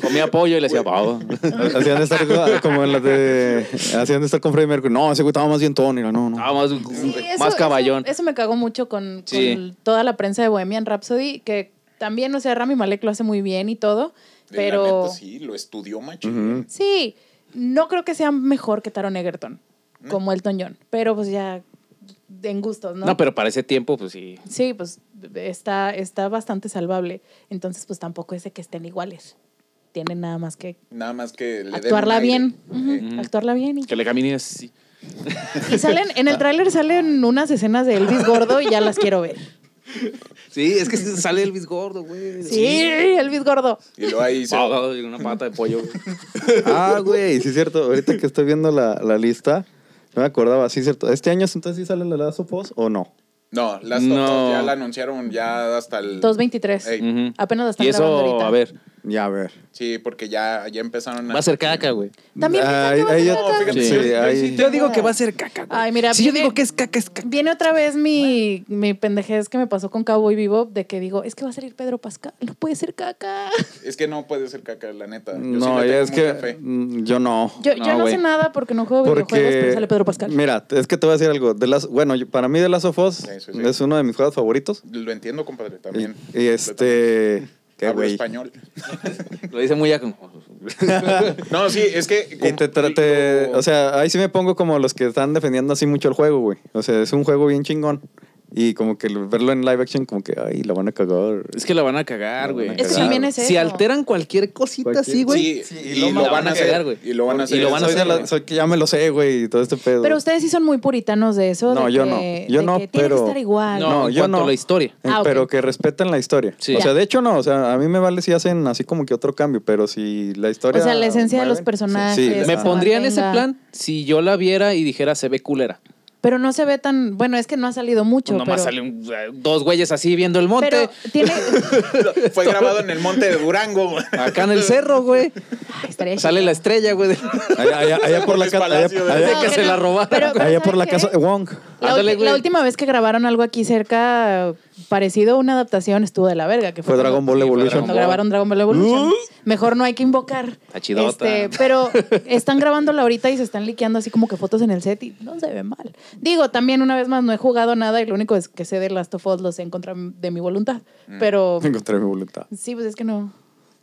Speaker 1: Comía pollo y le decía, pavo.
Speaker 3: Hacían de estar como en las de. Hacían de estar con Freddie Mercury. No, ese güey estaba más bien Tony. No, no.
Speaker 1: Ah, más,
Speaker 4: Sí, eso-
Speaker 1: más caballón.
Speaker 4: Eso, eso me cagó mucho con,
Speaker 1: Sí.
Speaker 4: con toda la prensa de Bohemian Rhapsody, que también, o sea, Rami Malek lo hace muy bien y todo,
Speaker 2: La
Speaker 4: pero...
Speaker 2: neta, sí, lo estudió, macho.
Speaker 3: Ujú.
Speaker 4: Sí, no creo que sea mejor que Taron Egerton, como Elton John, pero pues ya en gustos, ¿no?
Speaker 1: ¿no? pero para ese tiempo, pues sí.
Speaker 4: Sí, pues está, está bastante salvable. Entonces, pues tampoco es de que estén iguales. Tienen nada más que
Speaker 2: Nada más que le den
Speaker 4: actuarla
Speaker 2: un aire.
Speaker 4: bien. Ujú,
Speaker 2: Eh,
Speaker 1: Ujú.
Speaker 4: Actuarla bien. Y,
Speaker 1: Que le camine así.
Speaker 4: y salen, en el tráiler salen unas escenas de Elvis gordo y ya las quiero ver.
Speaker 1: Sí, es que sale Elvis gordo, güey.
Speaker 4: Sí, Elvis gordo.
Speaker 2: Y luego ahí se...
Speaker 1: Ahogado en una pata de pollo. güey.
Speaker 3: Ah, güey, sí es cierto. Ahorita que estoy viendo la, la lista, no me acordaba, sí es cierto. ¿Este año entonces sí sale la Last of Us o no?
Speaker 2: No, las
Speaker 1: No.
Speaker 2: ya la anunciaron ya hasta el...
Speaker 4: 2.23.
Speaker 2: Ey.
Speaker 1: Ujú.
Speaker 4: Apenas la están
Speaker 1: Y
Speaker 4: grabando
Speaker 1: eso,
Speaker 4: ahorita.
Speaker 1: a ver,
Speaker 3: Ya, a ver.
Speaker 2: Sí, porque ya, ya empezaron
Speaker 1: Va a ser caca, güey.
Speaker 4: También piensan que va a
Speaker 3: ahí
Speaker 4: ser
Speaker 3: ya-
Speaker 4: caca.
Speaker 2: fíjate,
Speaker 3: sí,
Speaker 2: yo- yo
Speaker 3: ahí-
Speaker 2: sí
Speaker 1: Yo digo que va a ser caca, güey.
Speaker 4: Ay, mira,
Speaker 1: si yo
Speaker 4: viene-
Speaker 1: digo que es caca, es caca.
Speaker 4: Viene otra vez mi, mi pendejez que me pasó con Cowboy Bebop de que digo, es que va a salir Pedro Pascal, no puede ser caca.
Speaker 2: Es que no puede ser caca, la neta. Yo sí le
Speaker 3: no,
Speaker 2: tengo
Speaker 3: ya es
Speaker 2: mucha
Speaker 3: que
Speaker 2: fe.
Speaker 3: mm, yo no.
Speaker 4: Yo yo no,
Speaker 1: No, güey.
Speaker 4: sé nada porque no juego videojuegos,
Speaker 3: Porque
Speaker 4: pero sale Pedro Pascal.
Speaker 3: Mira, es que te voy a decir algo. De las, bueno, yo- para mí The Last of Us
Speaker 2: Sí, sí, sí.
Speaker 3: es uno de mis juegos favoritos.
Speaker 2: Lo entiendo, compadre,
Speaker 3: Y,
Speaker 2: también.
Speaker 3: y este... Qué
Speaker 2: Hablo
Speaker 3: güey.
Speaker 2: español.
Speaker 1: Lo dice muy ya como...
Speaker 2: No, sí, es que...
Speaker 3: Y te trate,
Speaker 2: lo-
Speaker 3: o sea, ahí sí me pongo como los que están defendiendo así mucho el juego, güey. O sea, es un juego bien chingón. Y como que verlo en live action, como que, ay, la van a cagar.
Speaker 1: Es que la van a cagar, güey.
Speaker 3: Es que
Speaker 1: Claro.
Speaker 4: también es
Speaker 1: Si
Speaker 4: eso.
Speaker 1: alteran cualquier cosita
Speaker 3: Cualquier-
Speaker 1: así, güey.
Speaker 2: Sí, y lo, van a hacer.
Speaker 1: cagar, güey.
Speaker 2: Y lo van a hacer.
Speaker 1: Y lo van a
Speaker 3: Soy de
Speaker 1: hacer,
Speaker 3: la-
Speaker 1: güey.
Speaker 3: soy que ya me lo sé, güey, y todo este pedo.
Speaker 4: Pero ustedes sí son muy puritanos de eso.
Speaker 3: No,
Speaker 4: de
Speaker 3: yo
Speaker 4: que-
Speaker 3: no. Yo
Speaker 4: de
Speaker 3: no,
Speaker 4: que tiene que
Speaker 3: pero-
Speaker 4: estar igual.
Speaker 1: No, en
Speaker 3: yo
Speaker 1: cuanto a la historia.
Speaker 3: Eh,
Speaker 4: Ah, ok.
Speaker 3: Pero que respeten la historia.
Speaker 1: Sí.
Speaker 3: O sea,
Speaker 4: Ya.
Speaker 3: de hecho no, o sea, a mí me vale si hacen así como que otro cambio, pero si la historia...
Speaker 4: O sea, la esencia de los
Speaker 3: mueven,
Speaker 4: personajes,
Speaker 3: la-
Speaker 1: Me
Speaker 4: se
Speaker 1: pondría en ese
Speaker 4: mantenga.
Speaker 1: plan si yo la viera y dijera se ve culera.
Speaker 4: Pero no se ve tan. Bueno, es que no ha salido mucho.
Speaker 1: Nomás
Speaker 4: pero,
Speaker 1: salen eh, dos güeyes así viendo el monte.
Speaker 4: pero tiene.
Speaker 2: Fue grabado en el monte de Durango.
Speaker 1: Acá en el cerro, güey.
Speaker 4: Ay, estaría
Speaker 1: Sale
Speaker 4: chido.
Speaker 1: la estrella, güey. de-
Speaker 3: Allá, allá- allá por la
Speaker 2: Los
Speaker 3: casa... Allá,
Speaker 2: palacios de-
Speaker 3: allá-
Speaker 1: que se la robaron.
Speaker 3: allá
Speaker 4: ¿saben
Speaker 3: por la
Speaker 4: qué?
Speaker 3: casa... Wong.
Speaker 4: La,
Speaker 1: Ándale,
Speaker 4: ulti-
Speaker 1: güey.
Speaker 4: la última vez que grabaron algo aquí cerca, parecido a una adaptación, estuvo de la verga. Que fue,
Speaker 3: Fue Dragon Ball
Speaker 1: Sí, fue
Speaker 3: Evolution.
Speaker 4: Cuando grabaron Dragon Ball Evolution.
Speaker 3: Uh.
Speaker 4: Mejor no hay que invocar.
Speaker 1: Está ¿Eh? chidota.
Speaker 4: Este, pero están grabándola ahorita y se están liqueando así como que fotos en el set y no se ve mal. Digo, también una vez más no he jugado nada y lo único es que sé de Last of Us los sé en contra de mi voluntad.
Speaker 1: Mm.
Speaker 4: Pero
Speaker 3: Encontré mi voluntad.
Speaker 4: sí, pues es que no.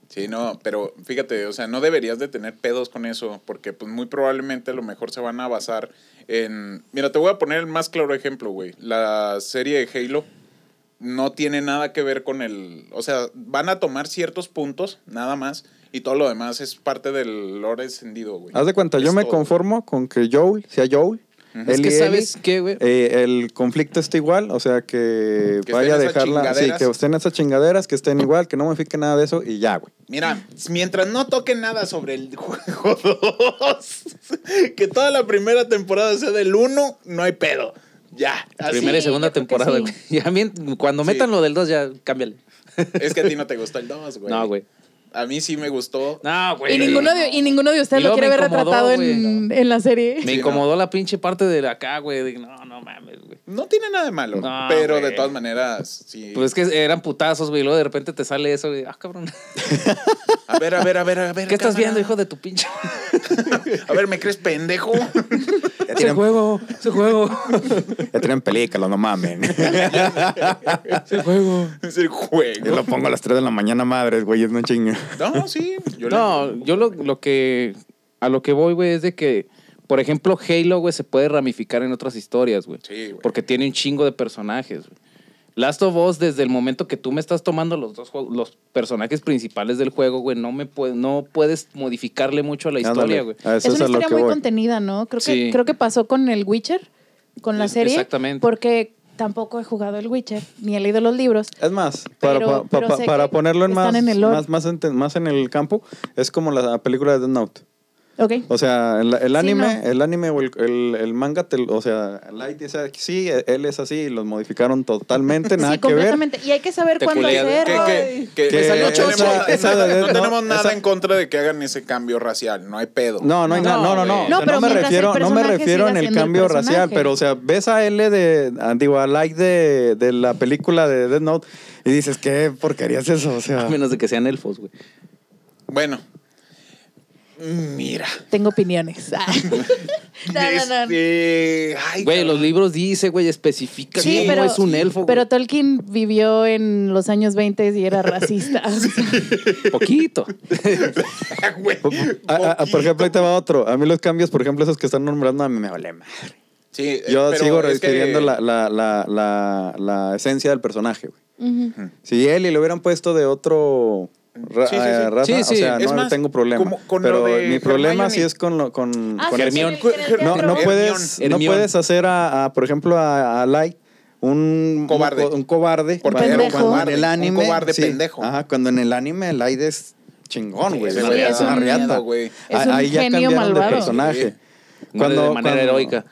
Speaker 2: Sí, no, pero fíjate, o sea, no deberías de tener pedos con eso, porque pues muy probablemente a lo mejor se van a basar en... Mira, te voy a poner el más claro ejemplo, güey. La serie de Halo no tiene nada que ver con el... O sea, van a tomar ciertos puntos, nada más, y todo lo demás es parte del lore encendido, güey.
Speaker 3: Haz de cuenta, yo
Speaker 2: Es
Speaker 3: me
Speaker 2: todo.
Speaker 3: conformo con que Joel sea Joel.
Speaker 1: Es
Speaker 3: Ellie,
Speaker 1: que sabes
Speaker 3: Ellie.
Speaker 1: qué, güey.
Speaker 3: Eh, el conflicto está igual, o sea que,
Speaker 2: Que
Speaker 3: vaya a
Speaker 2: estén esas
Speaker 3: dejarla. Sí,
Speaker 2: chingaderas.
Speaker 3: que estén esas chingaderas, que estén igual, que no me fique nada de eso y ya, güey.
Speaker 2: Mira, mientras no toquen nada sobre el juego 2, que toda la primera temporada sea del 1, no hay pedo. Ya. así.
Speaker 1: Primera y
Speaker 4: Ah, Sí,
Speaker 1: segunda
Speaker 4: yo creo que
Speaker 1: temporada,
Speaker 4: sí.
Speaker 1: güey. Ya mien- cuando metan
Speaker 2: Sí.
Speaker 1: lo del 2, ya cámbiale.
Speaker 2: Es que a ti no te gustó el 2, güey.
Speaker 1: No, güey.
Speaker 2: A mí sí me gustó.
Speaker 1: No, güey.
Speaker 4: Y ninguno de, y ninguno de ustedes
Speaker 1: Y
Speaker 4: lo
Speaker 1: luego
Speaker 4: quiere
Speaker 1: me
Speaker 4: ver
Speaker 1: incomodó,
Speaker 4: retratado en,
Speaker 1: güey.
Speaker 4: en la serie.
Speaker 1: Me
Speaker 2: Sí,
Speaker 1: incomodó la pinche parte de acá, güey. de- No, no mames, güey.
Speaker 2: No tiene nada de malo.
Speaker 1: No,
Speaker 2: pero de
Speaker 1: güey.
Speaker 2: todas maneras, sí.
Speaker 1: Pues es que eran putazos, güey. Y luego de repente te sale eso, güey. Ah, cabrón.
Speaker 2: A ver, a ver, a ver, a ver.
Speaker 1: ¿Qué estás
Speaker 2: cámara.
Speaker 1: viendo, hijo de tu pinche?
Speaker 2: A ver, ¿me crees pendejo?
Speaker 3: Ya tienen,
Speaker 1: juego, ese juego,
Speaker 3: ya tienen películas, no mamen.
Speaker 1: ese juego.
Speaker 2: es el
Speaker 3: Yo
Speaker 2: juego.
Speaker 3: lo pongo a las 3 de la mañana, madres, güey, es no chinga.
Speaker 2: No, sí. Yo le-
Speaker 1: No, yo lo, lo que. A lo que voy, güey, es de que. Por ejemplo, Halo, güey, se puede ramificar en otras historias, güey.
Speaker 2: Sí, güey.
Speaker 1: Porque tiene un chingo de personajes, güey. Last of Us, desde el momento que tú me estás tomando los dos juegos- los personajes principales del juego, güey, no me puede- no puedes modificarle mucho a la historia, güey.
Speaker 3: A
Speaker 4: Es
Speaker 3: eso
Speaker 4: una
Speaker 3: es a lo
Speaker 4: historia
Speaker 3: que
Speaker 4: muy
Speaker 3: voy.
Speaker 4: contenida, ¿no? Creo,
Speaker 1: Sí.
Speaker 4: que, creo que pasó con el Witcher, con la
Speaker 1: Es-
Speaker 4: serie.
Speaker 1: exactamente.
Speaker 4: Porque tampoco he jugado el Witcher, ni he leído los libros.
Speaker 3: Es más, para,
Speaker 4: Pero-
Speaker 3: pa- pa-
Speaker 4: pero
Speaker 3: pa-
Speaker 4: sé
Speaker 3: para
Speaker 4: que
Speaker 3: ponerlo en
Speaker 4: están
Speaker 3: más,
Speaker 4: en el lore.
Speaker 3: más, más, ente- más en el campo, es como la película de Death Note.
Speaker 4: ¿Ok?
Speaker 3: O sea, el, el
Speaker 4: Sí,
Speaker 3: anime,
Speaker 4: no.
Speaker 3: el anime o el, el- el manga, te- o sea, Light dice aquí, sí, él es así, y los modificaron totalmente, nada
Speaker 4: sí,
Speaker 3: que ver.
Speaker 4: completamente. Y hay que saber
Speaker 1: Te
Speaker 4: cuándo
Speaker 1: culea,
Speaker 2: Que-
Speaker 4: hacerlo.
Speaker 2: que-
Speaker 4: y-
Speaker 2: que-
Speaker 3: Que
Speaker 2: esa- no
Speaker 3: esa-
Speaker 2: Eh, tenemos,
Speaker 3: esa de-
Speaker 2: no
Speaker 3: no,
Speaker 2: tenemos nada
Speaker 3: esa-
Speaker 2: en contra de que hagan ese cambio racial. No hay pedo.
Speaker 3: No, no hay
Speaker 1: No,
Speaker 3: nada. No, no, no.
Speaker 1: güey.
Speaker 3: O sea,
Speaker 1: No,
Speaker 3: No,
Speaker 4: pero
Speaker 3: me
Speaker 4: mientras el
Speaker 3: refiero, no me
Speaker 4: personaje
Speaker 3: refiero
Speaker 4: siga
Speaker 3: en el
Speaker 4: siendo el
Speaker 3: cambio racial,
Speaker 4: personaje.
Speaker 3: pero o sea, ves a L de, ah, digo, a Light de, de la película de Death Note y dices, ¿qué porquería es eso? O sea,
Speaker 1: A menos de que sean elfos, güey.
Speaker 2: Bueno. Mira.
Speaker 4: Tengo opiniones. Ah. no, no, no.
Speaker 2: Este, ay,
Speaker 1: Güey,
Speaker 2: cabrón.
Speaker 1: los libros dice, güey, especifica
Speaker 4: Sí,
Speaker 1: cómo
Speaker 4: pero-
Speaker 1: es un elfo,
Speaker 4: Pero Tolkien vivió en los años 20 y era racista.
Speaker 1: güey. Poquito.
Speaker 2: Güey,
Speaker 3: a- a- a- Ah, por ejemplo, ahí te va otro. A mí los cambios, por ejemplo, esos que están nombrando, a mí me vale madre.
Speaker 2: Sí, eh,
Speaker 3: Yo
Speaker 2: pero
Speaker 3: sigo
Speaker 2: es que-
Speaker 3: refiriendo la, la, la, la, la esencia del personaje, güey.
Speaker 4: Ujú.
Speaker 3: Si él y lo hubieran puesto de otro ra-
Speaker 2: Sí, sí, sí.
Speaker 3: eh, raza,
Speaker 1: Sí, sí.
Speaker 3: o sea,
Speaker 2: Es
Speaker 3: no
Speaker 2: más,
Speaker 3: tengo problema.
Speaker 2: como con lo
Speaker 3: pero
Speaker 2: de
Speaker 3: mi problema
Speaker 2: Hermione.
Speaker 3: sí es con lo con,
Speaker 4: Ah,
Speaker 3: con
Speaker 4: sí,
Speaker 3: eso.
Speaker 1: Hermión.
Speaker 4: en el- en el
Speaker 3: No,
Speaker 4: teatro.
Speaker 3: no
Speaker 2: Hermión.
Speaker 3: puedes, no
Speaker 1: Hermión.
Speaker 3: puedes hacer a, a, por ejemplo, a, a Lai un
Speaker 2: Cobarde.
Speaker 3: Un, co- un cobarde.
Speaker 2: Porque
Speaker 3: cuando-
Speaker 4: era un
Speaker 3: cuando
Speaker 2: cobarde,
Speaker 3: en el
Speaker 2: un
Speaker 3: anime.
Speaker 2: cobarde pendejo.
Speaker 3: Ajá, cuando en el anime Lai es chingón, güey.
Speaker 2: ese
Speaker 3: es
Speaker 2: güey
Speaker 3: una-
Speaker 2: es
Speaker 3: es una
Speaker 2: un
Speaker 3: riata.
Speaker 2: miedo, güey.
Speaker 4: Es un
Speaker 3: Ahí ya
Speaker 4: genio
Speaker 3: cambiaron
Speaker 4: malvado.
Speaker 3: de personaje.
Speaker 1: No de manera heroica.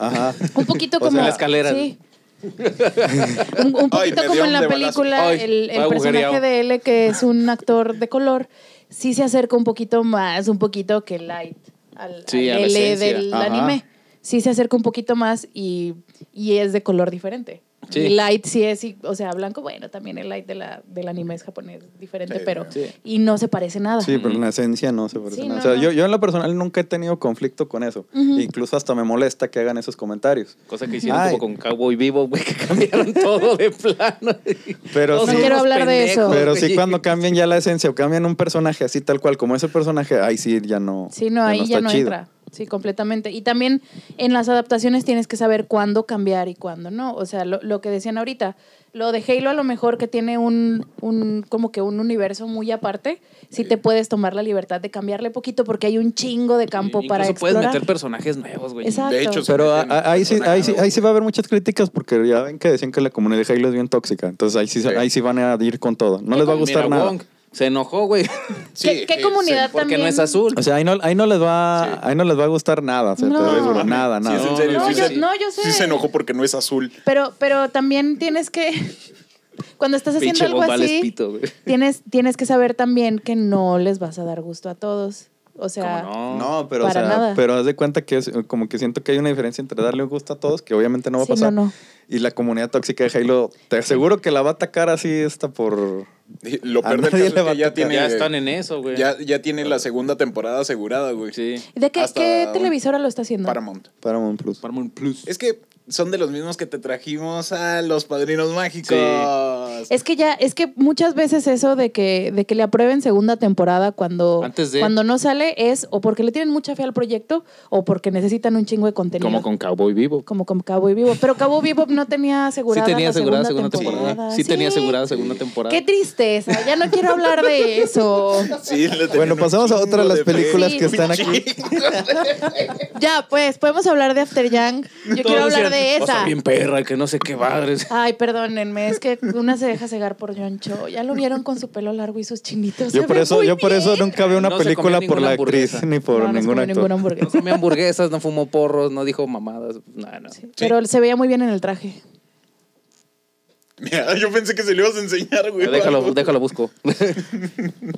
Speaker 3: Ajá.
Speaker 4: Un poquito
Speaker 3: O
Speaker 4: como.
Speaker 3: sea,
Speaker 1: la escalera.
Speaker 4: Sí. Un, un
Speaker 2: Ay,
Speaker 4: poquito
Speaker 2: me
Speaker 4: como
Speaker 2: dio
Speaker 4: en la
Speaker 2: de balazo.
Speaker 4: película,
Speaker 1: Ay,
Speaker 4: el, el
Speaker 1: fue
Speaker 4: personaje
Speaker 1: agujereado.
Speaker 4: de L, que es un actor de color, sí se acerca un poquito más, un poquito que Light al,
Speaker 1: Sí,
Speaker 4: al
Speaker 1: a la
Speaker 4: L
Speaker 1: esencia.
Speaker 4: del
Speaker 3: Ajá.
Speaker 4: anime. Sí se acerca un poquito más y, y es de color diferente.
Speaker 1: Sí.
Speaker 4: Y Light sí es, y- o sea, blanco, bueno, también el Light de la, del anime es japonés diferente,
Speaker 2: Sí,
Speaker 4: pero...
Speaker 1: sí.
Speaker 4: Y no se parece nada.
Speaker 3: Sí, pero en la esencia no se parece
Speaker 4: Sí,
Speaker 3: nada.
Speaker 4: no,
Speaker 3: o sea,
Speaker 4: no.
Speaker 3: Yo, yo en lo personal nunca he tenido conflicto con eso.
Speaker 4: Ujú.
Speaker 3: Incluso hasta me molesta que hagan esos comentarios.
Speaker 1: Cosa que hicieron
Speaker 3: Ay.
Speaker 1: como con Cowboy Vivo, güey, que cambiaron todo de plano.
Speaker 3: Pero
Speaker 1: Todos
Speaker 3: sí.
Speaker 1: unos
Speaker 4: No quiero hablar de eso.
Speaker 1: pendejos,
Speaker 3: Pero sí
Speaker 1: güey.
Speaker 3: cuando cambian ya la esencia o cambian un personaje así tal cual como ese personaje, ahí sí ya no.
Speaker 4: Sí, no, ahí ya
Speaker 3: está
Speaker 4: no
Speaker 3: chido.
Speaker 4: entra. Sí, completamente. Y también en las adaptaciones tienes que saber cuándo cambiar y cuándo no. O sea, lo, lo que decían ahorita, lo de Halo a lo mejor que tiene un, un como que un universo muy aparte, sí, te puedes tomar la libertad de cambiarle poquito porque hay un chingo de campo
Speaker 1: Incluso
Speaker 4: para
Speaker 1: puedes
Speaker 4: explorar.
Speaker 1: meter personajes nuevos, güey.
Speaker 4: Exacto.
Speaker 2: De hecho, se
Speaker 3: Pero a-
Speaker 2: meten
Speaker 3: a- ahí, sí,
Speaker 2: personajes
Speaker 3: ahí, sí, ahí
Speaker 2: nuevos.
Speaker 3: sí va a haber muchas críticas porque ya ven que decían que la comunidad de Halo es bien tóxica. Entonces ahí sí,
Speaker 2: Sí.
Speaker 3: ahí sí van a ir con todo. No les va a gustar
Speaker 1: pues, Mira,
Speaker 3: nada.
Speaker 1: Wong se enojó, güey,
Speaker 2: Sí,
Speaker 4: ¿Qué- qué
Speaker 3: eh,
Speaker 2: sí,
Speaker 4: comunidad?
Speaker 1: porque no
Speaker 4: También-
Speaker 1: es azul.
Speaker 3: O sea, ahí no, ahí no les va,
Speaker 2: Sí.
Speaker 3: ahí no les va a gustar nada. o sea, te
Speaker 4: No.
Speaker 3: lo aseguro,
Speaker 2: sí.
Speaker 3: nada,
Speaker 2: Sí,
Speaker 3: nada.
Speaker 2: es en
Speaker 1: No,
Speaker 2: serio,
Speaker 4: no,
Speaker 2: sí,
Speaker 4: yo,
Speaker 2: se-
Speaker 4: no, yo sé.
Speaker 2: Sí se enojó porque no es azul.
Speaker 4: Pero, pero también tienes que, cuando estás haciendo
Speaker 1: Pinche
Speaker 4: algo
Speaker 1: bomba al
Speaker 4: así,
Speaker 1: espito, güey.
Speaker 4: tienes, tienes que saber también que no les vas a dar gusto a todos. O sea,
Speaker 1: ¿Cómo
Speaker 3: No, pero,
Speaker 4: Para
Speaker 3: o sea,
Speaker 4: nada.
Speaker 3: pero haz de cuenta que es como que siento que hay una diferencia entre darle un gusto a todos, que obviamente no va a
Speaker 4: sí,
Speaker 3: pasar,
Speaker 4: no, no.
Speaker 3: y la comunidad tóxica de Halo, te aseguro que la va a atacar así esta por...
Speaker 2: Y Lo
Speaker 3: A
Speaker 2: peor del
Speaker 3: nadie
Speaker 2: caso es
Speaker 3: le va a
Speaker 2: que ya
Speaker 3: tocar.
Speaker 2: tiene,
Speaker 1: Ya están en eso, güey.
Speaker 2: ya, ya tiene la segunda temporada asegurada, güey.
Speaker 1: Sí.
Speaker 4: ¿De qué,
Speaker 2: Hasta
Speaker 4: qué
Speaker 2: un-
Speaker 4: televisora lo está haciendo?
Speaker 2: Paramount.
Speaker 3: Paramount Plus.
Speaker 1: Paramount Plus.
Speaker 2: Es que son de los mismos que te trajimos a los padrinos mágicos.
Speaker 4: Es que ya, es que muchas veces eso de que, de que le aprueben segunda temporada cuando,
Speaker 1: Antes de-
Speaker 4: cuando no sale es o porque le tienen mucha fe al proyecto o porque necesitan un chingo de contenido.
Speaker 1: Como con Cowboy Vivo.
Speaker 4: como con Cowboy Bebop. Pero Cowboy Bebop no tenía asegurada
Speaker 1: sí tenía
Speaker 4: la
Speaker 1: asegurada
Speaker 4: segunda,
Speaker 1: segunda temporada. Sí, tenía asegurada segunda temporada.
Speaker 4: Qué tristeza, ya no quiero hablar de eso.
Speaker 2: Sí, le tenían
Speaker 3: Bueno,
Speaker 2: un
Speaker 3: pasamos a
Speaker 2: chingo
Speaker 3: otra de las
Speaker 2: fe.
Speaker 3: películas
Speaker 4: Sí.
Speaker 3: que están aquí.
Speaker 2: Chingo.
Speaker 4: Ya, pues, podemos hablar de After Yang. Yo quiero
Speaker 1: Todos decían,
Speaker 4: hablar de
Speaker 1: "Vas a
Speaker 4: esa.
Speaker 1: bien perra, que no sé qué madres.
Speaker 4: Ay, perdónenme, es que una se deja cegar por John Cho. Ya lo vieron con su pelo largo y sus chinitos.
Speaker 3: Yo
Speaker 4: Se
Speaker 3: por
Speaker 4: ve
Speaker 3: eso,
Speaker 4: muy
Speaker 3: yo por
Speaker 4: bien.
Speaker 3: eso nunca veo una
Speaker 1: No se
Speaker 3: película
Speaker 1: comió
Speaker 3: por
Speaker 1: ninguna
Speaker 3: la actriz
Speaker 1: hamburguesa.
Speaker 3: ni por
Speaker 4: No, no se
Speaker 3: ningún
Speaker 4: comió
Speaker 3: actor.
Speaker 4: ninguna
Speaker 1: No
Speaker 4: hamburguesa.
Speaker 1: comió hamburguesas, no fumó porros, no dijo mamadas. No, no.
Speaker 4: Pero se veía muy bien en el traje.
Speaker 2: Mira, yo pensé que se lo ibas a enseñar, güey.
Speaker 1: Déjalo, déjalo, busco.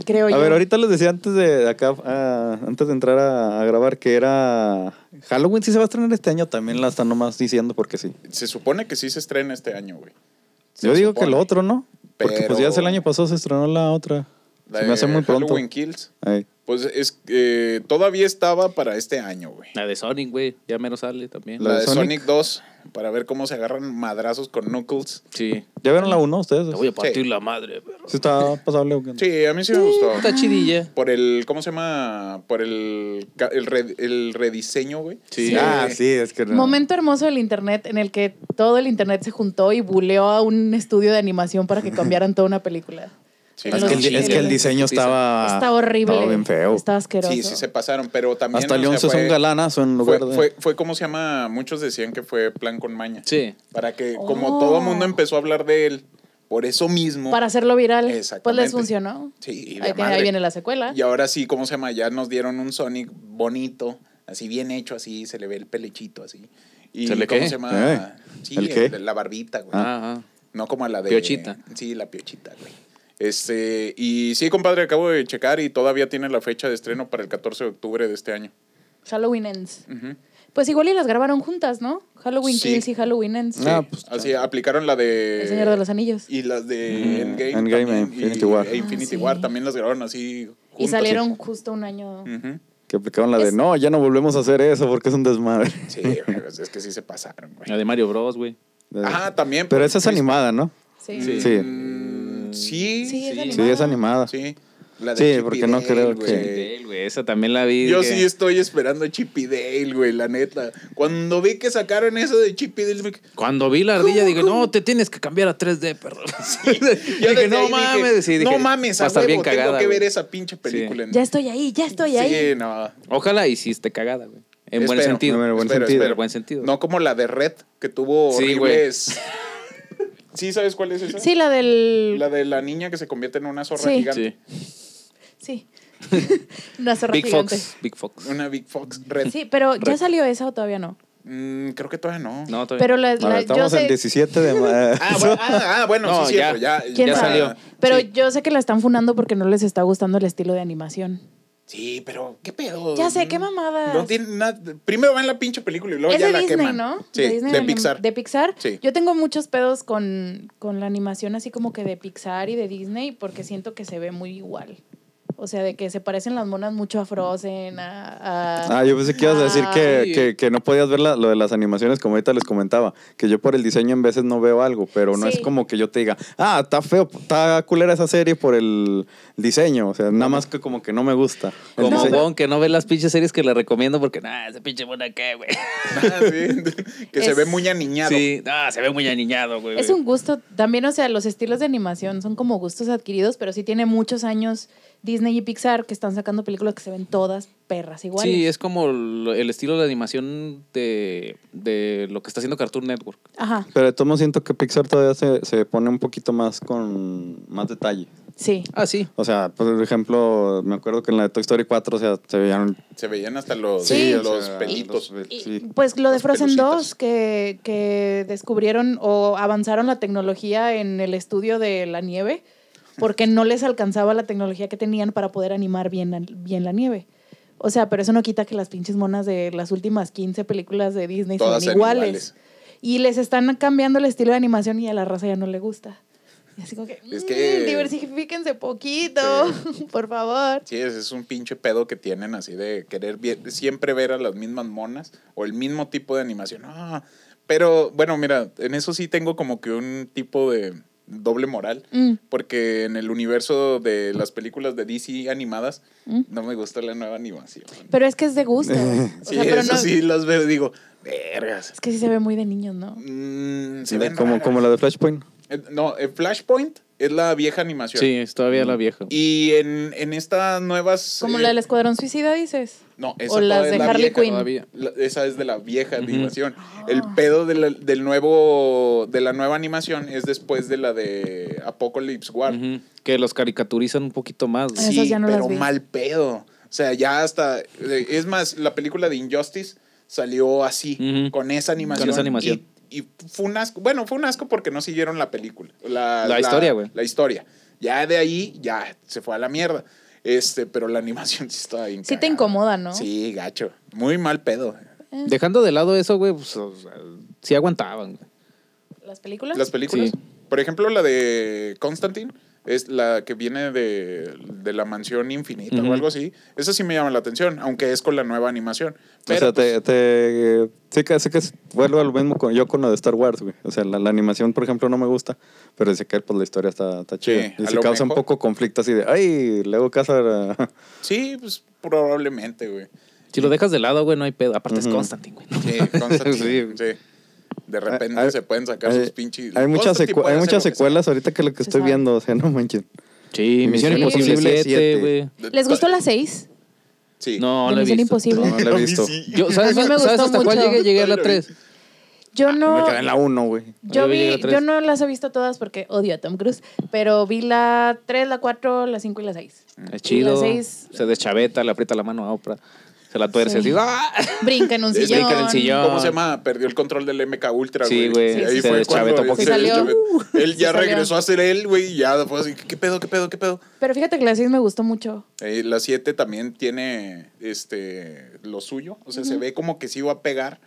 Speaker 4: Creo yo.
Speaker 3: A ver, ahorita les decía antes de acá, ah, antes de entrar a, a grabar, que era Halloween sí se va a estrenar este año, también la están nomás diciendo porque sí.
Speaker 2: Se supone que sí se estrena este año, güey. Se
Speaker 3: Yo digo
Speaker 2: supone.
Speaker 3: que lo otro, ¿no? Porque pues
Speaker 2: Pero-
Speaker 3: ya es el año pasado se estrenó la otra.
Speaker 2: La
Speaker 3: se me hace
Speaker 2: de
Speaker 3: muy pronto.
Speaker 2: Halloween Kills.
Speaker 3: Ay.
Speaker 2: Pues es que todavía estaba para este año, güey.
Speaker 1: La de Sonic, güey, ya menos sale también.
Speaker 3: La-
Speaker 2: La,
Speaker 3: de
Speaker 2: de
Speaker 3: Sonic.
Speaker 2: Sonic? 2, para ver cómo se agarran madrazos con Knuckles.
Speaker 1: Sí.
Speaker 3: ¿Ya vieron la 1 ustedes?
Speaker 1: Te voy a partir
Speaker 2: Sí.
Speaker 1: la madre, perro.
Speaker 3: Sí está pasable. ¿o qué?
Speaker 2: Sí, a mí sí me gustó.
Speaker 1: Está chidilla.
Speaker 2: Por el, ¿cómo se llama? Por el, ca- el, re- el rediseño, güey.
Speaker 1: Sí.
Speaker 3: Ah, sí, es que no.
Speaker 4: Momento hermoso del internet en el que todo el internet se juntó y buleó a un estudio de animación para que cambiaran toda una película.
Speaker 2: Sí,
Speaker 3: Es que, el, di- es que el diseño estaba
Speaker 4: Está horrible.
Speaker 3: Ah, Estaba bien feo.
Speaker 4: Está asqueroso.
Speaker 2: Sí, sí se pasaron, pero también... o
Speaker 3: Hasta
Speaker 2: sea,
Speaker 3: León se son
Speaker 2: fue-
Speaker 3: galanazo en
Speaker 2: Fue,
Speaker 3: lugar de
Speaker 2: fue, fue como se llama, muchos decían que fue plan con maña.
Speaker 1: Sí.
Speaker 2: Para que, como
Speaker 4: Oh.
Speaker 2: todo el mundo empezó a hablar de él, por eso mismo.
Speaker 4: Para hacerlo viral.
Speaker 2: Exactamente.
Speaker 4: Pues les funcionó.
Speaker 2: Sí,
Speaker 4: Ahí,
Speaker 2: la
Speaker 4: tiene- ahí
Speaker 2: madre.
Speaker 4: viene la secuela.
Speaker 2: Y ahora sí, ¿cómo se llama? Ya nos dieron un Sonic bonito, así bien hecho, así, se le ve el pelechito así. Y
Speaker 1: ¿Se le
Speaker 2: ¿Cómo
Speaker 1: qué?
Speaker 2: se llama?
Speaker 3: Eh,
Speaker 2: Sí,
Speaker 3: ¿el qué?
Speaker 2: el- la barbita, güey.
Speaker 1: Ah, ah.
Speaker 2: No como a la de.
Speaker 1: Piochita.
Speaker 2: Sí, la piochita, güey. Este, y sí, compadre, acabo de checar y todavía tiene la fecha de estreno para el 14 de octubre de este año.
Speaker 4: Halloween Ends.
Speaker 2: Ujú.
Speaker 4: Pues igual y las grabaron juntas, ¿no? Halloween
Speaker 2: Sí.
Speaker 4: Kills y Halloween Ends.
Speaker 3: Sí. Ah, pues,
Speaker 2: Así aplicaron la de.
Speaker 4: El Señor de los Anillos.
Speaker 2: Y las de
Speaker 3: Mm,
Speaker 2: Endgame.
Speaker 3: Endgame,
Speaker 2: también, y-
Speaker 3: Infinity War.
Speaker 2: e Infinity
Speaker 4: Ah, sí.
Speaker 2: War también las grabaron así.
Speaker 4: Y
Speaker 2: juntas.
Speaker 4: salieron justo un año.
Speaker 2: Ujú.
Speaker 3: que aplicaron la de
Speaker 4: Es-
Speaker 3: no, ya no volvemos a hacer eso porque es un desmadre.
Speaker 2: Sí, güey, es que sí se pasaron,
Speaker 1: La
Speaker 2: güey.
Speaker 1: de Mario Bros, güey.
Speaker 2: Ajá, también. pues,
Speaker 3: Pero esa es animada, ¿no?
Speaker 4: Sí.
Speaker 1: Sí.
Speaker 3: Sí.
Speaker 2: Mm, Sí.
Speaker 4: Sí, es
Speaker 3: Sí, es animada.
Speaker 2: Sí. La
Speaker 3: Sí,
Speaker 2: Chip
Speaker 3: porque
Speaker 2: y
Speaker 3: no
Speaker 2: Dale,
Speaker 3: creo
Speaker 2: güey.
Speaker 3: Sí.
Speaker 1: Chip y Dale, güey. Esa también la vi.
Speaker 2: Yo
Speaker 1: dije,
Speaker 2: sí estoy esperando Chip y Dale, güey, la neta. Cuando vi que sacaron eso de Chip y Dale, me quedé,
Speaker 1: Cuando vi la ardilla, dije, no, te tienes que cambiar a 3D, perro.
Speaker 2: Yo
Speaker 1: dije,
Speaker 2: desde ahí
Speaker 1: no
Speaker 2: dije,
Speaker 1: mames. sí,
Speaker 2: no
Speaker 1: dije,
Speaker 2: mames,
Speaker 1: va
Speaker 2: a
Speaker 1: a estar
Speaker 2: huevo,
Speaker 1: bien
Speaker 2: tengo
Speaker 1: cagada.
Speaker 2: que ver
Speaker 1: güey.
Speaker 2: esa pinche película.
Speaker 4: Ya estoy ahí, ya estoy ahí.
Speaker 2: Sí, no.
Speaker 1: Ojalá y sí esté cagada, güey. En buen
Speaker 2: Espero.
Speaker 1: sentido.
Speaker 3: En buen
Speaker 2: Espero,
Speaker 3: sentido.
Speaker 2: espero.
Speaker 1: En buen sentido.
Speaker 2: No como la de Red, que tuvo
Speaker 1: Sí, güey.
Speaker 2: horribles... ¿Sí sabes cuál es esa?
Speaker 4: Sí, la del.
Speaker 2: La de la niña que se convierte en una zorra
Speaker 4: Sí.
Speaker 2: gigante.
Speaker 1: Sí.
Speaker 4: Sí. Una zorra
Speaker 1: Big
Speaker 4: gigante.
Speaker 1: Fox. Big Fox.
Speaker 2: Una Big Fox Red.
Speaker 4: Sí, pero ¿ya salió esa o todavía no?
Speaker 2: Mm, creo que todavía no.
Speaker 1: No, todavía.
Speaker 4: Pero
Speaker 3: A
Speaker 4: la,
Speaker 3: ver,
Speaker 4: Pues, la- yo
Speaker 3: estamos
Speaker 4: sé,
Speaker 3: el 17 de ma-
Speaker 2: Ah, bueno, ah, ah, bueno,
Speaker 1: No,
Speaker 2: sí, cierto,
Speaker 1: ya.
Speaker 2: ya, ya,
Speaker 4: ¿quién
Speaker 1: ya
Speaker 4: sabe?
Speaker 1: salió.
Speaker 4: Pero
Speaker 2: Sí.
Speaker 4: yo sé que la están funando porque no les está gustando el estilo de animación.
Speaker 2: Sí, pero ¿qué pedo? Mm,
Speaker 4: Ya sé, qué mamadas.
Speaker 2: No tiene nada. Primero ven la pinche película y luego
Speaker 4: es
Speaker 2: ya
Speaker 4: de
Speaker 2: la
Speaker 4: Disney,
Speaker 2: queman.
Speaker 4: ¿no?
Speaker 2: Sí,
Speaker 4: de
Speaker 2: de,
Speaker 4: Disney anim-
Speaker 2: Pixar.
Speaker 4: De Pixar.
Speaker 2: Sí.
Speaker 4: Yo tengo muchos pedos con, con la animación así como que de Pixar y de Disney porque siento que se ve muy igual. O sea, de que se parecen las monas mucho a Frozen, a... a-
Speaker 3: Ah, yo pensé que ibas a decir que,
Speaker 1: Ay.
Speaker 3: que, que no podías ver la- lo de las animaciones, como ahorita les comentaba, que yo por el diseño en veces no veo algo, pero no
Speaker 4: Sí.
Speaker 3: es como que yo te diga, ah, está feo, está culera esa serie por el diseño, o sea, nada más que como que no me gusta. el
Speaker 1: Como
Speaker 3: diseño.
Speaker 1: Bon, que no ve las pinches series que le recomiendo porque, nah, ese pinche buena qué, güey.
Speaker 2: Ah, sí, que se
Speaker 4: Es-
Speaker 2: ve muy aniñado.
Speaker 1: Sí, ah, se ve muy aniñado, güey.
Speaker 4: Es un gusto, también, o sea, los estilos de animación son como gustos adquiridos, pero sí tiene muchos años Disney y Pixar que están sacando películas que se ven todas perras iguales.
Speaker 1: Sí, es como el el estilo de animación de, de lo que está haciendo Cartoon Network.
Speaker 4: Ajá,
Speaker 3: Pero de todos modos siento que Pixar todavía se, se pone un poquito más con más detalle.
Speaker 4: sí.
Speaker 1: Ah, sí.
Speaker 3: O sea, por ejemplo, me acuerdo que en la de Toy Story 4, o sea, se veían
Speaker 2: Se veían hasta los,
Speaker 4: Sí,
Speaker 2: los
Speaker 3: o sea,
Speaker 2: pelitos.
Speaker 3: los-
Speaker 4: Y,
Speaker 3: sí.
Speaker 4: pues lo de
Speaker 2: Las
Speaker 4: Frozen
Speaker 2: pelucitas.
Speaker 4: 2, que, que descubrieron o avanzaron la tecnología en el estudio de la nieve, porque no les alcanzaba la tecnología que tenían para poder animar bien, la- bien la nieve. O sea, pero eso no quita que las pinches monas de las últimas 15 películas de Disney
Speaker 2: Todas
Speaker 4: son
Speaker 2: eran
Speaker 4: iguales.
Speaker 2: iguales.
Speaker 4: Y les están cambiando el estilo de animación y a la raza ya no le gusta. Y así como que,
Speaker 2: Es que-
Speaker 4: "Mm, diversifíquense poquito, por favor.
Speaker 2: Sí, ese es un pinche pedo que tienen así de querer vi- siempre ver a las mismas monas o el mismo tipo de animación. Ah, pero bueno, mira, en eso sí tengo como que un tipo de doble moral.
Speaker 4: Mm,
Speaker 2: Porque en el universo de las películas de DC animadas,
Speaker 4: mm.
Speaker 2: no me gusta la nueva animación.
Speaker 4: Pero es que es de gusto. O
Speaker 2: sí,
Speaker 4: sea, pero
Speaker 2: eso
Speaker 4: no-
Speaker 2: sí las veo y digo, vergas.
Speaker 4: Es que sí se ve muy de niños, ¿no?
Speaker 2: Mm, se ven
Speaker 3: como,
Speaker 2: raras".
Speaker 3: como la de Flashpoint.
Speaker 2: Eh, No, eh, Flashpoint es la vieja animación.
Speaker 1: Sí, es todavía la vieja.
Speaker 2: Y en, en estas nuevas.
Speaker 4: Como
Speaker 2: eh,
Speaker 4: la del Escuadrón Suicida, dices.
Speaker 2: No, esa
Speaker 4: o las
Speaker 2: todavía
Speaker 4: de
Speaker 2: es la
Speaker 4: Harley
Speaker 2: vieja.
Speaker 4: Quinn. Ah.
Speaker 1: todavía.
Speaker 2: La- esa es de la vieja
Speaker 1: Ujú.
Speaker 2: animación. El pedo de la- del nuevo. De la nueva animación es después de la de Apocalypse War.
Speaker 1: Ujú. Que los caricaturizan un poquito más. güey.
Speaker 4: Esas
Speaker 2: Sí,
Speaker 4: ya no las
Speaker 2: pero
Speaker 4: vi.
Speaker 2: mal pedo. O sea, ya hasta. eh, Es más, la película de Injustice salió así,
Speaker 1: Ujú.
Speaker 2: con esa animación.
Speaker 1: Con esa animación.
Speaker 2: Y, y fue un asco. Bueno, fue un asco porque no siguieron la película. La,
Speaker 1: La historia, güey.
Speaker 2: La historia. Ya de ahí, ya se fue a la mierda. Este, pero la animación sí estaba bien
Speaker 4: Sí te
Speaker 2: cagada.
Speaker 4: incomoda, ¿no? Eh,
Speaker 2: Sí, gacho. Muy mal pedo.
Speaker 1: Dejando de lado eso, güey, pues, o sea, sí aguantaban. güey.
Speaker 4: ¿Las películas?
Speaker 2: Las películas.
Speaker 1: Sí.
Speaker 2: Por ejemplo, la de Constantine. Es la que viene de, de la mansión infinita
Speaker 1: Ujú.
Speaker 2: o algo así. Esa sí me llama la atención, aunque es con la nueva animación. Pero,
Speaker 3: o sea,
Speaker 2: pues,
Speaker 3: te, te- sí que, sí que es- vuelvo a lo mismo con, yo con lo de Star Wars, güey. O sea, la, la animación, por ejemplo, no me gusta, pero dice que pues, la historia está, está chida.
Speaker 2: Sí,
Speaker 3: y
Speaker 2: a
Speaker 3: se
Speaker 2: lo
Speaker 3: causa un
Speaker 2: mejor.
Speaker 3: poco conflicto así de, ay, le hago caso a... la-".
Speaker 2: Sí, pues probablemente, güey.
Speaker 1: Si lo dejas de lado, güey, no hay pedo. Aparte es
Speaker 3: Ujú.
Speaker 1: Constantine, güey.
Speaker 2: Sí, Constantine,
Speaker 1: Sí, güey. Ah,
Speaker 2: sí. De repente
Speaker 3: Hay-
Speaker 2: se pueden sacar
Speaker 3: hay-
Speaker 2: sus pinches. este
Speaker 3: Hay muchas,
Speaker 2: Constantine
Speaker 3: secu-
Speaker 2: puede
Speaker 3: hay
Speaker 2: hacer
Speaker 3: muchas
Speaker 2: lo que
Speaker 3: secuelas ahorita que lo que
Speaker 4: Se
Speaker 3: estoy
Speaker 4: sabe.
Speaker 3: viendo, o sea, no manches.
Speaker 1: Sí, Misión
Speaker 3: Misión
Speaker 1: Imposible
Speaker 3: Imposible
Speaker 1: 7,
Speaker 3: siete.
Speaker 1: güey.
Speaker 2: sea.
Speaker 4: ¿Les gustó la 6?
Speaker 2: Sí.
Speaker 1: No,
Speaker 4: de
Speaker 1: no he
Speaker 4: Misión
Speaker 1: visto.
Speaker 4: Imposible.
Speaker 3: No, no la
Speaker 2: A
Speaker 3: he
Speaker 2: mí
Speaker 3: visto.
Speaker 2: sí.
Speaker 1: Yo, ¿Sabes,
Speaker 4: A mí me
Speaker 1: ¿sabes
Speaker 4: gustó
Speaker 1: hasta cuál
Speaker 4: mucho.
Speaker 1: llegué? Llegué a la 3.
Speaker 4: Yo
Speaker 3: Me
Speaker 4: no.
Speaker 3: quedé en la 1, güey.
Speaker 1: Yo
Speaker 4: Yo,
Speaker 1: llegué a la
Speaker 4: vi,
Speaker 1: tres.
Speaker 4: yo no las he visto todas porque odio a Tom Cruise, pero vi la 3, la 4, la 5 y la 6.
Speaker 1: Es chido.
Speaker 4: Y la seis-
Speaker 1: Se deschaveta, le aprieta la mano a Oprah. Se la tuerce
Speaker 4: Sí.
Speaker 1: así. ¡ah!
Speaker 4: Brinca en un
Speaker 2: Es que
Speaker 4: sillón.
Speaker 1: brinca en el sillón.
Speaker 2: ¿Cómo se llama? Perdió el control del MK Ultra,
Speaker 1: Sí,
Speaker 2: güey.
Speaker 1: güey,
Speaker 2: Y Ahí
Speaker 1: se
Speaker 2: fue
Speaker 1: deschavetó
Speaker 2: cuando
Speaker 1: poquito.
Speaker 2: se
Speaker 4: Salió.
Speaker 2: deschavetó. Él ya
Speaker 4: Se salió.
Speaker 2: regresó a ser él, güey, y ya fue así. ¿Qué pedo, qué pedo, qué pedo?
Speaker 4: Pero fíjate que la 6 me gustó mucho.
Speaker 2: Eh, la 7 también tiene este lo suyo. O sea, se ve como que sí va a pegar.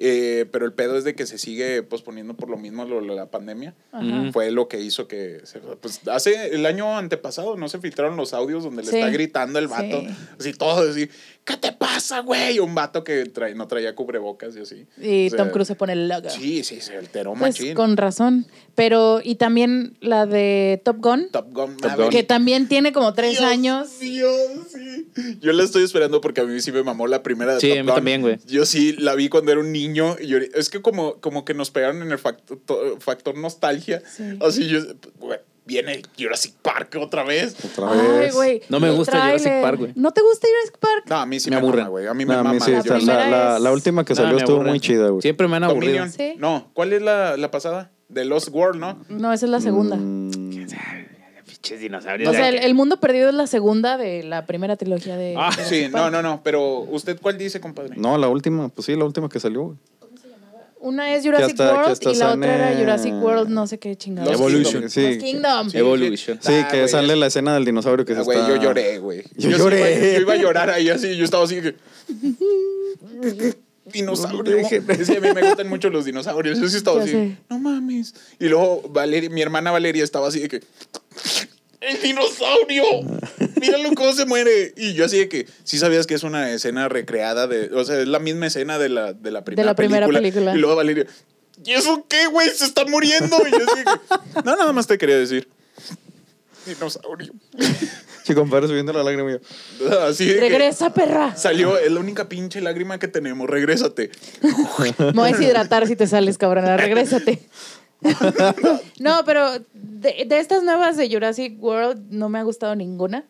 Speaker 2: eh, pero el pedo es de que se sigue posponiendo por lo mismo lo, lo de la pandemia.
Speaker 4: Ajá.
Speaker 1: Ujú.
Speaker 2: Fue lo que hizo que. se- pues hace el año antepasado, ¿no? Se filtraron los audios donde
Speaker 4: Sí.
Speaker 2: le está gritando el vato.
Speaker 4: Sí.
Speaker 2: Así todo, así. ¿Qué te pasa, güey? Un vato que trae- no traía cubrebocas y así.
Speaker 4: Y
Speaker 2: O sea,
Speaker 4: Tom Cruise se pone loco.
Speaker 2: Sí, sí, se alteró
Speaker 4: pues
Speaker 2: machín.
Speaker 4: con razón. Pero, y también la de Top Gun,
Speaker 2: Top Gun
Speaker 1: Top Gun.
Speaker 2: Maverick.
Speaker 4: que también tiene como 3
Speaker 2: Dios,
Speaker 4: años.
Speaker 2: Dios, sí. Yo la estoy esperando porque a mí sí me mamó la primera de
Speaker 1: Sí,
Speaker 2: Top
Speaker 1: a mí
Speaker 2: Gun.
Speaker 1: también, güey.
Speaker 2: Yo sí la vi cuando era un niño. Y ahorita- es que como, como que nos pegaron en el facto- to- factor nostalgia.
Speaker 4: Sí.
Speaker 2: Así yo, güey, viene Jurassic Park otra vez.
Speaker 3: Otra
Speaker 4: Ay,
Speaker 3: vez.
Speaker 4: güey.
Speaker 1: No me
Speaker 4: el
Speaker 1: gusta Jurassic
Speaker 4: tráiler.
Speaker 1: Park, güey.
Speaker 4: ¿No te gusta Jurassic Park?
Speaker 2: No, a mí sí
Speaker 1: Me
Speaker 2: me,
Speaker 1: aburre.
Speaker 2: mama, güey. A mí
Speaker 3: No,
Speaker 2: me
Speaker 3: a mí
Speaker 2: mama.
Speaker 3: sí,
Speaker 4: La
Speaker 3: o sea,
Speaker 2: Jurassic
Speaker 3: la,
Speaker 4: primera
Speaker 2: Park.
Speaker 3: la-
Speaker 4: es-
Speaker 3: la última que
Speaker 1: No,
Speaker 3: salió
Speaker 1: me
Speaker 3: estuvo
Speaker 1: aburre.
Speaker 3: muy chida, güey.
Speaker 1: Siempre me han aburrido.
Speaker 2: Dominion.
Speaker 4: Sí.
Speaker 2: No, ¿cuál es la, la pasada? The Lost World, ¿no?
Speaker 4: No, esa es la segunda.
Speaker 3: Mm,
Speaker 1: Pinches dinosaurios.
Speaker 4: o sea, el, el mundo perdido es la segunda de la primera trilogía de.
Speaker 1: Ah,
Speaker 4: de
Speaker 2: Sí,
Speaker 4: Jurassic
Speaker 2: no,
Speaker 4: Park.
Speaker 2: no, no. Pero, ¿usted cuál dice, compadre?
Speaker 3: no, la última, pues sí, la última que salió, güey.
Speaker 4: Una es Jurassic
Speaker 3: hasta- que
Speaker 4: World
Speaker 3: hasta
Speaker 4: y la
Speaker 3: son,
Speaker 4: otra era
Speaker 3: eh,
Speaker 4: Jurassic World, no sé qué chingados.
Speaker 2: Los
Speaker 3: Evolution.
Speaker 2: Kingdom.
Speaker 4: Los
Speaker 3: Sí.
Speaker 4: Kingdom.
Speaker 2: Sí.
Speaker 1: Evolution.
Speaker 3: Sí,
Speaker 2: Ah,
Speaker 3: que
Speaker 2: güey,
Speaker 3: sale
Speaker 2: es-
Speaker 3: la escena del dinosaurio que se
Speaker 2: Ah, Güey,
Speaker 3: está...
Speaker 2: yo lloré, güey.
Speaker 3: Yo
Speaker 2: sí
Speaker 3: lloré.
Speaker 2: iba- yo iba a llorar ahí así, yo estaba así que... Dinosaurio. Es que a mí me gustan mucho los dinosaurios. Yo sí estaba
Speaker 4: Ya
Speaker 2: así,
Speaker 4: sé.
Speaker 2: no mames. Y luego Valeria, mi hermana Valeria estaba así de que... ¡El dinosaurio! Míralo cómo se muere. Y yo así de que, sí sabías que es una escena recreada de... O sea, es la misma escena de la, de la primera
Speaker 4: la primera película.
Speaker 2: Y luego Valeria, ¿y eso qué, güey? Se está muriendo. Y yo así de que, no, nada más te quería decir. Dinosaurio.
Speaker 3: Sí, compadre, subiendo la lágrima. y yo,
Speaker 2: Así de que
Speaker 4: Regresa, perra.
Speaker 2: Salió, es la única pinche lágrima que tenemos, regrésate.
Speaker 4: Me voy a deshidratar si te sales, cabrona. Regrésate. no, pero de, de estas nuevas de Jurassic World no me ha gustado ninguna.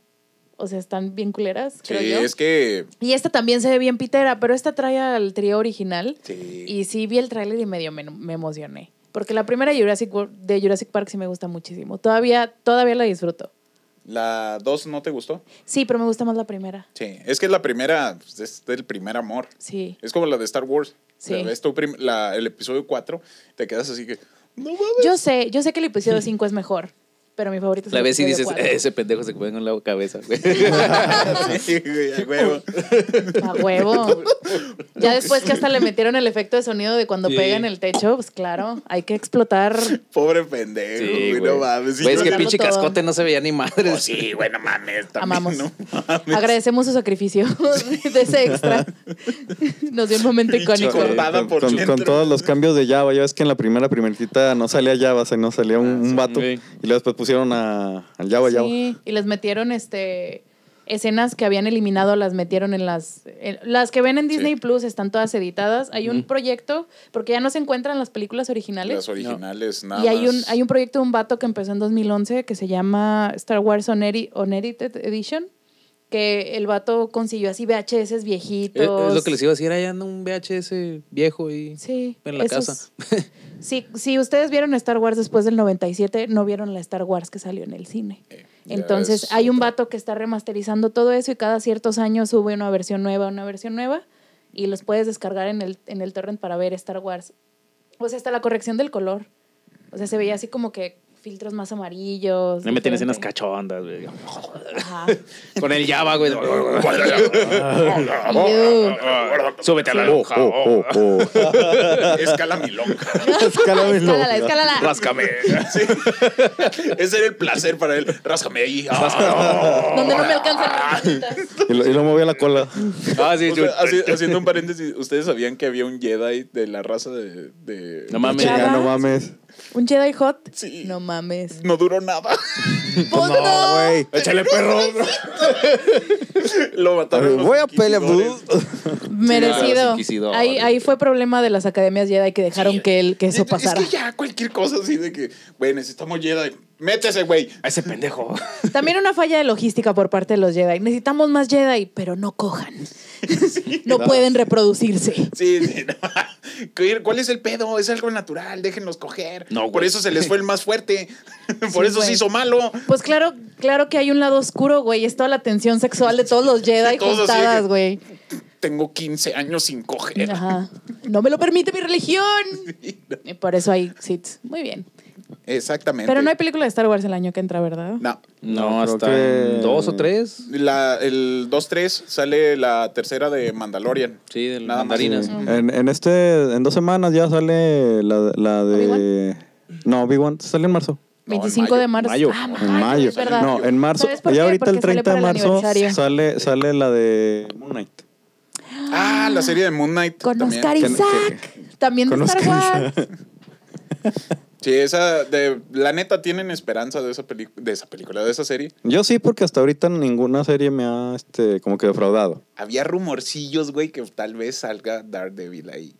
Speaker 4: O sea, están bien culeras,
Speaker 2: Sí,
Speaker 4: creo yo.
Speaker 2: es que.
Speaker 4: Y esta también se ve bien pitera, pero esta trae al trío original.
Speaker 2: Sí.
Speaker 4: Y sí vi el tráiler y medio me, me emocioné. Porque la primera Jurassic World- de Jurassic Park sí me gusta muchísimo. Todavía, todavía la disfruto.
Speaker 2: ¿La 2 no te gustó?
Speaker 4: Sí, pero me gusta más la primera.
Speaker 2: Sí, es que es la primera, pues, es del primer amor.
Speaker 4: Sí.
Speaker 2: Es como la de Star Wars.
Speaker 4: Sí.
Speaker 2: La ves tú prim- la- el episodio 4, te quedas así que. No mames.
Speaker 4: Yo sé, yo sé que el episodio 5 es mejor, pero mi favorito es
Speaker 1: La
Speaker 4: el
Speaker 1: ves y
Speaker 4: episodio
Speaker 1: dices,
Speaker 4: cuatro.
Speaker 1: "Eh, ese pendejo se comió en la cabeza, güey.
Speaker 2: sí, güey, a huevo.
Speaker 4: A huevo. Ya después que hasta le metieron el efecto de sonido de cuando
Speaker 1: pues Sí.
Speaker 4: pega en el techo, pues claro, hay que explotar.
Speaker 2: Pobre
Speaker 1: Sí,
Speaker 2: pendejo, güey,
Speaker 1: güey.
Speaker 2: no mames. Sí,
Speaker 1: Güey, es
Speaker 2: yo
Speaker 1: que
Speaker 2: la-
Speaker 1: pinche
Speaker 4: todo.
Speaker 1: cascote no se veía ni madre.
Speaker 2: Oh, sí, güey, no mames. También,
Speaker 4: Amamos.
Speaker 2: No
Speaker 4: Agradecemos su sacrificio de ese extra. Nos dio un momento
Speaker 2: Pinche
Speaker 4: icónico.
Speaker 2: corta. Cortada por
Speaker 3: con,
Speaker 2: dentro.
Speaker 3: con todos los cambios de Java. Ya ves que en la primera primerita no salía Java, sino salía un,
Speaker 2: Ah,
Speaker 3: un vato.
Speaker 1: sí.
Speaker 3: Y luego después pusieron a, al Java Java.
Speaker 4: Sí, y les metieron este escenas que habían eliminado, las metieron en las en- las que ven en Disney
Speaker 2: Sí.
Speaker 4: Plus están todas editadas. Hay un
Speaker 1: Ujú.
Speaker 4: proyecto porque ya no se encuentran las películas originales.
Speaker 2: Las originales, nada.
Speaker 4: y hay un,
Speaker 2: más.
Speaker 4: hay un proyecto de un vato que empezó en 2011 que se llama Star Wars Unedi- Unedited Edition, que el vato consiguió así VHS
Speaker 1: Es, Eh, es
Speaker 4: viejitos.
Speaker 1: lo que les iba a decir, ahí anda un VHS viejo y
Speaker 4: Sí,
Speaker 1: en la
Speaker 4: esos-
Speaker 1: casa.
Speaker 4: Sí, si ustedes vieron Star Wars después del 97, no vieron la Star Wars que salió en el cine.
Speaker 2: Eh, ya
Speaker 4: Entonces
Speaker 2: ves,
Speaker 4: hay un
Speaker 2: otra.
Speaker 4: vato que está remasterizando todo eso y cada ciertos años sube una versión nueva, una versión nueva y los puedes descargar en el, en el torrent para ver Star Wars. O sea, está la corrección del color. O sea, se veía así como que filtros más amarillos.
Speaker 1: No me tienes unas
Speaker 4: diferente.
Speaker 1: cachondas, güey.
Speaker 4: Ajá.
Speaker 1: Con el Java, güey.
Speaker 4: Ew.
Speaker 1: Súbete a la
Speaker 2: Ah,
Speaker 1: lonja.
Speaker 3: Oh, oh, oh.
Speaker 2: Escala mi lonja.
Speaker 3: Escálame,
Speaker 4: Escálala,
Speaker 3: loco.
Speaker 4: escálala.
Speaker 1: Ráscame.
Speaker 2: Sí. Ese era el placer para él. Ráscame ahí. Ah.
Speaker 4: Donde no me alcanzan las manitas.
Speaker 3: Y lo, y lo moví a la cola.
Speaker 1: Ah, sí,
Speaker 2: O sea,
Speaker 1: yo-
Speaker 2: haci- haciendo un paréntesis, ¿ustedes sabían que había un Jedi de la raza de. de-
Speaker 1: No mames.
Speaker 3: Chinga, no
Speaker 4: Java.
Speaker 3: mames.
Speaker 4: ¿Un Jedi Hot?
Speaker 2: Sí.
Speaker 4: No mames.
Speaker 2: No duró nada.
Speaker 4: ¡Pues
Speaker 3: No,
Speaker 4: no!
Speaker 3: Ah, güey.
Speaker 1: Échale perro.
Speaker 2: Lo
Speaker 3: A
Speaker 2: mataron.
Speaker 3: ver,
Speaker 2: los
Speaker 3: Voy a pelear.
Speaker 2: inquisidores.
Speaker 1: los
Speaker 4: Merecido.
Speaker 1: inquisidores.
Speaker 4: Ahí, ahí fue problema de las academias Jedi que dejaron que, él, que eso
Speaker 2: Es-
Speaker 4: pasara.
Speaker 2: Es que ya cualquier cosa así de que, güey, necesitamos Jedi. Métese, güey.
Speaker 1: A ese pendejo.
Speaker 4: También una falla de logística por parte de los Jedi. Necesitamos más Jedi, pero no cojan. no pueden reproducirse.
Speaker 2: Sí, sí, no. ¿Qué- ¿Cuál es el pedo? Es algo natural, déjenlos coger.
Speaker 1: No, güey.
Speaker 2: Por eso se les fue el más fuerte. Por
Speaker 4: Sí,
Speaker 2: eso se
Speaker 4: güey.
Speaker 2: hizo malo.
Speaker 4: Pues claro, claro que hay un lado oscuro, güey. Es toda la tensión sexual de todos los Jedi
Speaker 2: Todos así de
Speaker 4: juntadas,
Speaker 2: que-
Speaker 4: güey.
Speaker 2: Tengo 15 años sin coger.
Speaker 4: Ajá. No me lo permite mi religión.
Speaker 2: Sí, no.
Speaker 4: Y por eso hay sits. Muy bien.
Speaker 2: Exactamente.
Speaker 4: Pero no hay película de Star Wars el año que entra, ¿verdad?
Speaker 2: No.
Speaker 1: No,
Speaker 3: creo
Speaker 1: hasta
Speaker 3: que-
Speaker 1: en dos o tres.
Speaker 2: La, el 2-3 sale la tercera de Mandalorian.
Speaker 1: Sí, del
Speaker 2: Nada más.
Speaker 1: mandarinas.
Speaker 3: Sí. En, en este, en dos semanas ya sale la, la de. No, Obi-Wan sale en marzo.
Speaker 2: No, en
Speaker 4: 25 de marzo.
Speaker 1: mayo.
Speaker 4: Ah,
Speaker 3: En mayo.
Speaker 4: es verdad.
Speaker 3: No, eh, en marzo.
Speaker 4: ¿Sabes por
Speaker 3: Y
Speaker 4: qué?
Speaker 3: ahorita el
Speaker 4: Porque sale
Speaker 3: 30 de
Speaker 4: para el
Speaker 3: marzo
Speaker 4: aniversario.
Speaker 3: sale, sale la de Moon Knight.
Speaker 2: Ah, la serie de Moon Knight.
Speaker 4: Con
Speaker 2: también.
Speaker 4: Oscar
Speaker 3: Que-
Speaker 4: Isaac. También de Star
Speaker 3: Conozcan-
Speaker 4: Wars.
Speaker 2: Sí, esa de la neta tienen esperanza de esa película, de esa película, de esa serie.
Speaker 3: Yo sí, porque hasta ahorita ninguna serie me ha este, como que defraudado.
Speaker 2: Había rumorcillos, güey, que tal vez salga Daredevil ahí.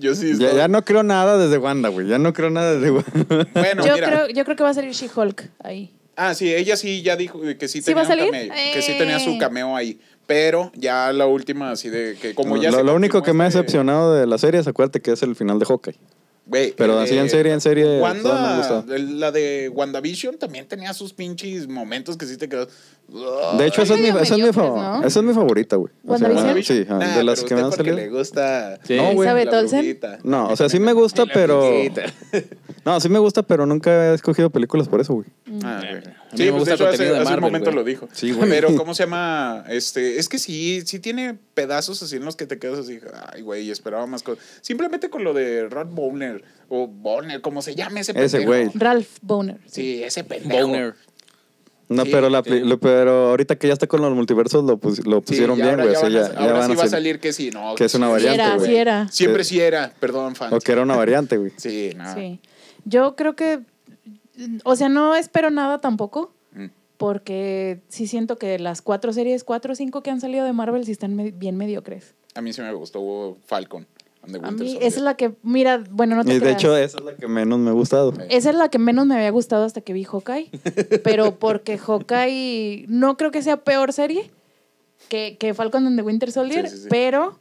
Speaker 2: Yo sí.
Speaker 3: Ya,
Speaker 2: estaba-
Speaker 3: ya no creo nada desde Wanda, güey. Ya no creo nada desde Wanda.
Speaker 2: Bueno,
Speaker 4: yo,
Speaker 2: mira.
Speaker 4: creo, yo creo que va a salir She-Hulk ahí.
Speaker 2: Ah, sí, ella sí ya dijo que sí,
Speaker 4: ¿Sí
Speaker 2: tenía
Speaker 4: va a
Speaker 2: un
Speaker 4: salir?
Speaker 2: cameo, que sí
Speaker 4: Eh.
Speaker 2: tenía su cameo ahí, pero ya la última así de que como ya
Speaker 3: lo,
Speaker 2: se
Speaker 3: lo único
Speaker 2: confirmó
Speaker 3: que me ha
Speaker 2: este-
Speaker 3: decepcionado de la serie es acuérdate que es el final de Hawkeye.
Speaker 2: Güey, eh,
Speaker 3: Pero así en serie, en serie,
Speaker 2: Wanda,
Speaker 3: todas me gustan.
Speaker 2: el- la de WandaVision también tenía sus pinches momentos que sí te quedas.
Speaker 3: De hecho,
Speaker 4: Ay,
Speaker 3: esa es, mi,
Speaker 4: medio
Speaker 3: esa, es mi
Speaker 4: mediocres,
Speaker 3: fa-
Speaker 4: ¿no?
Speaker 3: esa es mi favorita, güey. O sea,
Speaker 4: ¿WandaVision?
Speaker 3: sí, ah, de las que me han salido.
Speaker 2: le gusta.
Speaker 1: Sí.
Speaker 2: No, güey,
Speaker 4: Elizabeth
Speaker 2: la
Speaker 4: Olsen.
Speaker 2: brujita.
Speaker 3: No, o sea, sí me gusta, pero. No, sí me gusta, pero nunca he escogido películas por eso, güey.
Speaker 1: Mm.
Speaker 2: Ah, güey.
Speaker 1: A mí
Speaker 2: Sí,
Speaker 1: me
Speaker 2: pues
Speaker 1: gusta
Speaker 2: de
Speaker 1: el
Speaker 2: hecho hace,
Speaker 1: contenido de
Speaker 2: hace un
Speaker 1: Marvel,
Speaker 2: momento
Speaker 1: güey.
Speaker 2: lo dijo.
Speaker 3: Sí, güey.
Speaker 2: Pero, ¿cómo se llama? Este, es que sí, sí tiene pedazos así en los que te quedas así, ay, güey, esperaba más cosas. Simplemente con lo de Rod Bowner o Bonner, como se llame ese
Speaker 3: Ese
Speaker 2: pendejo.
Speaker 3: güey.
Speaker 4: Ralph Boner.
Speaker 2: Sí, ese pendejo.
Speaker 1: Boner.
Speaker 3: No,
Speaker 2: Sí,
Speaker 3: pero, la, pli-
Speaker 1: sí.
Speaker 3: lo- pero ahorita que ya está con los multiversos, lo, pus- lo
Speaker 2: Sí,
Speaker 3: pusieron
Speaker 2: y
Speaker 3: bien,
Speaker 2: ahora
Speaker 3: güey.
Speaker 2: ya
Speaker 3: o sea,
Speaker 2: van a-
Speaker 3: ya- ya
Speaker 2: ahora
Speaker 3: van
Speaker 2: sí
Speaker 3: a
Speaker 2: va a
Speaker 3: ser-
Speaker 2: salir que sí, no.
Speaker 3: que es una
Speaker 2: sí,
Speaker 3: variante,
Speaker 4: era,
Speaker 3: güey.
Speaker 4: sí era.
Speaker 2: Siempre sí era, perdón, fan.
Speaker 3: O que era una variante, güey.
Speaker 2: Sí, no.
Speaker 4: Sí. Yo creo que, o sea, no espero nada tampoco,
Speaker 2: Mm.
Speaker 4: porque sí siento que las cuatro series, cuatro o cinco que han salido de Marvel sí están me- bien mediocres.
Speaker 2: A mí sí me gustó Falcon. and the
Speaker 4: A
Speaker 2: Winter
Speaker 4: mí
Speaker 2: Soldier.
Speaker 4: esa es la que, mira, bueno, no
Speaker 3: y
Speaker 4: te
Speaker 3: Eh, de
Speaker 4: creas.
Speaker 3: hecho, esa es la que menos me ha gustado.
Speaker 4: Esa es la que menos me había gustado hasta que vi Hawkeye, pero porque Hawkeye no creo que sea peor serie que, que Falcon and the Winter Soldier,
Speaker 2: Sí, sí, sí.
Speaker 4: pero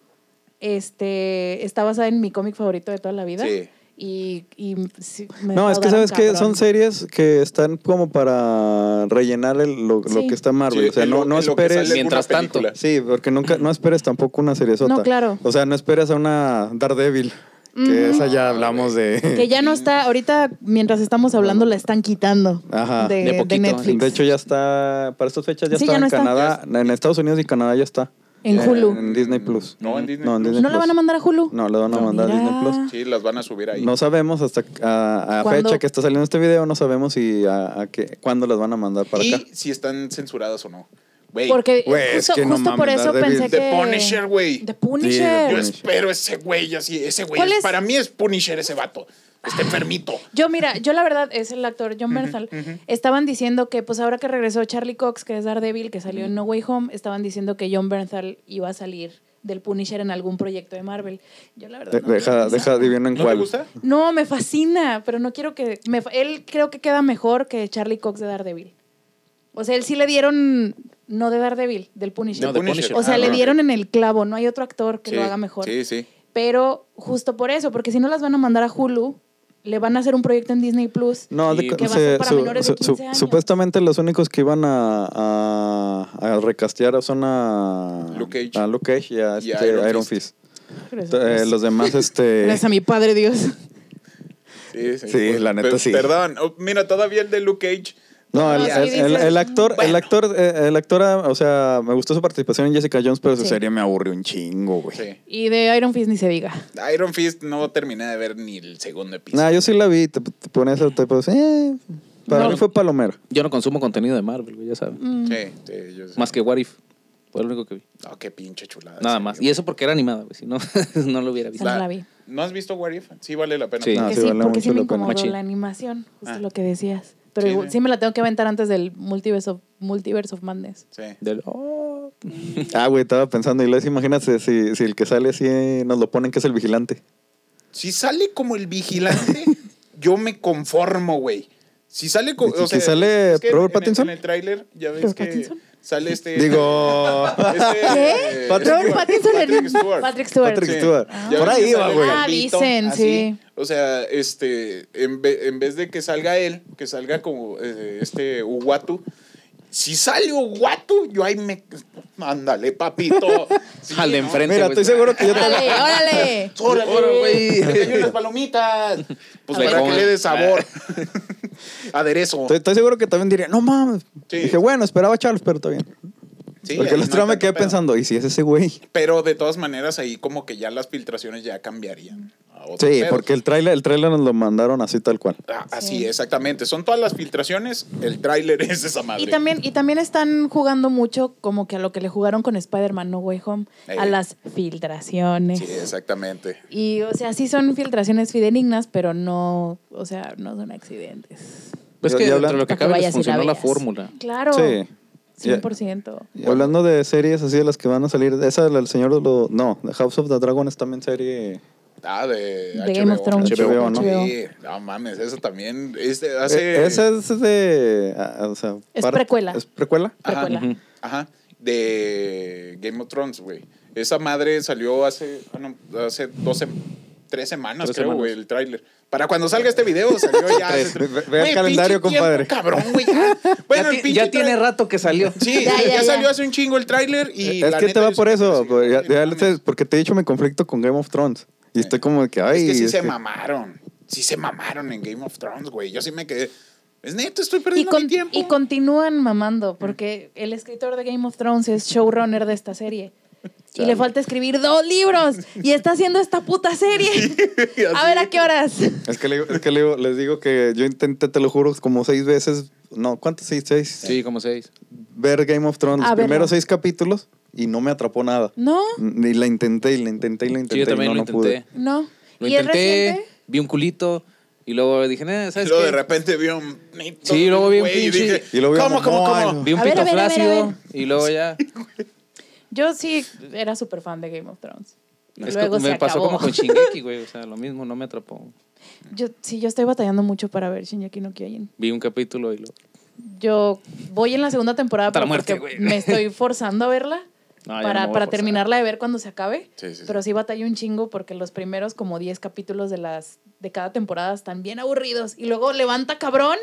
Speaker 4: este, está basada en mi cómic favorito de toda la vida.
Speaker 2: Sí.
Speaker 4: Y, y sí, me
Speaker 3: No, es que
Speaker 4: defraudaron
Speaker 3: sabes que
Speaker 4: cabrón.
Speaker 3: son series que están como para rellenar el- lo, lo
Speaker 4: Sí.
Speaker 3: que está Marvel.
Speaker 2: Sí,
Speaker 3: o sea,
Speaker 2: en
Speaker 3: no,
Speaker 2: lo-
Speaker 3: no
Speaker 2: en lo que
Speaker 3: esperes.
Speaker 2: sale alguna
Speaker 1: Mientras tanto.
Speaker 2: película.
Speaker 3: Sí, porque nunca, no esperes tampoco una serie sota.
Speaker 4: No, claro.
Speaker 3: O sea, no esperes a una Daredevil, que
Speaker 4: Ujú.
Speaker 3: esa ya hablamos de...
Speaker 4: Que ya no está, ahorita mientras estamos hablando la están quitando
Speaker 3: Ajá.
Speaker 4: de,
Speaker 1: De
Speaker 4: de
Speaker 1: poquito.
Speaker 4: Netflix.
Speaker 3: De hecho, ya está, para estas fechas ya
Speaker 4: Sí,
Speaker 3: está
Speaker 4: ya no
Speaker 3: en
Speaker 4: está.
Speaker 3: Canadá, en Estados Unidos y Canadá ya está.
Speaker 4: En
Speaker 3: Eh,
Speaker 4: Hulu.
Speaker 3: En Disney Plus.
Speaker 2: No, en Disney
Speaker 3: No, en
Speaker 2: Plus.
Speaker 3: Disney
Speaker 4: ¿No la van a mandar a Hulu?
Speaker 3: No, la van a
Speaker 4: Ah,
Speaker 3: mandar a
Speaker 4: mira.
Speaker 3: Disney Plus.
Speaker 2: Sí, las van a subir ahí.
Speaker 3: No sabemos hasta a, a
Speaker 4: ¿Cuándo?
Speaker 3: fecha que está saliendo este video, no sabemos si a, a qué, cuándo las van a mandar para
Speaker 2: y
Speaker 3: acá.
Speaker 2: si están censuradas o no. Güey,
Speaker 4: Porque
Speaker 3: Güey, es
Speaker 4: justo,
Speaker 3: que no
Speaker 4: justo por
Speaker 3: mames,
Speaker 4: eso
Speaker 3: Daredevil.
Speaker 4: pensé que...
Speaker 2: The Punisher, güey.
Speaker 4: The
Speaker 3: Sí, The
Speaker 2: Yo
Speaker 4: Punisher.
Speaker 3: Punisher.
Speaker 2: espero ese güey así. Ese güey.
Speaker 4: ¿Cuál
Speaker 2: es-
Speaker 4: es?
Speaker 2: Para mí es Punisher ese vato. Está enfermito.
Speaker 4: Yo, mira, yo la verdad es el actor John Bernthal. Estaban diciendo que, pues ahora que regresó Charlie Cox, que es Daredevil, que salió en No Way Home, estaban diciendo que John Bernthal iba a salir del Punisher en algún proyecto de Marvel. Yo la verdad.
Speaker 3: De-
Speaker 4: no quiero
Speaker 3: deja,
Speaker 4: pensar.
Speaker 3: deja adivino en
Speaker 2: ¿No
Speaker 3: cuál.
Speaker 2: te gusta?
Speaker 4: No, me fascina, pero no quiero que. me fa- él creo que queda mejor que Charlie Cox de Daredevil. O sea, él sí le dieron. No de Daredevil, del Punisher.
Speaker 1: No, de Punisher.
Speaker 4: o sea,
Speaker 1: Ah,
Speaker 4: le
Speaker 1: no.
Speaker 4: dieron en el clavo. No hay otro actor que
Speaker 2: Sí,
Speaker 4: lo haga mejor.
Speaker 2: Sí, sí.
Speaker 4: Pero justo por eso, porque si no las van a mandar a Hulu, le van a hacer un proyecto en Disney Plus.
Speaker 3: No, de-
Speaker 1: Sí, que
Speaker 4: va a ser
Speaker 3: se-
Speaker 4: para
Speaker 3: su-
Speaker 4: menores de
Speaker 3: su- su-
Speaker 4: 15 años.
Speaker 3: supuestamente los únicos que iban a, a, a recastear son a
Speaker 2: Luke Cage.
Speaker 3: a Luke Cage y a,
Speaker 2: Y a
Speaker 3: este
Speaker 2: Iron
Speaker 3: Iron,
Speaker 2: Fist.
Speaker 3: Fist.
Speaker 4: Gracias.
Speaker 3: Eh, los demás, este.
Speaker 4: Gracias a mi padre Dios.
Speaker 2: Sí,
Speaker 3: Sí, la neta,
Speaker 2: Pe-
Speaker 3: sí.
Speaker 2: Perdón. Oh, mira, todavía el de Luke Cage.
Speaker 3: No, el,
Speaker 4: No, sí,
Speaker 3: el- el-
Speaker 4: dices,
Speaker 3: el actor, el
Speaker 2: bueno.
Speaker 3: actor, eh, el actor, ah, o sea, me gustó su participación en Jessica Jones, pero su
Speaker 4: Sí.
Speaker 3: serie me aburrió un chingo, güey.
Speaker 2: Sí.
Speaker 4: Y de Iron Fist ni se diga.
Speaker 2: Iron Fist no terminé de ver ni el segundo episodio.
Speaker 3: Nah, yo sí la vi, te, te pones el tipo, eh, para
Speaker 1: No.
Speaker 3: mí fue palomero.
Speaker 1: Yo no consumo contenido de Marvel, güey, ya sabes.
Speaker 4: Mm.
Speaker 2: Sí, sí, yo sé.
Speaker 1: Más que What If. Fue lo único que vi.
Speaker 2: No, qué pinche chulada.
Speaker 1: Nada
Speaker 2: Ah, Sí,
Speaker 1: más.
Speaker 2: güey.
Speaker 1: Y eso porque era animada, güey. Si no, no lo hubiera visto.
Speaker 4: Esa no la vi.
Speaker 2: ¿No has visto What If? Sí, vale la pena.
Speaker 1: Sí.
Speaker 3: No,
Speaker 4: que
Speaker 3: sí
Speaker 4: sí,
Speaker 3: vale
Speaker 4: porque sí
Speaker 3: mucho la
Speaker 4: me
Speaker 3: pena.
Speaker 4: incomodó
Speaker 1: Machín.
Speaker 4: la animación, justo
Speaker 2: Ah.
Speaker 4: lo que decías. Pero
Speaker 2: Sí,
Speaker 4: igual-
Speaker 2: sí.
Speaker 4: sí, me la tengo que aventar antes del Multiverse of, Multiverse of Madness.
Speaker 2: Sí.
Speaker 1: Del- oh.
Speaker 3: Ah, güey, estaba pensando, y les imagínate si, si el que sale así eh, nos lo ponen que es el vigilante.
Speaker 2: Si sale como el vigilante, yo me conformo, güey. Si sale como.
Speaker 3: ¿Que sale Robert
Speaker 2: en el-
Speaker 3: Pattinson?
Speaker 2: En el tráiler, ya ves
Speaker 4: ¿Robert
Speaker 2: que
Speaker 4: Pattinson?
Speaker 2: sale este.
Speaker 3: Digo,
Speaker 2: Este,
Speaker 4: ¿Qué?
Speaker 2: eh,
Speaker 3: Patrick-
Speaker 4: Robert Pattinson en-
Speaker 2: Patrick Stewart.
Speaker 4: Patrick Stewart.
Speaker 3: Patrick
Speaker 2: Sí.
Speaker 3: Stewart.
Speaker 2: Ya
Speaker 3: Por
Speaker 2: ves
Speaker 3: ahí
Speaker 2: que
Speaker 3: iba,
Speaker 2: sale
Speaker 3: güey.
Speaker 2: el
Speaker 4: Ah,
Speaker 2: pelito,
Speaker 4: dicen,
Speaker 2: así.
Speaker 4: sí.
Speaker 2: O sea, este, en, ve- en vez de que salga él, que salga como eh, este Uwatu. Si sale Uwatu, yo ahí me. Ándale, papito. Sí,
Speaker 1: Al de
Speaker 2: ¿no?
Speaker 1: enfrente.
Speaker 3: Mira,
Speaker 1: güey.
Speaker 3: estoy seguro que yo te-
Speaker 4: ¡Órale, órale!
Speaker 2: ¡Órale,
Speaker 1: Órale,
Speaker 2: güey!
Speaker 1: güey.
Speaker 2: Me cayó las palomitas! Pues
Speaker 1: Le
Speaker 2: para que
Speaker 1: comes.
Speaker 2: le dé sabor. Aderezo.
Speaker 3: Estoy, estoy seguro que también diría, no mames.
Speaker 2: Sí.
Speaker 3: Dije, bueno, esperaba a Charles, pero está bien.
Speaker 2: Sí,
Speaker 3: Porque
Speaker 2: ahí
Speaker 3: el
Speaker 2: no
Speaker 3: otro día
Speaker 2: hay
Speaker 3: me
Speaker 2: tanto
Speaker 3: quedé
Speaker 2: pedo.
Speaker 3: pensando, ¿y si es ese güey?
Speaker 2: Pero de todas maneras, ahí como que ya las filtraciones ya cambiarían. a otro
Speaker 3: Sí,
Speaker 2: pedo.
Speaker 3: porque el tráiler el tráiler nos lo mandaron así tal cual.
Speaker 2: Ah, así,
Speaker 4: Sí.
Speaker 2: exactamente. Son todas las filtraciones. El tráiler es esa madre.
Speaker 4: Y también, y también están jugando mucho como que a lo que le jugaron con Spider-Man No Way Home, a
Speaker 2: Ey.
Speaker 4: las filtraciones.
Speaker 2: Sí, exactamente.
Speaker 4: Y, o sea, sí son filtraciones fidedignas, pero no, o sea, no son accidentes.
Speaker 1: Pues
Speaker 3: Ya-
Speaker 1: que
Speaker 3: ya
Speaker 1: dentro de
Speaker 3: hablan-
Speaker 1: lo que
Speaker 4: Para que
Speaker 1: cabe les
Speaker 4: vayas y la
Speaker 1: funcionó la
Speaker 4: veas.
Speaker 1: fórmula.
Speaker 4: Claro,
Speaker 3: Sí. Ya-
Speaker 4: 100%.
Speaker 3: y hablando de series así de las que van a salir, esa del Señor de los... No, House of the Dragon es también serie...
Speaker 2: Ah, de,
Speaker 4: De
Speaker 2: HBO,
Speaker 4: Game of Thrones.
Speaker 3: HBO, ¿no?
Speaker 2: Sí, no mames, eso también. Este, hace.
Speaker 3: Eh, esa es de... ah, o sea,
Speaker 4: Es
Speaker 3: parte-
Speaker 4: precuela.
Speaker 3: ¿Es precuela?
Speaker 2: Ajá.
Speaker 4: Precuela.
Speaker 1: Ujú.
Speaker 2: Ajá, de Game of Thrones, güey. Esa madre salió hace, ah, no, hace 12, tres semanas,
Speaker 1: Tres
Speaker 2: creo,
Speaker 1: semanas.
Speaker 2: güey, el tráiler. Para cuando salga este video, salió ya.
Speaker 3: Tres.
Speaker 2: hace-
Speaker 3: Ve- ve el
Speaker 2: Güey,
Speaker 3: calendario,
Speaker 2: pinche tiempo,
Speaker 3: compadre.
Speaker 2: Cabrón, güey. ya. Bueno,
Speaker 1: ya
Speaker 2: el
Speaker 1: ti-
Speaker 2: pinche
Speaker 1: ya tiene
Speaker 2: tráiler-
Speaker 1: rato que salió.
Speaker 2: Sí,
Speaker 4: Ya,
Speaker 2: ya,
Speaker 4: ya, ya.
Speaker 2: salió hace un chingo el tráiler y.
Speaker 3: E, es
Speaker 2: E, la
Speaker 3: que te
Speaker 2: neta,
Speaker 3: va
Speaker 2: yo
Speaker 3: por
Speaker 2: sí
Speaker 3: eso.
Speaker 2: pensé,
Speaker 3: pues, ya-
Speaker 2: sí, no
Speaker 3: ya le sé,
Speaker 2: mames. Eh,
Speaker 3: porque te he dicho, me conflicto con Game of Thrones. Y estoy como de que, ay.
Speaker 2: Es que sí se
Speaker 3: este,
Speaker 2: mamaron. Sí se mamaron en Game of Thrones, güey. Yo sí me quedé. Es neto, estoy
Speaker 4: Y,
Speaker 2: perdiendo
Speaker 4: con-
Speaker 2: mi tiempo.
Speaker 4: y continúan mamando, porque el escritor de Game of Thrones es showrunner de esta serie. Y le falta escribir dos libros. Y está haciendo esta puta serie.
Speaker 2: Y así.
Speaker 4: A ver a qué horas.
Speaker 3: Es que, le, digo- es que le digo- les digo que yo intenté, te lo juro, como seis veces. No, ¿cuántas? Seis, seis.
Speaker 1: Sí, como seis.
Speaker 3: Ver Game of Thrones,
Speaker 4: A
Speaker 3: los
Speaker 4: verlo.
Speaker 3: primeros seis capítulos y no me atrapó nada.
Speaker 4: No,
Speaker 3: Y la intenté, y la intenté, y la intenté.
Speaker 1: Sí, yo también
Speaker 3: y no,
Speaker 1: lo
Speaker 3: no pude.
Speaker 1: intenté.
Speaker 4: no.
Speaker 1: Lo
Speaker 4: ¿Y es
Speaker 1: intenté,
Speaker 4: reciente?
Speaker 1: vi un culito y luego dije, "Nah,
Speaker 2: Y
Speaker 1: ¿sabes
Speaker 2: luego
Speaker 1: qué?
Speaker 2: de repente vi un. neto,
Speaker 1: Sí, luego vi un
Speaker 2: güey, y
Speaker 1: pinche-
Speaker 2: dije,
Speaker 3: Y luego vi a
Speaker 2: ¿Cómo, cómo,
Speaker 3: Momoa,
Speaker 2: cómo?
Speaker 3: ¿no?
Speaker 1: Vi un
Speaker 4: A ver,
Speaker 1: pito
Speaker 4: a ver, a ver, a
Speaker 1: flácido
Speaker 4: ver.
Speaker 1: y luego ya.
Speaker 4: Yo sí era súper fan de Game of Thrones.
Speaker 1: Es
Speaker 4: Luego
Speaker 1: que me
Speaker 4: se
Speaker 1: pasó
Speaker 4: acabó.
Speaker 1: como con Shingeki, güey. O sea, lo mismo, no me atrapó.
Speaker 4: Yo, sí, yo estoy batallando mucho para ver Shinjaki no Kyojin.
Speaker 1: Vi un capítulo y lo.
Speaker 4: Yo voy en la segunda temporada
Speaker 1: Hasta la
Speaker 4: pero
Speaker 1: muerte,
Speaker 4: porque
Speaker 1: güey.
Speaker 4: me estoy forzando a verla
Speaker 1: No, ya no me
Speaker 4: para,
Speaker 1: voy a
Speaker 4: para
Speaker 1: forzar.
Speaker 4: terminarla de ver cuando se acabe.
Speaker 2: Sí, sí, sí.
Speaker 4: Pero sí batallé un chingo porque los primeros como 10 capítulos de, las, de cada temporada están bien aburridos. Y luego levanta cabrón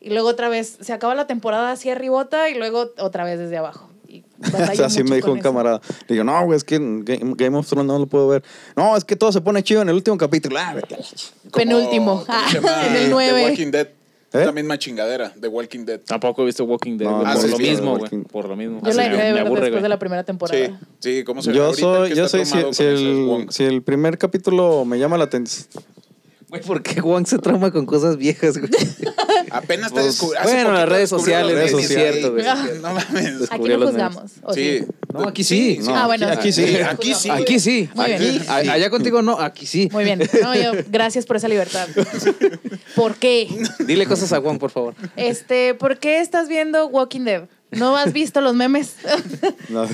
Speaker 4: y luego otra vez se acaba la temporada así arribota y luego otra vez desde abajo. Y batallo
Speaker 3: O sea, así
Speaker 4: mucho
Speaker 3: me dijo
Speaker 4: con
Speaker 3: un
Speaker 4: eso.
Speaker 3: camarada. Le digo, no, güey, es que en Game, Game of Thrones no lo puedo ver. No, es que todo se pone chido en el último capítulo. Ah, vete a la ch-
Speaker 2: Como- ¿cómo
Speaker 4: Penúltimo.
Speaker 2: se
Speaker 4: Ah,
Speaker 2: llama?
Speaker 4: en el
Speaker 2: The
Speaker 4: nueve. Ah,
Speaker 2: Walking Dead.
Speaker 3: ¿Eh?
Speaker 2: Es la misma chingadera. The Walking Dead.
Speaker 1: Tampoco he visto Walking Dead,
Speaker 3: No,
Speaker 1: güey,
Speaker 2: no
Speaker 1: por,
Speaker 2: he
Speaker 1: lo
Speaker 2: visto
Speaker 1: mismo, güey.
Speaker 3: Walking-
Speaker 1: Por lo mismo.
Speaker 4: Yo la dejé de
Speaker 1: me
Speaker 4: ver
Speaker 1: aburre,
Speaker 4: después
Speaker 1: güey.
Speaker 4: de la primera temporada.
Speaker 2: Sí, sí, ¿cómo se llama?
Speaker 3: Yo
Speaker 2: ahorita el
Speaker 3: soy,
Speaker 2: que
Speaker 3: yo
Speaker 2: está
Speaker 3: soy, si,
Speaker 2: traumado
Speaker 3: si
Speaker 2: con eso?
Speaker 3: el,
Speaker 2: Wong.
Speaker 3: si el primer capítulo me llama la atención.
Speaker 1: Güey, ¿por qué Wong se trama con cosas viejas, güey?
Speaker 2: Apenas te
Speaker 1: Pues,
Speaker 2: descubrí.
Speaker 1: bueno, las redes sociales,
Speaker 3: güey, sí, es
Speaker 1: cierto, güey.
Speaker 2: No mames.
Speaker 4: Aquí no
Speaker 1: los
Speaker 4: juzgamos. ¿o
Speaker 2: Sí.
Speaker 1: No, aquí sí.
Speaker 3: No,
Speaker 4: Ah, bueno,
Speaker 3: aquí, aquí
Speaker 4: sí.
Speaker 3: sí.
Speaker 4: Sí.
Speaker 2: Aquí sí.
Speaker 1: Aquí sí.
Speaker 4: Muy
Speaker 1: aquí,
Speaker 4: bien.
Speaker 1: a- Allá contigo no, aquí sí.
Speaker 4: Muy bien. No, yo- gracias por esa libertad. ¿Por qué?
Speaker 1: Dile cosas a Wong, por favor.
Speaker 4: Este, ¿por qué estás viendo Walking Dead? ¿No has visto los memes?
Speaker 3: No.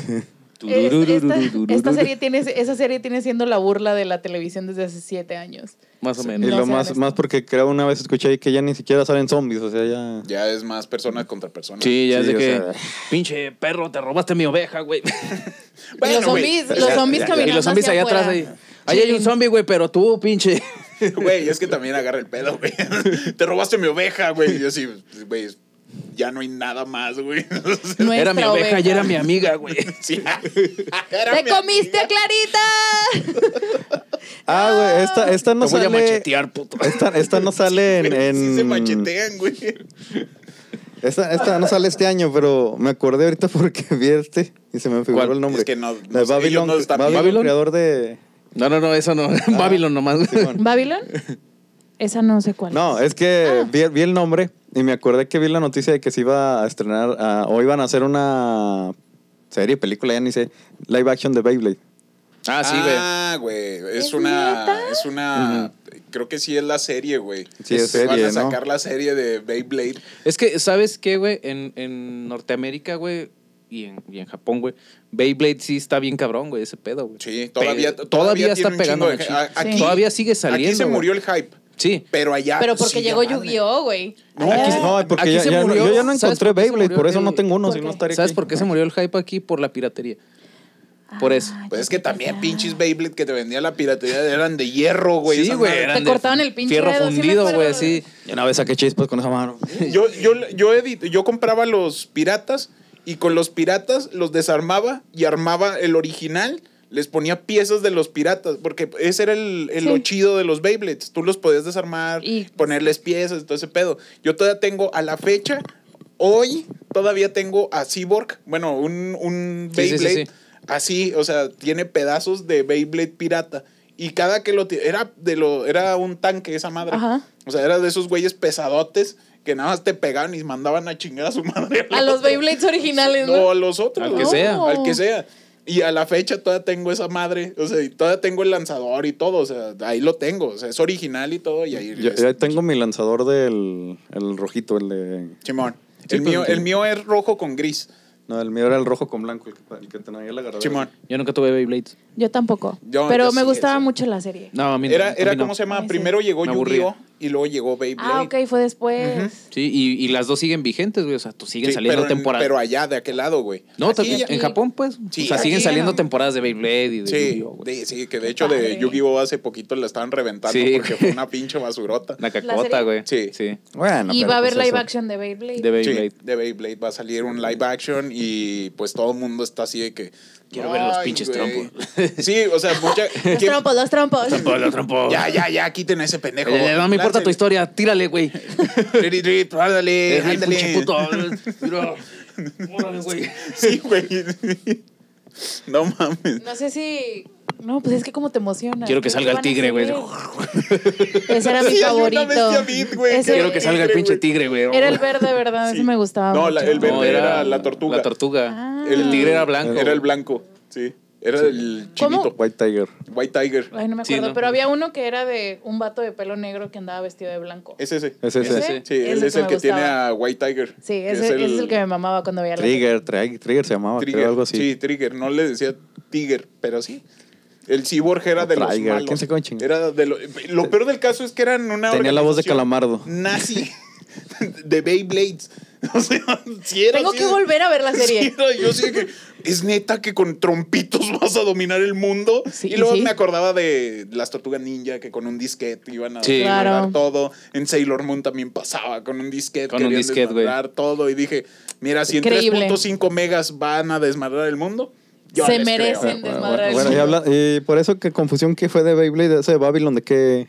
Speaker 4: Es- esta, esta serie tiene, esa serie tiene siendo la burla de la televisión desde hace siete años.
Speaker 1: Más o
Speaker 3: Y
Speaker 1: menos.
Speaker 4: No
Speaker 3: lo
Speaker 4: sean
Speaker 3: más,
Speaker 4: esto.
Speaker 3: más porque creo una vez escuché ahí que ya ni siquiera salen zombies, o sea, ya...
Speaker 2: Ya es más personas contra personas.
Speaker 1: Sí, ya
Speaker 3: Sí,
Speaker 1: sé
Speaker 3: o
Speaker 1: que.
Speaker 3: sea.
Speaker 1: Pinche perro, te robaste mi oveja, güey.
Speaker 4: Y los zombies, los zombies
Speaker 3: ya, ya.
Speaker 4: caminando
Speaker 1: y los zombies allá
Speaker 4: hacia
Speaker 1: atrás. Ahí,
Speaker 4: afuera.
Speaker 1: ahí hay un
Speaker 4: Chilling.
Speaker 1: zombie, güey, pero tú, pinche.
Speaker 2: Güey, es que también agarra el pedo, güey. Te robaste mi oveja, güey. Y yo así, güey, ya no hay nada más, güey.
Speaker 4: Nuestra
Speaker 1: era mi oveja, y era mi amiga, güey.
Speaker 2: Sí.
Speaker 4: ¡Te comiste a Clarita!
Speaker 3: Ah, güey, esta, esta no
Speaker 1: Te voy a
Speaker 3: sale...
Speaker 1: machetear, puto.
Speaker 3: Esta, esta no sale en... en-
Speaker 2: Sí se machetean, güey.
Speaker 3: Esta, esta no sale este año, pero me acordé ahorita porque vi este y se me figuró
Speaker 1: ¿Cuál?
Speaker 3: el nombre.
Speaker 2: Es que no- no
Speaker 3: De
Speaker 2: sé, ellos
Speaker 3: Babylon,
Speaker 2: no lo están
Speaker 3: Babylon,
Speaker 1: viendo.
Speaker 3: creador de...
Speaker 1: No, no, no, eso no. Babylon nomás, güey.
Speaker 4: ¿Babylon? Esa no sé cuál.
Speaker 3: No, es que vi, vi el nombre y me acordé que vi la noticia de que se iba a estrenar ah, o iban a hacer una serie, película, ya ni sé, live action de Beyblade.
Speaker 1: Ah, sí, güey.
Speaker 2: Ah, güey. Es
Speaker 4: ¿Es
Speaker 2: una.
Speaker 4: neta?
Speaker 2: Es una. Creo que sí es la serie, güey.
Speaker 3: Sí, es serie,
Speaker 2: Van a
Speaker 3: ¿no?
Speaker 2: sacar la serie de Beyblade.
Speaker 1: Es que, ¿sabes qué, güey? En, en Norteamérica, güey, y en, y en Japón, güey, Beyblade sí está bien cabrón, güey, ese pedo, güey.
Speaker 2: Sí, todavía.
Speaker 1: Pe-
Speaker 2: todavía
Speaker 1: todavía está
Speaker 2: tiene un
Speaker 1: pegando.
Speaker 2: chingo de-
Speaker 1: machín.
Speaker 2: a- aquí-
Speaker 1: Todavía sigue saliendo.
Speaker 2: Aquí se
Speaker 1: güey.
Speaker 2: murió el hype.
Speaker 1: Sí.
Speaker 2: Pero allá.
Speaker 4: Pero porque
Speaker 2: sí,
Speaker 4: llegó
Speaker 2: ya madre.
Speaker 4: Yu-Gi-Oh, güey.
Speaker 2: No,
Speaker 4: Allá-
Speaker 2: aquí se-
Speaker 3: No, porque
Speaker 1: Ah, aquí
Speaker 3: ya,
Speaker 1: se
Speaker 3: ya no-
Speaker 1: murió-
Speaker 3: yo ya no
Speaker 1: ¿sabes
Speaker 3: encontré
Speaker 1: por qué se
Speaker 3: Beyblade,
Speaker 1: murió
Speaker 3: por eso no
Speaker 1: Beyblade?
Speaker 3: tengo uno,
Speaker 4: ¿Por
Speaker 3: si no
Speaker 4: qué?
Speaker 3: estaría
Speaker 1: ¿Sabes
Speaker 3: aquí.
Speaker 1: por qué se murió el hype aquí? Por la piratería. Por eso.
Speaker 2: Pues es que también pinches Beyblade que te vendía la piratería eran de hierro, güey.
Speaker 1: sí,
Speaker 2: esa
Speaker 1: güey.
Speaker 2: madre.
Speaker 1: eran de
Speaker 4: cortaban el pinche
Speaker 1: Fierro
Speaker 4: dedo, sí me
Speaker 1: fundido, güey,
Speaker 4: acuerdo.
Speaker 1: así.
Speaker 3: Y una vez saqué chispas con esa mano.
Speaker 2: Yo, yo, yo, edit- yo compraba los piratas y con los piratas los desarmaba y armaba el original. Les ponía piezas de los piratas, porque ese era el, el
Speaker 4: Sí.
Speaker 2: lo chido de los Beyblades. Tú los podías desarmar,
Speaker 4: Y-
Speaker 2: ponerles piezas, todo ese pedo. Yo todavía tengo a la fecha, hoy todavía tengo a Cyborg, bueno, un, un
Speaker 1: Sí, sí, sí,
Speaker 2: Beyblade
Speaker 1: sí.
Speaker 2: así, o sea, tiene pedazos de Beyblade pirata. Y cada que lo ti- era de lo era un tanque esa madre.
Speaker 4: Ajá.
Speaker 2: O sea, era de esos güeyes pesadotes que nada más te pegaban y mandaban a chingar a su madre.
Speaker 4: A los Beyblades originales,
Speaker 2: No,
Speaker 4: ¿no?
Speaker 2: a los otros.
Speaker 1: Al que
Speaker 2: güey.
Speaker 1: sea.
Speaker 2: Al que sea. Y a la fecha todavía tengo esa madre. O sea, y todavía tengo el lanzador y todo. O sea, ahí lo tengo. O sea, es original y todo. Y ahí.
Speaker 3: Yo,
Speaker 2: es-
Speaker 3: ya tengo mi lanzador del el rojito, el de...
Speaker 2: Chimón.
Speaker 3: Sí,
Speaker 2: el,
Speaker 3: pues,
Speaker 2: mío,
Speaker 3: sí.
Speaker 2: el mío es rojo con gris.
Speaker 3: No, el mío era el rojo con blanco, el que, el que tenía la agarradera.
Speaker 2: Chimón.
Speaker 1: Yo nunca tuve Beyblades.
Speaker 4: Yo tampoco.
Speaker 2: Yo-
Speaker 4: pero
Speaker 2: yo
Speaker 4: me
Speaker 2: sí,
Speaker 4: gustaba
Speaker 2: eso.
Speaker 4: mucho la serie.
Speaker 1: No, a mí no,
Speaker 2: Era,
Speaker 1: a mí
Speaker 2: era
Speaker 1: no.
Speaker 2: ¿cómo se llama?
Speaker 4: Ay, sí.
Speaker 2: Primero llegó
Speaker 1: Me aburría.
Speaker 2: Yu-Gi-Oh! y luego llegó Beyblade.
Speaker 4: Ah, ok, fue después.
Speaker 1: Sí, y, y las dos siguen vigentes, güey. O sea, tú siguen
Speaker 2: Sí,
Speaker 1: saliendo
Speaker 2: pero en-
Speaker 1: temporadas.
Speaker 2: Pero allá, de aquel lado, güey.
Speaker 1: no,
Speaker 2: Aquí
Speaker 1: también
Speaker 2: ya-
Speaker 1: en Japón, pues.
Speaker 2: Sí,
Speaker 1: o sea, siguen
Speaker 2: aquí
Speaker 1: saliendo
Speaker 2: ya-
Speaker 1: temporadas de Beyblade y de
Speaker 2: Sí,
Speaker 1: Yu-Gi-Oh, güey.
Speaker 2: de- sí, que de hecho
Speaker 4: padre.
Speaker 2: de Yu-Gi-Oh! hace poquito la estaban reventando
Speaker 1: Sí.
Speaker 2: porque fue una pinche basurota.
Speaker 1: La
Speaker 4: serie?
Speaker 1: cacota, güey.
Speaker 2: Sí.
Speaker 1: sí.
Speaker 3: Bueno,
Speaker 4: y
Speaker 3: pero
Speaker 4: va a haber
Speaker 3: pues
Speaker 4: live
Speaker 3: eso.
Speaker 4: action de Beyblade.
Speaker 1: De
Speaker 2: Sí,
Speaker 1: Beyblade.
Speaker 2: de Beyblade va a salir un live action y pues todo el mundo está así de que.
Speaker 1: Quiero ver los pinches
Speaker 2: güey. Sí, o sea, mucha.
Speaker 4: los
Speaker 2: ¿quién-
Speaker 4: trompos, los trompos.
Speaker 1: pues.
Speaker 2: ya, ya, ya, quiten a ese pendejo.
Speaker 1: Eh, no me importa tu historia, tírale, güey.
Speaker 2: Lánzale. Rit, rit, Ándale,
Speaker 1: Eh, pinche
Speaker 2: ándale.
Speaker 1: puto. Mira, órale, güey.
Speaker 2: Sí, güey. No mames.
Speaker 4: No sé si. No, pues es que como te emociona.
Speaker 1: Quiero que
Speaker 4: ¿Qué
Speaker 1: salga el
Speaker 4: van a
Speaker 1: tigre, güey.
Speaker 4: hacer? Ese era mi
Speaker 2: Sí, hay una
Speaker 4: favorito.
Speaker 2: bestia bit, güey, que-
Speaker 4: Ese-
Speaker 1: Quiero que salga el
Speaker 2: Tigre,
Speaker 1: pinche
Speaker 2: güey.
Speaker 1: tigre, güey.
Speaker 4: Era el verde, ¿verdad?
Speaker 2: Sí.
Speaker 4: Ese me gustaba.
Speaker 2: No, la-
Speaker 4: mucho.
Speaker 2: el verde. era la tortuga.
Speaker 1: La tortuga.
Speaker 4: Ah.
Speaker 1: El tigre era blanco.
Speaker 2: Era el
Speaker 1: blanco.
Speaker 2: blanco, sí. Era el
Speaker 4: ¿Cómo?
Speaker 2: chinito. pues,
Speaker 3: White Tiger.
Speaker 2: White Tiger.
Speaker 4: Ay, no me acuerdo,
Speaker 1: Sí, ¿no?
Speaker 4: pero había uno que era de un vato de pelo negro que andaba vestido de blanco.
Speaker 2: Es ese.
Speaker 3: Es ese.
Speaker 1: Ese.
Speaker 2: Sí, él es el
Speaker 4: me
Speaker 2: que tiene
Speaker 4: gustaba.
Speaker 2: a White Tiger.
Speaker 4: Sí,
Speaker 2: que
Speaker 4: ese, ese es el que me mamaba cuando veía la
Speaker 3: Trigger, Tri- Trigger se llamaba,
Speaker 2: Trigger.
Speaker 3: creo, algo así.
Speaker 2: Sí, Trigger. No le decía Tiger, pero sí. El Cyborg era
Speaker 3: O
Speaker 2: de
Speaker 3: Trigger,
Speaker 2: los malos.
Speaker 3: ¿quién se conoce?
Speaker 2: Era de lo, lo peor del caso es que eran una
Speaker 3: Tenía la voz de
Speaker 2: organización
Speaker 3: Calamardo.
Speaker 2: Nazi de Beyblades. O sea, si era
Speaker 4: Tengo
Speaker 2: así
Speaker 4: que
Speaker 2: de-
Speaker 4: volver a ver la
Speaker 2: Sí,
Speaker 4: serie.
Speaker 2: no, yo sí que es neta que con trompitos vas a dominar el mundo.
Speaker 4: Sí,
Speaker 2: y luego
Speaker 4: sí.
Speaker 2: me acordaba de las tortugas ninja que con un disquete iban a
Speaker 1: Sí.
Speaker 2: desmadrar
Speaker 4: Claro.
Speaker 2: todo. En Sailor Moon también pasaba con un disquete.
Speaker 1: Con un
Speaker 2: querían
Speaker 1: disquete, güey.
Speaker 2: desmadrar todo. Y dije, mira, si en
Speaker 4: Creíble.
Speaker 2: 3.5 megas van a desmadrar el mundo, yo
Speaker 4: Se
Speaker 2: les creo.
Speaker 4: merecen
Speaker 3: Bueno,
Speaker 4: desmadrar el
Speaker 3: bueno, y,
Speaker 4: mundo.
Speaker 3: habla- y por eso que confusión que fue de Beyblade, ese de Babylon, ¿de qué,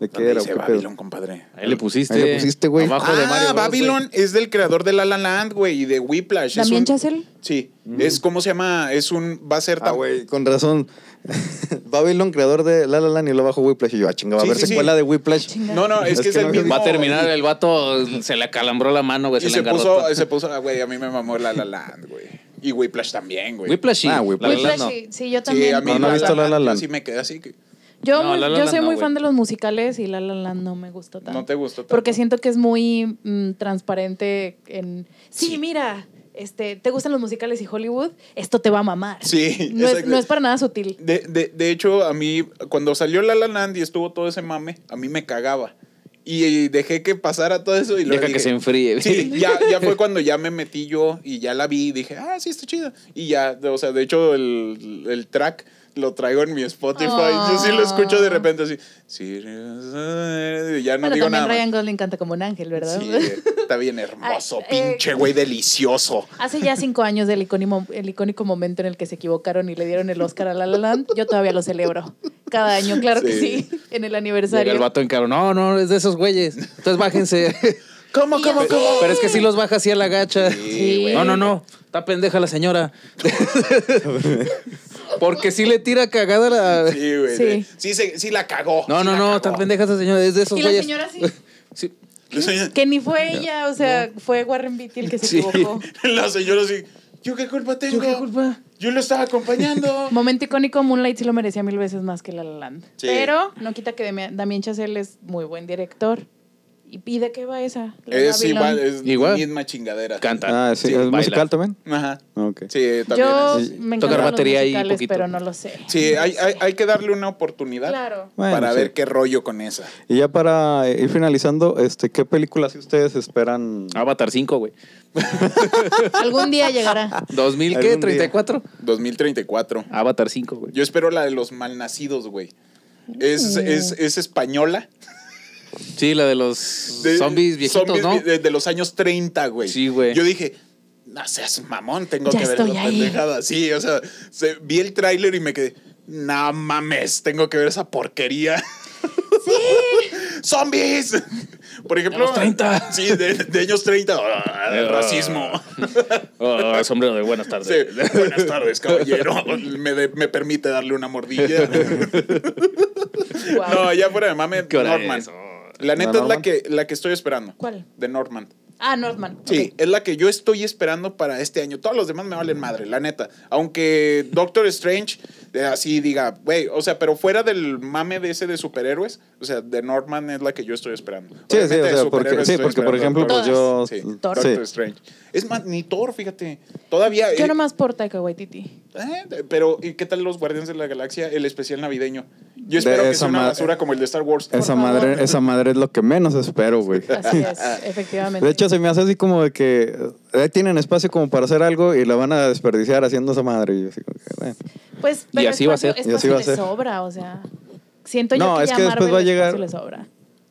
Speaker 3: de qué
Speaker 2: ¿Dónde
Speaker 3: era?
Speaker 2: dice
Speaker 3: ¿Qué pedo?
Speaker 2: Babylon, compadre?
Speaker 1: Ahí le pusiste.
Speaker 3: Ahí le pusiste, güey.
Speaker 1: Abajo
Speaker 2: ah,
Speaker 1: de Mario Bros,
Speaker 2: Babylon es del creador de La La Land, güey, y de Whiplash. Es
Speaker 4: ¿También
Speaker 2: un-
Speaker 4: Chazelle?
Speaker 2: Sí, es como se llama, es un, va a ser...
Speaker 3: Ah,
Speaker 2: tam-
Speaker 3: güey, con razón. Babylon, creador de La La Land y lo bajo Whiplash. Y yo, ah, chinga, va a
Speaker 2: Sí,
Speaker 3: haber
Speaker 2: sí, sí.
Speaker 3: secuela de Whiplash.
Speaker 4: Chinga.
Speaker 2: No, no, es,
Speaker 3: Es
Speaker 2: que, es
Speaker 3: que
Speaker 2: el
Speaker 3: no-
Speaker 2: mismo...
Speaker 1: Va a terminar el vato, se le acalambró la mano, güey.
Speaker 2: Y
Speaker 1: Se,
Speaker 2: se
Speaker 1: le engarrotó.
Speaker 2: puso, se puso, ah, güey, a mí me mamó La La Land, güey. Y Whiplash también, güey.
Speaker 1: Whiplash, sí.
Speaker 3: Ah,
Speaker 1: la
Speaker 3: Whiplash.
Speaker 1: verdad,
Speaker 4: Whiplash,
Speaker 1: no.
Speaker 4: sí, Pues sí, yo
Speaker 2: Sí,
Speaker 4: también.
Speaker 2: a mí
Speaker 3: No, no he
Speaker 2: La
Speaker 3: visto La La
Speaker 2: yo
Speaker 3: Land.
Speaker 2: Sí me quedé así que
Speaker 4: Yo,
Speaker 1: No,
Speaker 4: muy-
Speaker 1: La La
Speaker 4: yo
Speaker 1: Land
Speaker 4: soy
Speaker 1: no,
Speaker 4: muy
Speaker 1: güey.
Speaker 4: fan de los musicales y La La Land no me gustó tanto.
Speaker 2: no te gustó tanto.
Speaker 4: Porque siento que es muy mm, transparente en... Sí, mira, este, ¿te gustan los musicales y Hollywood? Esto te va a mamar.
Speaker 2: Sí,
Speaker 4: No es,
Speaker 2: exacto.
Speaker 4: no es para nada sutil.
Speaker 2: De, de, de hecho, a mí, cuando salió La La Land y estuvo todo ese mame, a mí me cagaba. Y, eh, dejé que pasara todo eso y luego
Speaker 1: Deja
Speaker 2: dije,
Speaker 1: que se enfríe.
Speaker 2: Sí, ya, ya fue cuando ya me metí yo y ya la vi y dije, ah, sí, está chida. Y ya, o sea, de hecho, el, el track lo traigo en mi Spotify. Yo sí lo escucho
Speaker 1: Ah.
Speaker 2: de repente así. Sí, y ya no
Speaker 4: bueno,
Speaker 2: digo
Speaker 4: también
Speaker 2: nada. más.
Speaker 4: Ryan Gosling canta como un ángel, ¿verdad?
Speaker 2: Sí, está bien hermoso,
Speaker 4: Ay,
Speaker 2: pinche
Speaker 4: eh.
Speaker 2: güey delicioso.
Speaker 4: Hace ya cinco años del icónico, el icónico momento en el que se equivocaron y le dieron el Oscar a La La Land, yo todavía lo celebro. Cada año, claro que
Speaker 2: Sí.
Speaker 4: sí, en el
Speaker 1: Llega
Speaker 4: aniversario.
Speaker 1: el vato en cabrón. No, no, es de esos güeyes. Entonces bájense.
Speaker 2: ¿Cómo,
Speaker 4: Y
Speaker 2: cómo,
Speaker 4: así.
Speaker 2: cómo?
Speaker 1: Pero es que sí los baja así a la gacha.
Speaker 4: Sí, güey.
Speaker 1: No, no, no. Está pendeja la señora. Porque sí le tira cagada la.
Speaker 2: Sí, güey.
Speaker 4: Sí.
Speaker 2: Sí, se- sí la cagó.
Speaker 1: No,
Speaker 2: sí
Speaker 1: no,
Speaker 2: la
Speaker 1: no.
Speaker 2: cagó.
Speaker 1: Está pendeja esa señora. Es de esos
Speaker 4: Y la
Speaker 1: güeyes.
Speaker 4: señora sí,
Speaker 1: Sí.
Speaker 2: La señora,
Speaker 4: que ni fue ella, o sea, fue Warren Beatty el que se
Speaker 1: Sí.
Speaker 4: equivocó.
Speaker 2: la señora sí. ¿Yo qué culpa tengo?
Speaker 1: ¿Yo qué culpa?
Speaker 2: Yo lo estaba acompañando.
Speaker 4: Momento icónico, Moonlight sí lo merecía mil veces más que La La Land.
Speaker 2: Sí.
Speaker 4: Pero no quita que Demi- Damien Chazelle es muy buen director. ¿Y pide qué va esa? La
Speaker 2: es
Speaker 4: Babylon.
Speaker 2: igual, es
Speaker 1: Igual.
Speaker 2: misma chingadera.
Speaker 1: Canta.
Speaker 3: Ah, sí,
Speaker 2: Sí,
Speaker 3: ¿es
Speaker 1: baila.
Speaker 3: musical también? Ah,
Speaker 2: Ajá.
Speaker 3: Ok.
Speaker 2: Sí, también
Speaker 4: Yo
Speaker 2: es.
Speaker 4: me
Speaker 1: Tocar
Speaker 4: encantan
Speaker 1: batería
Speaker 4: los
Speaker 1: ahí
Speaker 4: musicales,
Speaker 1: poquito.
Speaker 4: pero no lo sé.
Speaker 2: Sí, hay, hay, hay que darle una oportunidad
Speaker 4: Claro.
Speaker 3: Bueno,
Speaker 2: para
Speaker 3: sí.
Speaker 2: ver qué rollo con esa.
Speaker 3: Y ya para ir finalizando, este, ¿qué películas ustedes esperan?
Speaker 1: Avatar 5, güey.
Speaker 4: Algún día llegará.
Speaker 1: ¿2000 qué?
Speaker 3: Algún día.
Speaker 1: ¿34?
Speaker 2: 2034.
Speaker 1: Avatar 5, güey.
Speaker 2: Yo espero la de los malnacidos, güey. Es,
Speaker 4: Mm.
Speaker 2: es, es española.
Speaker 1: Sí, la de los
Speaker 2: De-
Speaker 1: zombies viejitos,
Speaker 2: zombies
Speaker 1: ¿no?
Speaker 2: vi- De, de los años 30, güey.
Speaker 1: Sí, güey.
Speaker 2: Yo dije, no seas mamón, tengo
Speaker 4: Ya
Speaker 2: que ver
Speaker 4: estoy
Speaker 2: la
Speaker 4: ahí.
Speaker 2: pendejada. Sí, o sea, se- vi el tráiler y me quedé, no mames, tengo que ver esa porquería. ¡Zombies! Por ejemplo.
Speaker 1: los 30.
Speaker 2: Sí, de, de años 30. Ah,
Speaker 1: Eh,
Speaker 2: racismo.
Speaker 1: Ah, sombrero de buenas tardes.
Speaker 2: Sí, Buenas tardes, caballero. Me, de- me permite darle una mordilla.
Speaker 4: Guau.
Speaker 2: No, ya fuera de mame,
Speaker 1: ¿Qué hora
Speaker 2: Norman.
Speaker 1: es? Oh.
Speaker 2: La neta
Speaker 3: ¿La
Speaker 2: es la
Speaker 3: Norman?
Speaker 2: que, la que estoy esperando.
Speaker 4: ¿Cuál?
Speaker 2: De Norman.
Speaker 4: Ah, Northman.
Speaker 2: Sí,
Speaker 4: Ok.
Speaker 2: es la que yo estoy esperando para este año. Todos los demás me
Speaker 3: Mm.
Speaker 2: valen madre, la neta. Aunque Doctor Strange eh, así diga, güey, o sea, pero fuera del mame de ese de superhéroes, o sea, de Norman es la que yo estoy esperando.
Speaker 3: Sí, sí, o
Speaker 2: Obviamente, de
Speaker 3: sea, porque,
Speaker 2: superhéroes
Speaker 3: sí,
Speaker 2: estoy
Speaker 3: porque por
Speaker 2: esperando
Speaker 3: ejemplo, pues yo...
Speaker 2: Thor.
Speaker 3: Sí.
Speaker 2: Sí,
Speaker 4: Thor.
Speaker 2: Doctor Strange. Es más, ni Thor, fíjate. Todavía.
Speaker 4: Yo
Speaker 2: eh,
Speaker 4: nomás por Taika Waititi.
Speaker 2: eh, pero, ¿y qué tal los Guardianes de la Galaxia? El especial navideño. Yo espero
Speaker 3: De
Speaker 2: que
Speaker 3: esa
Speaker 2: sea una
Speaker 3: ma-
Speaker 2: basura como el de Star Wars.
Speaker 3: Esa
Speaker 4: favor.
Speaker 3: madre, esa madre es lo que menos espero, güey.
Speaker 4: Así es, efectivamente.
Speaker 3: De hecho, se me hace así como de que eh, tienen espacio como para hacer algo y la van a desperdiciar haciendo esa madre. Y yo así como que, bueno.
Speaker 4: pues,
Speaker 1: Y así va a ser.
Speaker 3: Y así va a ser.
Speaker 4: le sobra, o sea. Siento yo
Speaker 3: No,
Speaker 4: que
Speaker 3: es
Speaker 4: ya
Speaker 3: que después
Speaker 4: Marvel
Speaker 3: va a
Speaker 4: el
Speaker 3: llegar-
Speaker 4: espacio le sobra.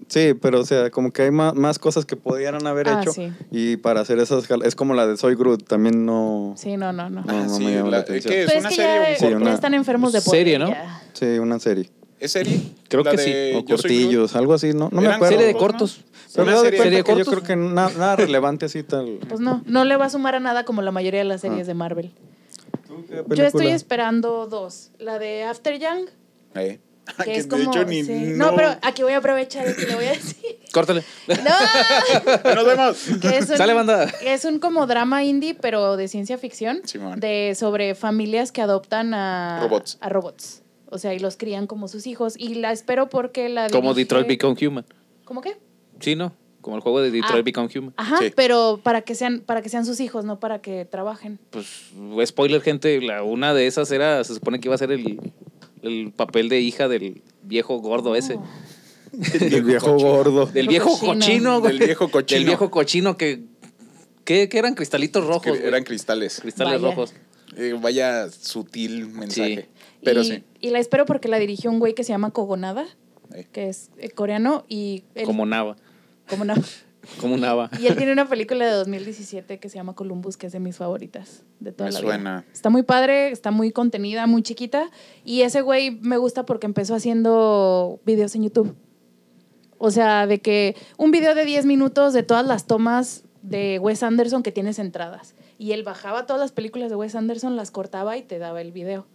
Speaker 3: Sí, pero o sea, como que hay ma- más, cosas que pudieran haber
Speaker 4: Ah,
Speaker 3: hecho.
Speaker 4: sí.
Speaker 3: Y para hacer esas... jal- Es como la de Soy Groot, también no... Sí,
Speaker 4: Sí, no, no, no.
Speaker 3: No,
Speaker 2: Ah,
Speaker 3: no
Speaker 2: sí,
Speaker 3: me llama
Speaker 2: la-
Speaker 3: la atención.
Speaker 2: ¿qué es?
Speaker 4: Pues
Speaker 2: ¿Una
Speaker 4: que
Speaker 2: serie o
Speaker 4: ya,
Speaker 2: un
Speaker 3: Sí,
Speaker 4: ya
Speaker 2: corto?
Speaker 3: una-
Speaker 4: están enfermos de poder.
Speaker 1: Serie, ¿no?
Speaker 4: ya.
Speaker 3: una serie.
Speaker 2: ¿Es serie?
Speaker 1: Creo
Speaker 2: La
Speaker 1: que
Speaker 2: de
Speaker 1: sí.
Speaker 2: Eh, Yo
Speaker 3: O
Speaker 2: Soy Groot.
Speaker 3: cortillos, algo así, ¿no? No me
Speaker 2: Eran
Speaker 3: acuerdo.
Speaker 1: Serie de
Speaker 2: ¿no?
Speaker 1: cortos.
Speaker 3: Pero
Speaker 2: Una
Speaker 3: me doy
Speaker 2: serie de
Speaker 3: cuenta que
Speaker 1: cortos.
Speaker 3: yo creo que na- nada relevante así tal.
Speaker 4: Pues no, no le va a sumar a nada como la mayoría de las
Speaker 3: Ah.
Speaker 4: series de Marvel. Yo
Speaker 3: película?
Speaker 4: estoy esperando dos. La de After Young,
Speaker 2: Eh.
Speaker 4: que,
Speaker 2: Que
Speaker 4: es
Speaker 2: de
Speaker 4: como...
Speaker 2: hecho ni-
Speaker 4: sí. no. pero aquí voy a aprovechar y le voy a decir...
Speaker 1: Córtale.
Speaker 4: ¡No!
Speaker 2: Nos vemos.
Speaker 4: que es un,
Speaker 1: Sale, banda.
Speaker 4: que es un como drama indie, pero de ciencia ficción.
Speaker 2: Simón.
Speaker 4: De sobre familias que adoptan a
Speaker 2: Robots.
Speaker 4: A robots. O sea, y los crían como sus hijos. Y la espero porque la.
Speaker 1: Como
Speaker 4: dirige-
Speaker 1: Detroit Become Human.
Speaker 4: ¿Cómo qué?
Speaker 1: Sí, ¿no? Como el juego de Detroit
Speaker 4: Ah.
Speaker 1: Become Human.
Speaker 4: Ajá,
Speaker 2: Sí.
Speaker 4: pero para que sean, para que sean sus hijos, no para que trabajen.
Speaker 1: Pues, spoiler, gente, la, una de esas era, se supone que iba a ser el, el papel de hija del viejo gordo ese.
Speaker 4: No.
Speaker 3: El viejo gordo.
Speaker 1: Del viejo
Speaker 4: Cochino.
Speaker 1: cochino, güey.
Speaker 2: Del viejo cochino.
Speaker 1: Del viejo cochino que. ¿Qué, qué eran cristalitos rojos?
Speaker 2: Que
Speaker 1: güey.
Speaker 2: eran cristales.
Speaker 1: cristales
Speaker 4: Vaya.
Speaker 1: rojos.
Speaker 2: Eh, vaya sutil mensaje.
Speaker 1: Sí.
Speaker 2: Pero
Speaker 4: y,
Speaker 2: sí.
Speaker 4: y la espero porque la dirigió un güey que se llama Kogonada,
Speaker 2: Eh.
Speaker 4: que es eh, coreano y él,
Speaker 1: Como nava.
Speaker 4: como una-
Speaker 1: Como nava.
Speaker 4: y él tiene una película de 2017 que se llama Columbus, que es de mis favoritas de toda
Speaker 2: Me
Speaker 4: la
Speaker 2: suena.
Speaker 4: vida. Está muy padre, está muy contenida, muy chiquita y ese güey me gusta porque empezó haciendo videos en YouTube. O sea, de que un video de 10 minutos de todas las tomas de Wes Anderson que tienes entradas. Y él bajaba todas las películas de Wes Anderson, las cortaba y te daba el video.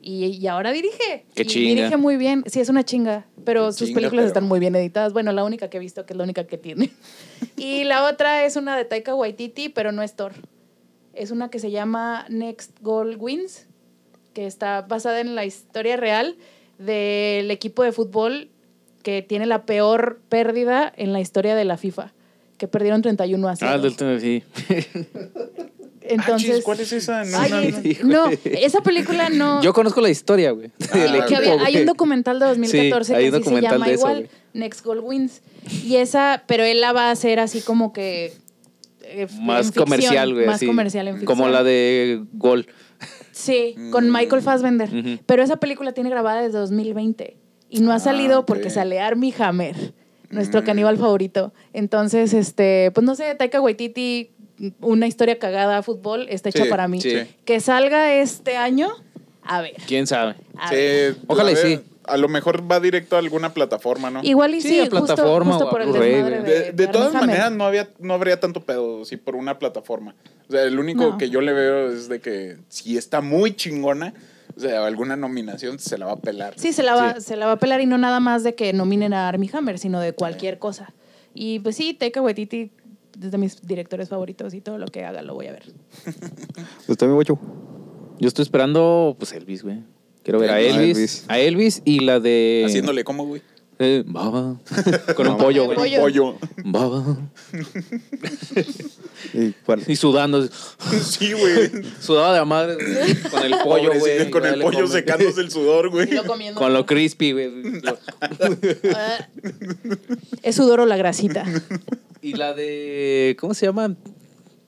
Speaker 4: Y, y ahora dirige.
Speaker 1: Qué
Speaker 4: Y
Speaker 1: chinga.
Speaker 4: Dirige muy bien. Sí, es una chinga, pero
Speaker 2: Qué
Speaker 4: sus
Speaker 2: chinga,
Speaker 4: películas
Speaker 2: pero-
Speaker 4: están muy bien editadas. Bueno, la única que he visto, que es la única que tiene. y la otra es una de Taika Waititi, pero no es Thor. Es una que se llama Next Goal Wins, que está basada en la historia real del equipo de fútbol que tiene la peor pérdida en la historia de la FIFA, que perdieron 31 a 0.
Speaker 1: Ah, del tema, sí.
Speaker 2: Ah,
Speaker 4: Entonces,
Speaker 2: chis, ¿cuál es esa? No,
Speaker 4: Ay, este,
Speaker 2: no, no.
Speaker 1: sí.
Speaker 4: no, esa película no.
Speaker 1: Yo conozco la historia, güey. del
Speaker 2: Ah,
Speaker 4: que había-
Speaker 1: equipo,
Speaker 4: hay
Speaker 1: güey.
Speaker 4: un documental de 2014
Speaker 1: Sí, hay
Speaker 4: que
Speaker 1: un
Speaker 4: así se
Speaker 1: documental
Speaker 4: llama
Speaker 1: de eso,
Speaker 4: igual,
Speaker 1: güey.
Speaker 4: Next Goal Wins. Y esa, pero él la va a hacer así como que. eh, en
Speaker 1: Más
Speaker 4: ficción,
Speaker 1: comercial, güey.
Speaker 4: Más
Speaker 1: así.
Speaker 4: comercial en ficción.
Speaker 1: Como la de Gol.
Speaker 4: Sí,
Speaker 2: Mm.
Speaker 4: con Michael Fassbender.
Speaker 1: Ujú.
Speaker 4: Pero esa película tiene grabada desde 2020 y no ha
Speaker 2: Ah,
Speaker 4: salido
Speaker 2: ok.
Speaker 4: porque sale Armie Hammer, nuestro
Speaker 2: Mm.
Speaker 4: caníbal favorito. Entonces, este, pues no sé, Taika Waititi, una historia cagada a fútbol, está hecha
Speaker 2: Sí,
Speaker 4: para mí.
Speaker 2: sí.
Speaker 4: Que salga este año, a ver.
Speaker 1: ¿Quién sabe?
Speaker 4: a ver.
Speaker 2: Sí, pues,
Speaker 1: Ojalá
Speaker 2: a
Speaker 1: y
Speaker 2: ver,
Speaker 1: sí.
Speaker 2: A lo mejor va directo a alguna plataforma, ¿no?
Speaker 4: Igual eh, y
Speaker 1: Sí,
Speaker 4: sí,
Speaker 1: a
Speaker 4: justo-
Speaker 1: plataforma
Speaker 4: justo
Speaker 1: o a
Speaker 4: por el
Speaker 1: Blu-ray,
Speaker 4: desmadre
Speaker 1: güey.
Speaker 2: De, de
Speaker 4: Armie
Speaker 2: todas
Speaker 4: Hammer.
Speaker 2: manedas, no, había, no habría tanto pedo si por una plataforma. O sea, el único
Speaker 4: No.
Speaker 2: que yo le veo es de que si está muy chingona, o sea, alguna nominación se la va a pelar.
Speaker 4: Sí, se la, va, se la va a pelar y no nada más de que nominen a Armie Hammer, sino de cualquier cosa. Y pues sí, Taika Waititi es de mis directores favoritos y todo lo que haga lo voy a ver.
Speaker 3: Usted me guacho.
Speaker 1: Yo estoy esperando, pues, Elvis, güey. Quiero ver a
Speaker 2: A
Speaker 1: Elvis,
Speaker 3: Elvis.
Speaker 1: A Elvis y la de.
Speaker 2: Haciéndole como, güey.
Speaker 1: Eh, baba. Con un
Speaker 3: Baba.
Speaker 1: pollo, güey.
Speaker 4: Pollo.
Speaker 2: Pollo.
Speaker 1: Baba.
Speaker 3: ¿Y cuál?
Speaker 1: Y sudando.
Speaker 2: sí, güey.
Speaker 1: Sudaba de la madre. güey, Con el pollo,
Speaker 2: Pobrecito,
Speaker 1: güey.
Speaker 2: Con el
Speaker 1: Dale,
Speaker 2: pollo
Speaker 1: come.
Speaker 2: secándose el sudor, güey.
Speaker 4: Y lo comiendo.
Speaker 1: Con lo crispy, güey. Lo-
Speaker 4: Ah. es sudor o la grasita.
Speaker 1: Y la de. ¿Cómo se llama?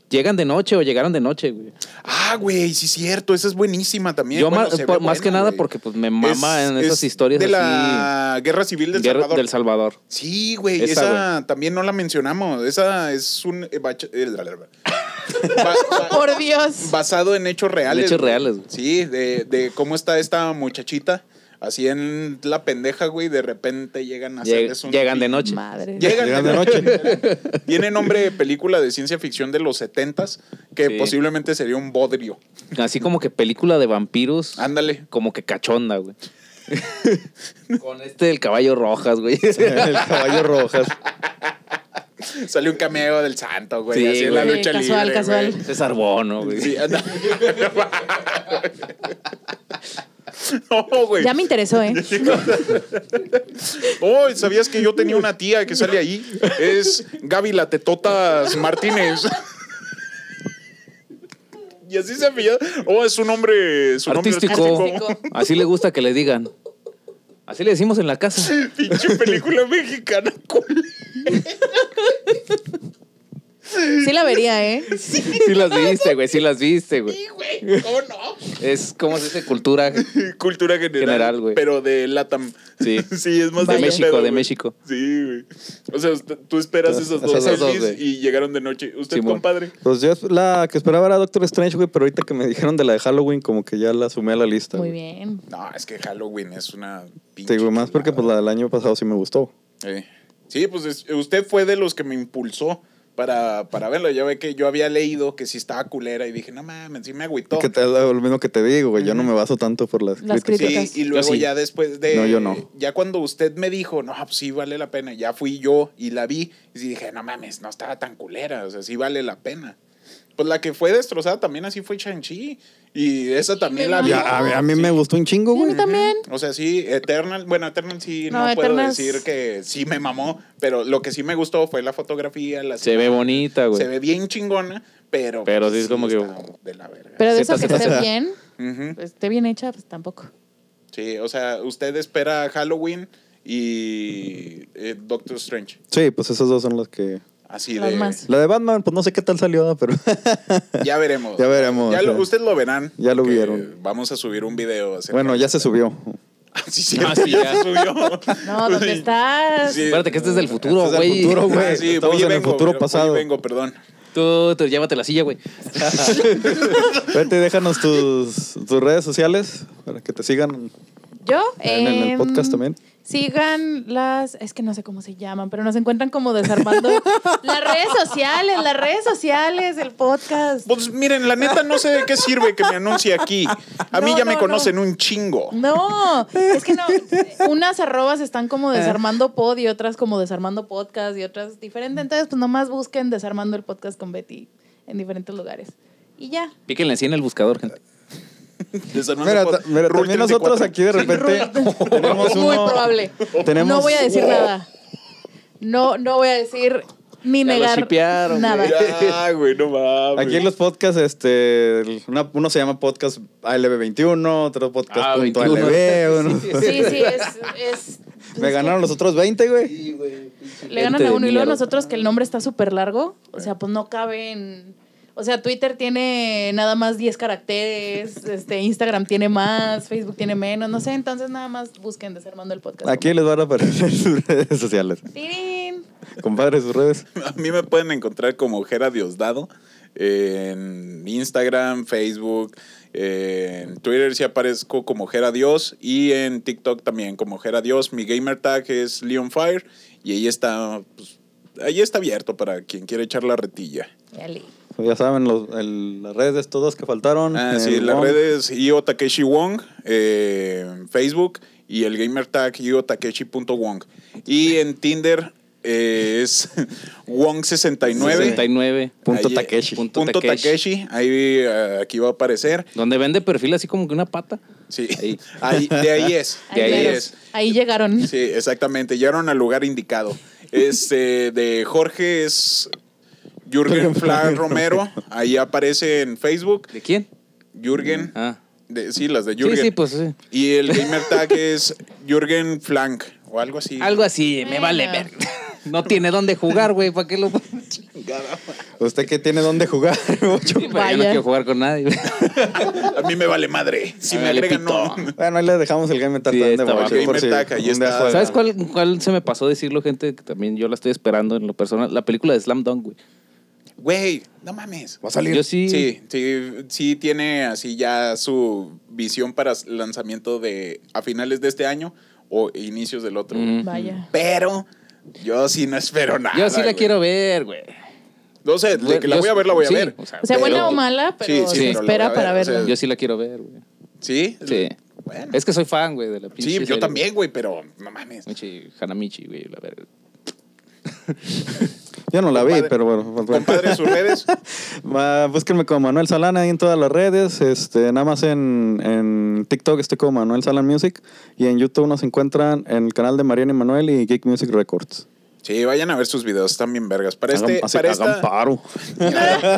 Speaker 1: Llegan de noche o llegaron de noche, güey.
Speaker 2: Ah, güey, sí, cierto. Esa es buenísima también.
Speaker 1: Yo
Speaker 2: Bueno,
Speaker 1: más,
Speaker 2: se ve
Speaker 1: por- más
Speaker 2: buena,
Speaker 1: que nada
Speaker 2: güey.
Speaker 1: porque pues me mama
Speaker 2: Es-
Speaker 1: en esas
Speaker 2: es
Speaker 1: historias
Speaker 2: De
Speaker 1: así.
Speaker 2: la guerra civil del
Speaker 1: Guerra
Speaker 2: Salvador.
Speaker 1: del Salvador.
Speaker 2: Sí, güey,
Speaker 1: Esa,
Speaker 2: esa, también no la mencionamos. Esa es un eh, bacha- eh, la- la- la- ba- ba-
Speaker 4: Por Dios.
Speaker 2: basado en hechos reales.
Speaker 1: hechos
Speaker 2: güey.
Speaker 1: reales, güey.
Speaker 2: Sí, de, de cómo está esta muchachita así en la pendeja, güey, de repente llegan a
Speaker 1: Lleg-
Speaker 2: hacerles un
Speaker 1: llegan de noche.
Speaker 4: Madre.
Speaker 2: Llegan,
Speaker 3: Llegan
Speaker 2: de
Speaker 3: de
Speaker 2: noche. Tiene nombre de película de ciencia ficción de los 70s que
Speaker 1: Sí.
Speaker 2: posiblemente sería un bodrio.
Speaker 1: Así como que película de vampiros.
Speaker 2: Ándale.
Speaker 1: Como que cachonda, güey. Con este del caballo rojas, güey.
Speaker 3: El caballo rojas.
Speaker 2: Salió un cameo del santo, güey,
Speaker 1: Sí,
Speaker 2: así en la
Speaker 1: güey.
Speaker 2: lucha
Speaker 4: Casual,
Speaker 2: libre.
Speaker 4: casual.
Speaker 2: güey.
Speaker 1: César Bono, güey.
Speaker 2: Sí, anda. No,
Speaker 1: Pues,
Speaker 2: güey.
Speaker 4: Ya me interesó, ¿eh?
Speaker 2: Oh, ¿sabías que yo tenía una tía que sale ahí? Es Gaby la Tetotas Martínez. Y así se apellida. Oh, es un hombre. Su nombre
Speaker 1: Artístico.
Speaker 4: Artístico.
Speaker 1: Así le gusta que le digan. Así le decimos en la casa.
Speaker 2: Pinche película mexicana, culera.
Speaker 4: Sí la vería, ¿eh?
Speaker 1: Sí las viste, güey, sí las viste, güey.
Speaker 2: Sí, güey. ¿Cómo no?
Speaker 1: Es como se dice cultura.
Speaker 2: Cultura general.
Speaker 1: General, güey.
Speaker 2: Pero de Latam.
Speaker 1: Sí.
Speaker 2: Sí, es más
Speaker 1: De
Speaker 2: mi
Speaker 1: México,
Speaker 2: pedo,
Speaker 1: de
Speaker 2: güey.
Speaker 1: México.
Speaker 2: Sí, güey. O sea, usted- tú esperas
Speaker 3: Esas-
Speaker 2: esos dos
Speaker 1: esas dos,
Speaker 2: selfies
Speaker 1: güey.
Speaker 2: y llegaron de noche. Usted,
Speaker 1: Simón.
Speaker 2: compadre.
Speaker 3: Pues yo la que esperaba era Doctor Strange, güey, pero ahorita que me dijeron de la de Halloween, como que ya la sumé a la lista.
Speaker 4: Muy
Speaker 3: güey.
Speaker 4: bien.
Speaker 2: No, es que Halloween es una pinche.
Speaker 3: Te digo, más porque pues la del año pasado sí me gustó.
Speaker 2: Eh. Sí, pues es- usted fue de los que me impulsó para, para verlo. Ya ve que yo había leído que sí estaba culera y dije, no mames, sí me agüitó.
Speaker 3: Que te- lo mismo que te digo, güey, yo no me baso tanto por las,
Speaker 4: Las
Speaker 3: críticas.
Speaker 4: críticas.
Speaker 2: Sí, y luego
Speaker 1: Yo sí.
Speaker 2: ya después de.
Speaker 3: No, yo no.
Speaker 2: Ya cuando usted me dijo, no, pues sí vale la pena, ya fui yo y la vi. Y sí dije, no mames, no estaba tan culera, o sea, sí vale la pena. Pues la que fue destrozada también así fue Shang-Chi. Y esa también la vi.
Speaker 3: Ya, a, a mí me
Speaker 2: Sí.
Speaker 3: gustó un chingo,
Speaker 4: Sí, a mí
Speaker 3: güey.
Speaker 4: también.
Speaker 2: O sea, sí, Eternal, bueno, Eternal sí, no,
Speaker 4: No,
Speaker 2: puedo
Speaker 4: Eternal
Speaker 2: decir
Speaker 4: es-
Speaker 2: que sí me mamó, pero lo que sí me gustó fue la fotografía, la
Speaker 1: Se ve bonita, güey.
Speaker 2: se ve bien chingona, pero pues
Speaker 1: Pero sí es como que-
Speaker 2: está de la verga.
Speaker 4: Pero de
Speaker 1: Cierta
Speaker 4: eso que esté
Speaker 1: sensación.
Speaker 4: bien,
Speaker 2: Ujú.
Speaker 4: pues, esté bien hecha, pues tampoco.
Speaker 2: Sí, o sea, usted espera Halloween y eh, Doctor Strange.
Speaker 3: Sí, pues esas dos son las que...
Speaker 2: Así
Speaker 4: Las
Speaker 2: de.
Speaker 4: más.
Speaker 3: La de Batman, pues no sé qué tal salió, pero...
Speaker 2: Ya veremos.
Speaker 3: Ya veremos,
Speaker 2: Ya lo-
Speaker 3: ya.
Speaker 2: Ustedes lo verán.
Speaker 3: Ya lo
Speaker 2: que
Speaker 3: vieron.
Speaker 2: Vamos a subir un video. acerca
Speaker 3: bueno,
Speaker 2: de-
Speaker 3: ya se subió.
Speaker 2: Ah, sí, cierto,
Speaker 1: Ah, sí,
Speaker 2: ya
Speaker 1: ya.
Speaker 2: se subió.
Speaker 4: No, ¿dónde estás?
Speaker 2: Sí.
Speaker 1: Espérate, que este es del futuro,
Speaker 3: Este es del
Speaker 1: güey.
Speaker 3: futuro, güey.
Speaker 2: Ah, sí,
Speaker 3: Estamos
Speaker 2: voy y
Speaker 3: en el
Speaker 2: vengo,
Speaker 3: futuro
Speaker 2: voy y
Speaker 3: pasado.
Speaker 2: vengo, perdón.
Speaker 1: Tú, tú llévate la silla, güey.
Speaker 3: Vete, déjanos tus, tus redes sociales para que te sigan.
Speaker 4: Yo.
Speaker 3: Ah, En el
Speaker 4: em,
Speaker 3: podcast también.
Speaker 4: Sigan las, es que no sé cómo se llaman, pero nos encuentran como desarmando las redes sociales, las redes sociales, el podcast.
Speaker 2: Pues miren, la neta no sé de qué sirve que me anuncie aquí. A mí
Speaker 4: No,
Speaker 2: ya me
Speaker 4: no,
Speaker 2: conocen un chingo.
Speaker 4: No, es que no. Unas arrobas están como desarmando pod y otras como desarmando podcast y otras diferentes. Entonces, pues nomás busquen desarmando el podcast con Betty en diferentes lugares. Y ya.
Speaker 1: Píquenle así en el buscador, gente.
Speaker 2: Desarmando
Speaker 3: Mira,
Speaker 2: pod-
Speaker 3: ta- mira,
Speaker 2: Rule
Speaker 3: también nosotros
Speaker 2: 34.
Speaker 3: aquí de repente tenemos
Speaker 4: Muy
Speaker 3: uno-
Speaker 4: probable.
Speaker 3: tenemos-
Speaker 4: No voy a decir nada. No, no voy a decir ni
Speaker 1: Ya lo
Speaker 4: negar
Speaker 1: shipearon,
Speaker 4: nada.
Speaker 1: güey.
Speaker 2: Ya, güey, no mames.
Speaker 3: Aquí en los podcasts, este, el- una- uno se llama podcast ALB21, otro podcast
Speaker 1: Ah,
Speaker 3: punto
Speaker 1: 21.
Speaker 3: LB, uno-
Speaker 4: Sí, sí, es. es-
Speaker 3: Me ganaron los otros 20, güey.
Speaker 4: Le ganan
Speaker 1: Gente
Speaker 4: a
Speaker 1: de
Speaker 4: uno y
Speaker 1: mierda.
Speaker 4: luego nosotros que el nombre está súper largo. O sea, pues no cabe en... O sea, Twitter tiene nada más 10 caracteres, este, Instagram tiene más, Facebook tiene menos, no sé, entonces nada más busquen desarmando el podcast.
Speaker 3: Aquí les van a aparecer sus redes sociales.
Speaker 4: Tirín.
Speaker 3: Compadre, sus redes.
Speaker 2: A mí me pueden encontrar como Jera Diosdado en Instagram, Facebook, en Twitter si aparezco como Jera Dios y en TikTok también como Jera Dios. Mi gamer tag es Leonfire y ahí está, pues, ahí está abierto para quien quiera echar la retilla.
Speaker 4: Yale.
Speaker 3: Ya saben, los- el- las redes de estos dos que faltaron.
Speaker 2: Ah, sí,
Speaker 3: Mm, El
Speaker 2: las
Speaker 3: Wong.
Speaker 2: redes Io Takeshi Wong eh, en Facebook y el gamer tag Io Takeshi.wong. Y en Tinder eh, es Wong69.
Speaker 1: 69.
Speaker 3: Punto
Speaker 2: Ahí, eh,
Speaker 3: Takeshi.
Speaker 1: eh, Punto
Speaker 2: Punto
Speaker 1: Takeshi.
Speaker 2: Takeshi. Ahí eh, aquí va a aparecer.
Speaker 1: Donde vende perfil así como que una pata.
Speaker 2: Sí. Ahí.
Speaker 1: Ahí.
Speaker 2: de ahí es. De ahí,
Speaker 1: llegaron.
Speaker 2: es.
Speaker 4: Ahí llegaron.
Speaker 2: Sí, exactamente. Llegaron al lugar indicado. Este de Jorge es Jürgen Flan Romero. Ahí aparece en Facebook.
Speaker 1: ¿De quién?
Speaker 2: Jürgen.
Speaker 1: Ah.
Speaker 2: de- sí, las de Jürgen.
Speaker 1: Sí, sí, pues sí.
Speaker 2: Y el gamer tag es Jürgen Flank o algo así.
Speaker 1: Algo así, me
Speaker 4: Bueno.
Speaker 1: vale ver. No tiene dónde jugar, güey. ¿Para qué lo.?
Speaker 3: ¿Usted que tiene dónde jugar, Bocho?
Speaker 1: Yo no
Speaker 4: Vaya.
Speaker 1: quiero jugar con nadie. güey.
Speaker 2: A mí me vale madre. Si
Speaker 1: A
Speaker 2: me
Speaker 1: ver, le
Speaker 2: agregan, no.
Speaker 1: pito.
Speaker 3: Bueno, ahí le dejamos el Game Attack
Speaker 1: Sí,
Speaker 3: también de
Speaker 1: está
Speaker 3: Bocho,
Speaker 1: abajo.
Speaker 2: Game
Speaker 3: por si
Speaker 2: Attack, ahí
Speaker 3: un día
Speaker 2: está.
Speaker 3: juega.
Speaker 1: ¿Sabes cuál, cuál se me pasó decirlo, gente? Que también yo la estoy esperando en lo personal. La película de Slam Dunk, güey.
Speaker 2: Güey, no mames.
Speaker 3: Va a salir.
Speaker 1: Yo sí.
Speaker 2: Sí, sí, sí tiene así ya su visión para s- lanzamiento de a finales de este año o inicios del otro.
Speaker 1: Mm.
Speaker 4: Vaya.
Speaker 2: Pero yo sí no espero nada.
Speaker 1: Yo sí la
Speaker 2: Ah, güey.
Speaker 1: quiero ver, güey.
Speaker 2: No sé, de que la
Speaker 1: Yo-
Speaker 2: voy a ver, la voy a
Speaker 1: sí,
Speaker 2: ver.
Speaker 1: o sea,
Speaker 4: O sea,
Speaker 1: pero-
Speaker 4: buena o mala, pero
Speaker 2: Sí, sí,
Speaker 4: se
Speaker 1: pero la
Speaker 4: espera
Speaker 2: voy a
Speaker 4: para
Speaker 2: ver, o
Speaker 4: verla.
Speaker 2: sea,
Speaker 1: Yo sí la quiero ver, güey.
Speaker 2: ¿Sí?
Speaker 1: Sí.
Speaker 2: Bueno.
Speaker 1: Es que soy fan, güey, de la pinche
Speaker 2: sí, yo
Speaker 1: serie.
Speaker 2: también, güey, pero no mames.
Speaker 1: Pinche Hanamichi, güey, la verga.
Speaker 3: Eh, Yo no la vi,
Speaker 2: Compadre-
Speaker 3: pero bueno. pues, bueno.
Speaker 2: Compadre, sus redes.
Speaker 3: Ma- Búsquenme como Manuel Salán ahí en todas las redes. Este, nada más en, en TikTok estoy como Manuel Salán Music. Y en YouTube nos encuentran en el canal de Mariana y Manuel y Geek Music Records.
Speaker 2: Sí, vayan a ver sus videos, están bien vergas. Para
Speaker 3: Hagan-
Speaker 2: este,
Speaker 3: así-
Speaker 2: para
Speaker 3: hagan
Speaker 2: esta,
Speaker 3: paro.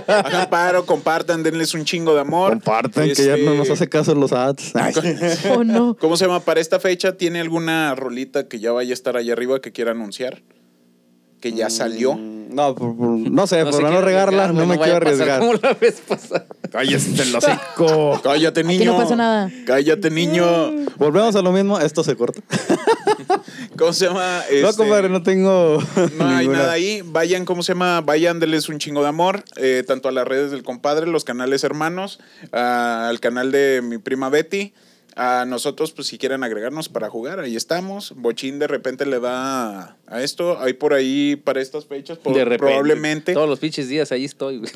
Speaker 2: hagan paro, compartan, denles un chingo de amor.
Speaker 3: Compartan, que ya
Speaker 2: Este,
Speaker 3: no nos hace caso los ads. Ay.
Speaker 4: Oh, no.
Speaker 2: ¿Cómo se llama? Para esta fecha, ¿tiene alguna rolita que ya vaya a estar allá arriba que quiera anunciar? Que
Speaker 4: Mm.
Speaker 2: ya salió.
Speaker 3: Mm, No, por- por- no sé, por
Speaker 1: se
Speaker 3: no
Speaker 1: quiere
Speaker 3: regarla,
Speaker 1: arriesgar,
Speaker 3: no
Speaker 1: güey,
Speaker 3: me quiero
Speaker 1: vaya a pasar
Speaker 3: arriesgar.
Speaker 1: Como la vez pasada.
Speaker 3: Cállate el hocico.
Speaker 2: Cállate, niño.
Speaker 4: Aquí no pasa nada. Mm.
Speaker 2: Cállate, niño.
Speaker 3: Volvemos a lo mismo, esto se corta.
Speaker 2: ¿Cómo se llama?
Speaker 3: No,
Speaker 2: Este,
Speaker 3: compadre, no tengo.
Speaker 2: No hay
Speaker 3: ninguna.
Speaker 2: nada ahí. Vayan, ¿cómo se llama? Vayan, denles un chingo de amor, eh, tanto a las redes del compadre, los canales hermanos, a- al canal de mi prima Betty. A nosotros, pues si quieren agregarnos para jugar, ahí estamos. Bochín de repente le da a- a esto. Hay por ahí para estas fechas, por-
Speaker 1: De repente.
Speaker 2: probablemente.
Speaker 1: Todos los pinches días, ahí estoy, güey.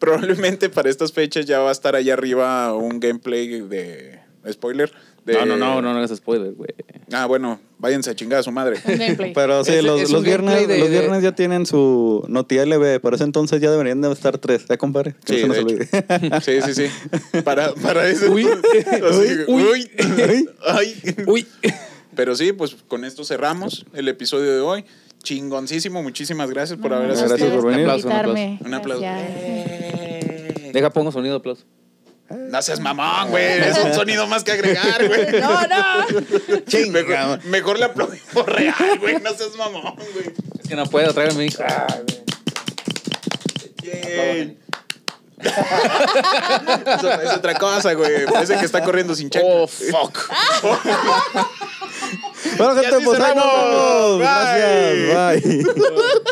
Speaker 2: Probablemente para estas fechas ya va a estar allá arriba un gameplay de. Spoiler. de-
Speaker 1: No, no, no, no, no hagas spoiler, güey.
Speaker 2: Ah, bueno, váyanse a chingar a su madre.
Speaker 4: Un gameplay.
Speaker 3: Pero sí,
Speaker 1: Es-
Speaker 3: los,
Speaker 1: es
Speaker 3: los
Speaker 1: un
Speaker 3: viernes,
Speaker 1: gameplay de-
Speaker 3: los
Speaker 1: de-
Speaker 3: viernes ya tienen su Noti LB. Por eso entonces ya deberían de estar tres. ¿Ya, compadre? Que
Speaker 2: Sí,
Speaker 3: no se nos
Speaker 2: de
Speaker 3: olvide.
Speaker 2: Sí, sí, sí. Para, para eso.
Speaker 1: Uy.
Speaker 2: Así,
Speaker 1: Uy.
Speaker 2: uy.
Speaker 3: Uy.
Speaker 2: Ay.
Speaker 1: Uy.
Speaker 2: Pero sí, pues con esto cerramos el episodio de hoy. Chingoncísimo, muchísimas gracias por haber
Speaker 4: No,
Speaker 3: gracias
Speaker 2: asistido.
Speaker 4: ustedes
Speaker 3: por venir.
Speaker 1: Un aplauso, un
Speaker 4: invitarme.
Speaker 2: Un aplauso.
Speaker 4: Gracias.
Speaker 2: Eh.
Speaker 1: Deja, pongo sonido de aplauso.
Speaker 2: No seas mamón, güey. Es un sonido más que agregar, güey.
Speaker 4: No, no.
Speaker 2: Mejor, mejor le aplaudimos real, güey. No seas mamón, güey.
Speaker 1: Es que no puedo, tráigame mi hijo.
Speaker 2: Ah, Yay. Eso es otra cosa, güey. Parece que está corriendo sin check.
Speaker 1: Oh, fuck.
Speaker 3: Bueno,
Speaker 2: Y
Speaker 3: gente,
Speaker 2: así
Speaker 3: pues ahí
Speaker 2: cerramos.
Speaker 3: nos vemos.
Speaker 2: Bye.
Speaker 3: Gracias. Bye.